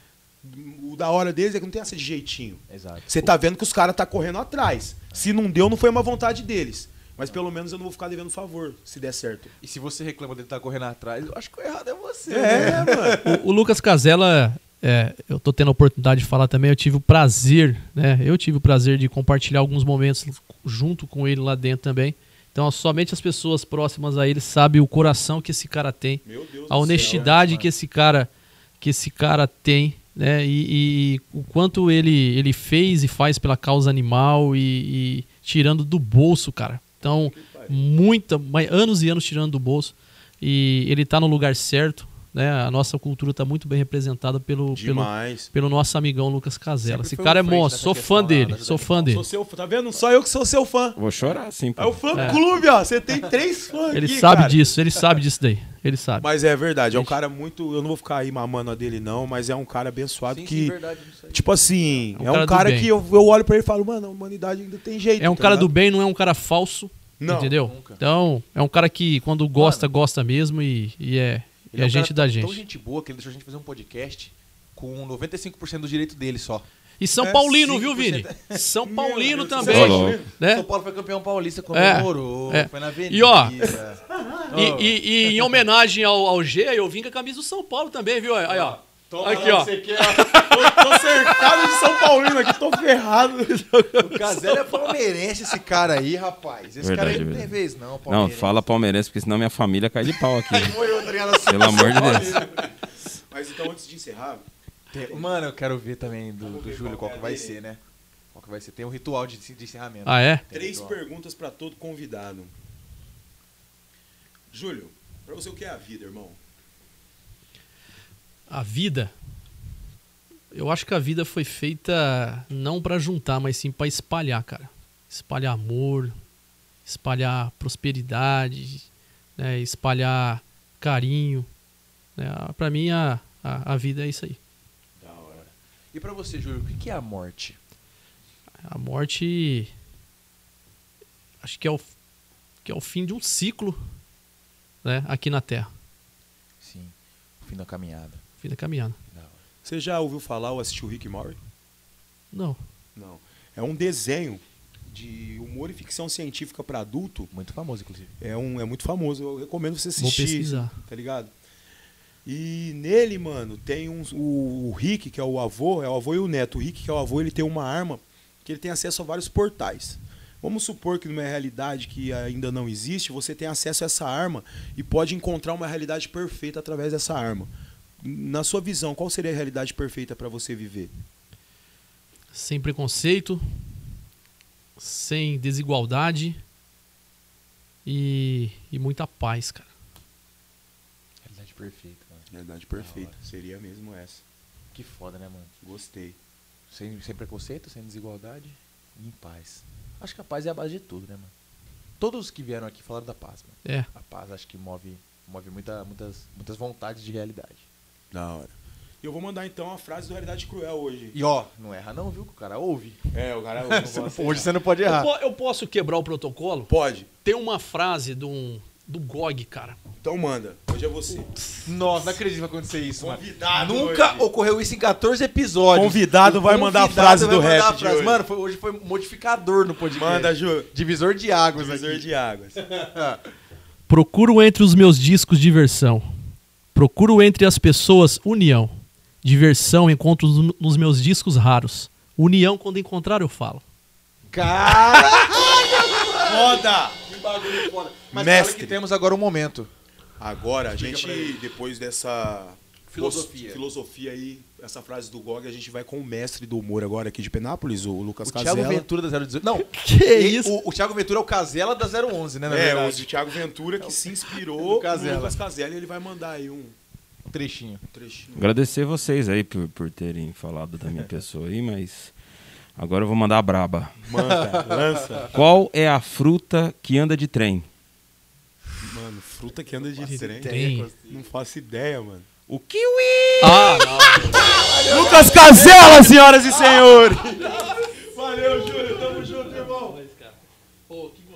C: O da hora deles é que não tem essa de jeitinho.
B: Exato.
C: Você tá vendo que os caras tá correndo atrás. Se não deu, não foi uma vontade deles. Mas pelo menos eu não vou ficar devendo favor, se der certo.
B: E se você reclama dele tá correndo atrás, eu acho que o errado é você.
C: É,
B: né?
C: mano.
D: O, o Lucas Casella, é, eu tô tendo a oportunidade de falar também, eu tive o prazer, né? Eu tive o prazer de compartilhar alguns momentos junto com ele lá dentro também. Então, somente as pessoas próximas a ele sabem o coração que esse cara tem,
C: Meu Deus
D: a honestidade que esse cara que esse cara tem, né? E, e o quanto ele ele fez e faz pela causa animal e, e tirando do bolso, cara. Então, muita, mas anos e anos tirando do bolso e ele tá no lugar certo, né? A nossa cultura tá muito bem representada pelo pelo,
C: Demais.
D: pelo nosso amigão Lucas Casella.
B: Sempre
D: Esse
B: foi
D: cara é
B: um frente
D: monstro,
B: nessa
D: sou
B: questão
D: fã
B: lá né?
D: dele,
B: da
D: sou fã dele.
C: Sou seu, tá vendo? Só eu que sou seu fã.
A: Vou chorar sim, pô.
C: É o fã clube, ó. Você tem três fãs
D: Ele
C: aqui,
D: sabe
C: cara.
D: disso, ele sabe disso daí. Ele sabe.
C: Mas é verdade, é um cara muito. Eu não vou ficar aí mamando a dele, não, mas é um cara abençoado
B: Sim,
C: que.
B: sim, verdade, isso aí.
C: tipo assim, é um,
D: É um cara do
C: cara,
D: bem.
C: que eu, eu olho pra ele e falo, mano, a humanidade ainda tem jeito.
D: É um
C: tá
D: cara do
C: ligado?
D: bem, não é um cara falso.
C: Não,
D: entendeu? Então, é um cara que quando gosta, gosta mesmo e, e é, e
B: é
D: é
B: um
D: gente
B: cara
D: da
B: Tão
D: gente.
B: gente boa que ele deixou a gente fazer um podcast com 95% do direito dele só.
D: E São
B: É,
D: Paulino,
B: 5%.
D: viu, Vini? São Paulino
A: Ô,
D: também.
A: louco.
D: Né?
B: São Paulo foi campeão paulista,
D: É,
B: comemorou,
D: é.
B: foi na avenida.
D: E, ó, E, e- e em homenagem ao, ao G, eu vim com a camisa do São Paulo também, viu? Aí, ó. Aqui,
C: Ah,
D: ó.
C: Tô cercado de São Paulino aqui, tô ferrado.
B: O Casella é palmeirense, esse cara aí, rapaz. Esse
A: Verdade,
B: cara aí não tem
A: verdade.
B: vez, não.
A: Não,
B: palmeirense.
A: fala palmeirense, porque senão minha família cai de pau aqui.
E: Morreu, tá ligado?
A: Pelo amor de Deus.
C: Mas então, antes de encerrar,
B: Tem- Mano, eu quero ver também do, do
C: ver
B: Júlio
C: qual
B: qual
C: que
B: que
C: é
B: vai
C: dele.
B: ser, né? Qual que vai ser? Tem um ritual de, de encerramento.
D: Ah, é?
B: Tem
C: três
B: ritual.
C: perguntas pra todo convidado. Júlio, pra você o que é a vida, irmão?
D: A vida. Eu acho que a vida foi feita não pra juntar, mas sim pra espalhar, cara. Espalhar amor, espalhar prosperidade, né? espalhar carinho. Né? Ah, Pra mim, a, a, a vida é isso aí.
C: Da hora.
B: E pra você, Júlio, o que que é a morte?
D: A morte. Acho que é o, que é o fim de um ciclo né? aqui na Terra.
B: Sim, o fim da caminhada.
D: Fim da caminhada.
C: Você já ouviu falar ou assistiu Rick Mori?
D: Não.
C: Não. É um desenho de humor e ficção científica pra adulto.
B: Muito famoso, inclusive.
C: É, um, é muito famoso. Eu recomendo você
D: Vou
C: assistir.
D: pesquisar.
C: Tá ligado? E nele, mano, tem uns, o, o Rick, que é o avô, é o avô e o neto. O Rick, que é o avô, ele tem uma arma que ele tem acesso a vários portais. Vamos supor que numa realidade que ainda não existe, você tem acesso a essa arma e pode encontrar uma realidade perfeita através dessa arma. Na sua visão, qual seria a realidade perfeita pra você viver?
D: sem preconceito, sem desigualdade e, e muita paz, cara.
B: Realidade perfeita, mano.
C: Realidade perfeita. Seria mesmo essa.
B: Que foda, né, mano?
C: Gostei.
B: Sem, sem preconceito, sem desigualdade e em paz. Acho que a paz é a base de tudo, né, mano? Todos que vieram aqui falaram da paz, mano.
D: É.
B: A paz acho que move, move muita, muitas, muitas vontades de realidade.
E: Da hora.
C: E eu vou mandar então a frase do Realidade Cruel hoje.
B: E ó, não erra não, viu? Que o cara ouve.
C: É, o cara. eu não gosto.
E: assim, Hoje você não pode
D: Eu,
E: errar.
D: po- eu posso quebrar o protocolo?
C: Pode.
D: Tem uma frase de um- do GOG, cara.
C: Então manda. Hoje é você.
B: Nossa, não acredito que vai acontecer isso, mano.
C: Convidado
B: Nunca
C: hoje.
B: ocorreu isso em 14 episódios.
E: Convidado vai mandar a frase do
B: vai mandar
E: rap
B: a
E: de
B: frase.
E: hoje.
B: Mano, foi- hoje foi modificador no podcast.
C: É.
E: Manda, Ju.
B: Divisor de águas
E: Divisor
B: aqui.
E: de águas.
D: Procuro entre os meus discos diversão. Procuro entre as pessoas união. Diversão encontro nos- nos meus discos raros. União, quando encontrar, eu falo.
B: Cara,
C: Foda!
B: que bagulho foda. Mas
C: Mestre.
B: fala que temos agora um momento.
C: Agora, a gente, depois dessa
B: Filosofia.
C: pos- filosofia aí, essa frase do Gog, a gente vai com o mestre do humor agora aqui de Penápolis, o Lucas
B: O Thiago
C: Casella.
B: Ventura da 018. Não,
D: Que
B: ele-
D: isso?
B: O, o Thiago Ventura é o Casela da 011, né? Na
C: É, o
B: verdade.
C: de Thiago Ventura que se inspirou
B: Do
C: no
B: Casella.
C: Lucas Casella e ele vai mandar aí um
B: Um trechinho.
C: trechinho.
A: Agradecer vocês aí por, por terem falado da minha pessoa aí, mas agora eu vou mandar a braba.
E: Manda, lança.
A: Qual é a fruta que anda de trem?
E: Mano, fruta que anda de trem.
D: Tem.
E: Não faço ideia, mano.
A: O kiwi!
D: Ah, não.
E: Lucas Casella, senhoras e senhores!
C: Valeu, Júlio. Tamo junto, irmão.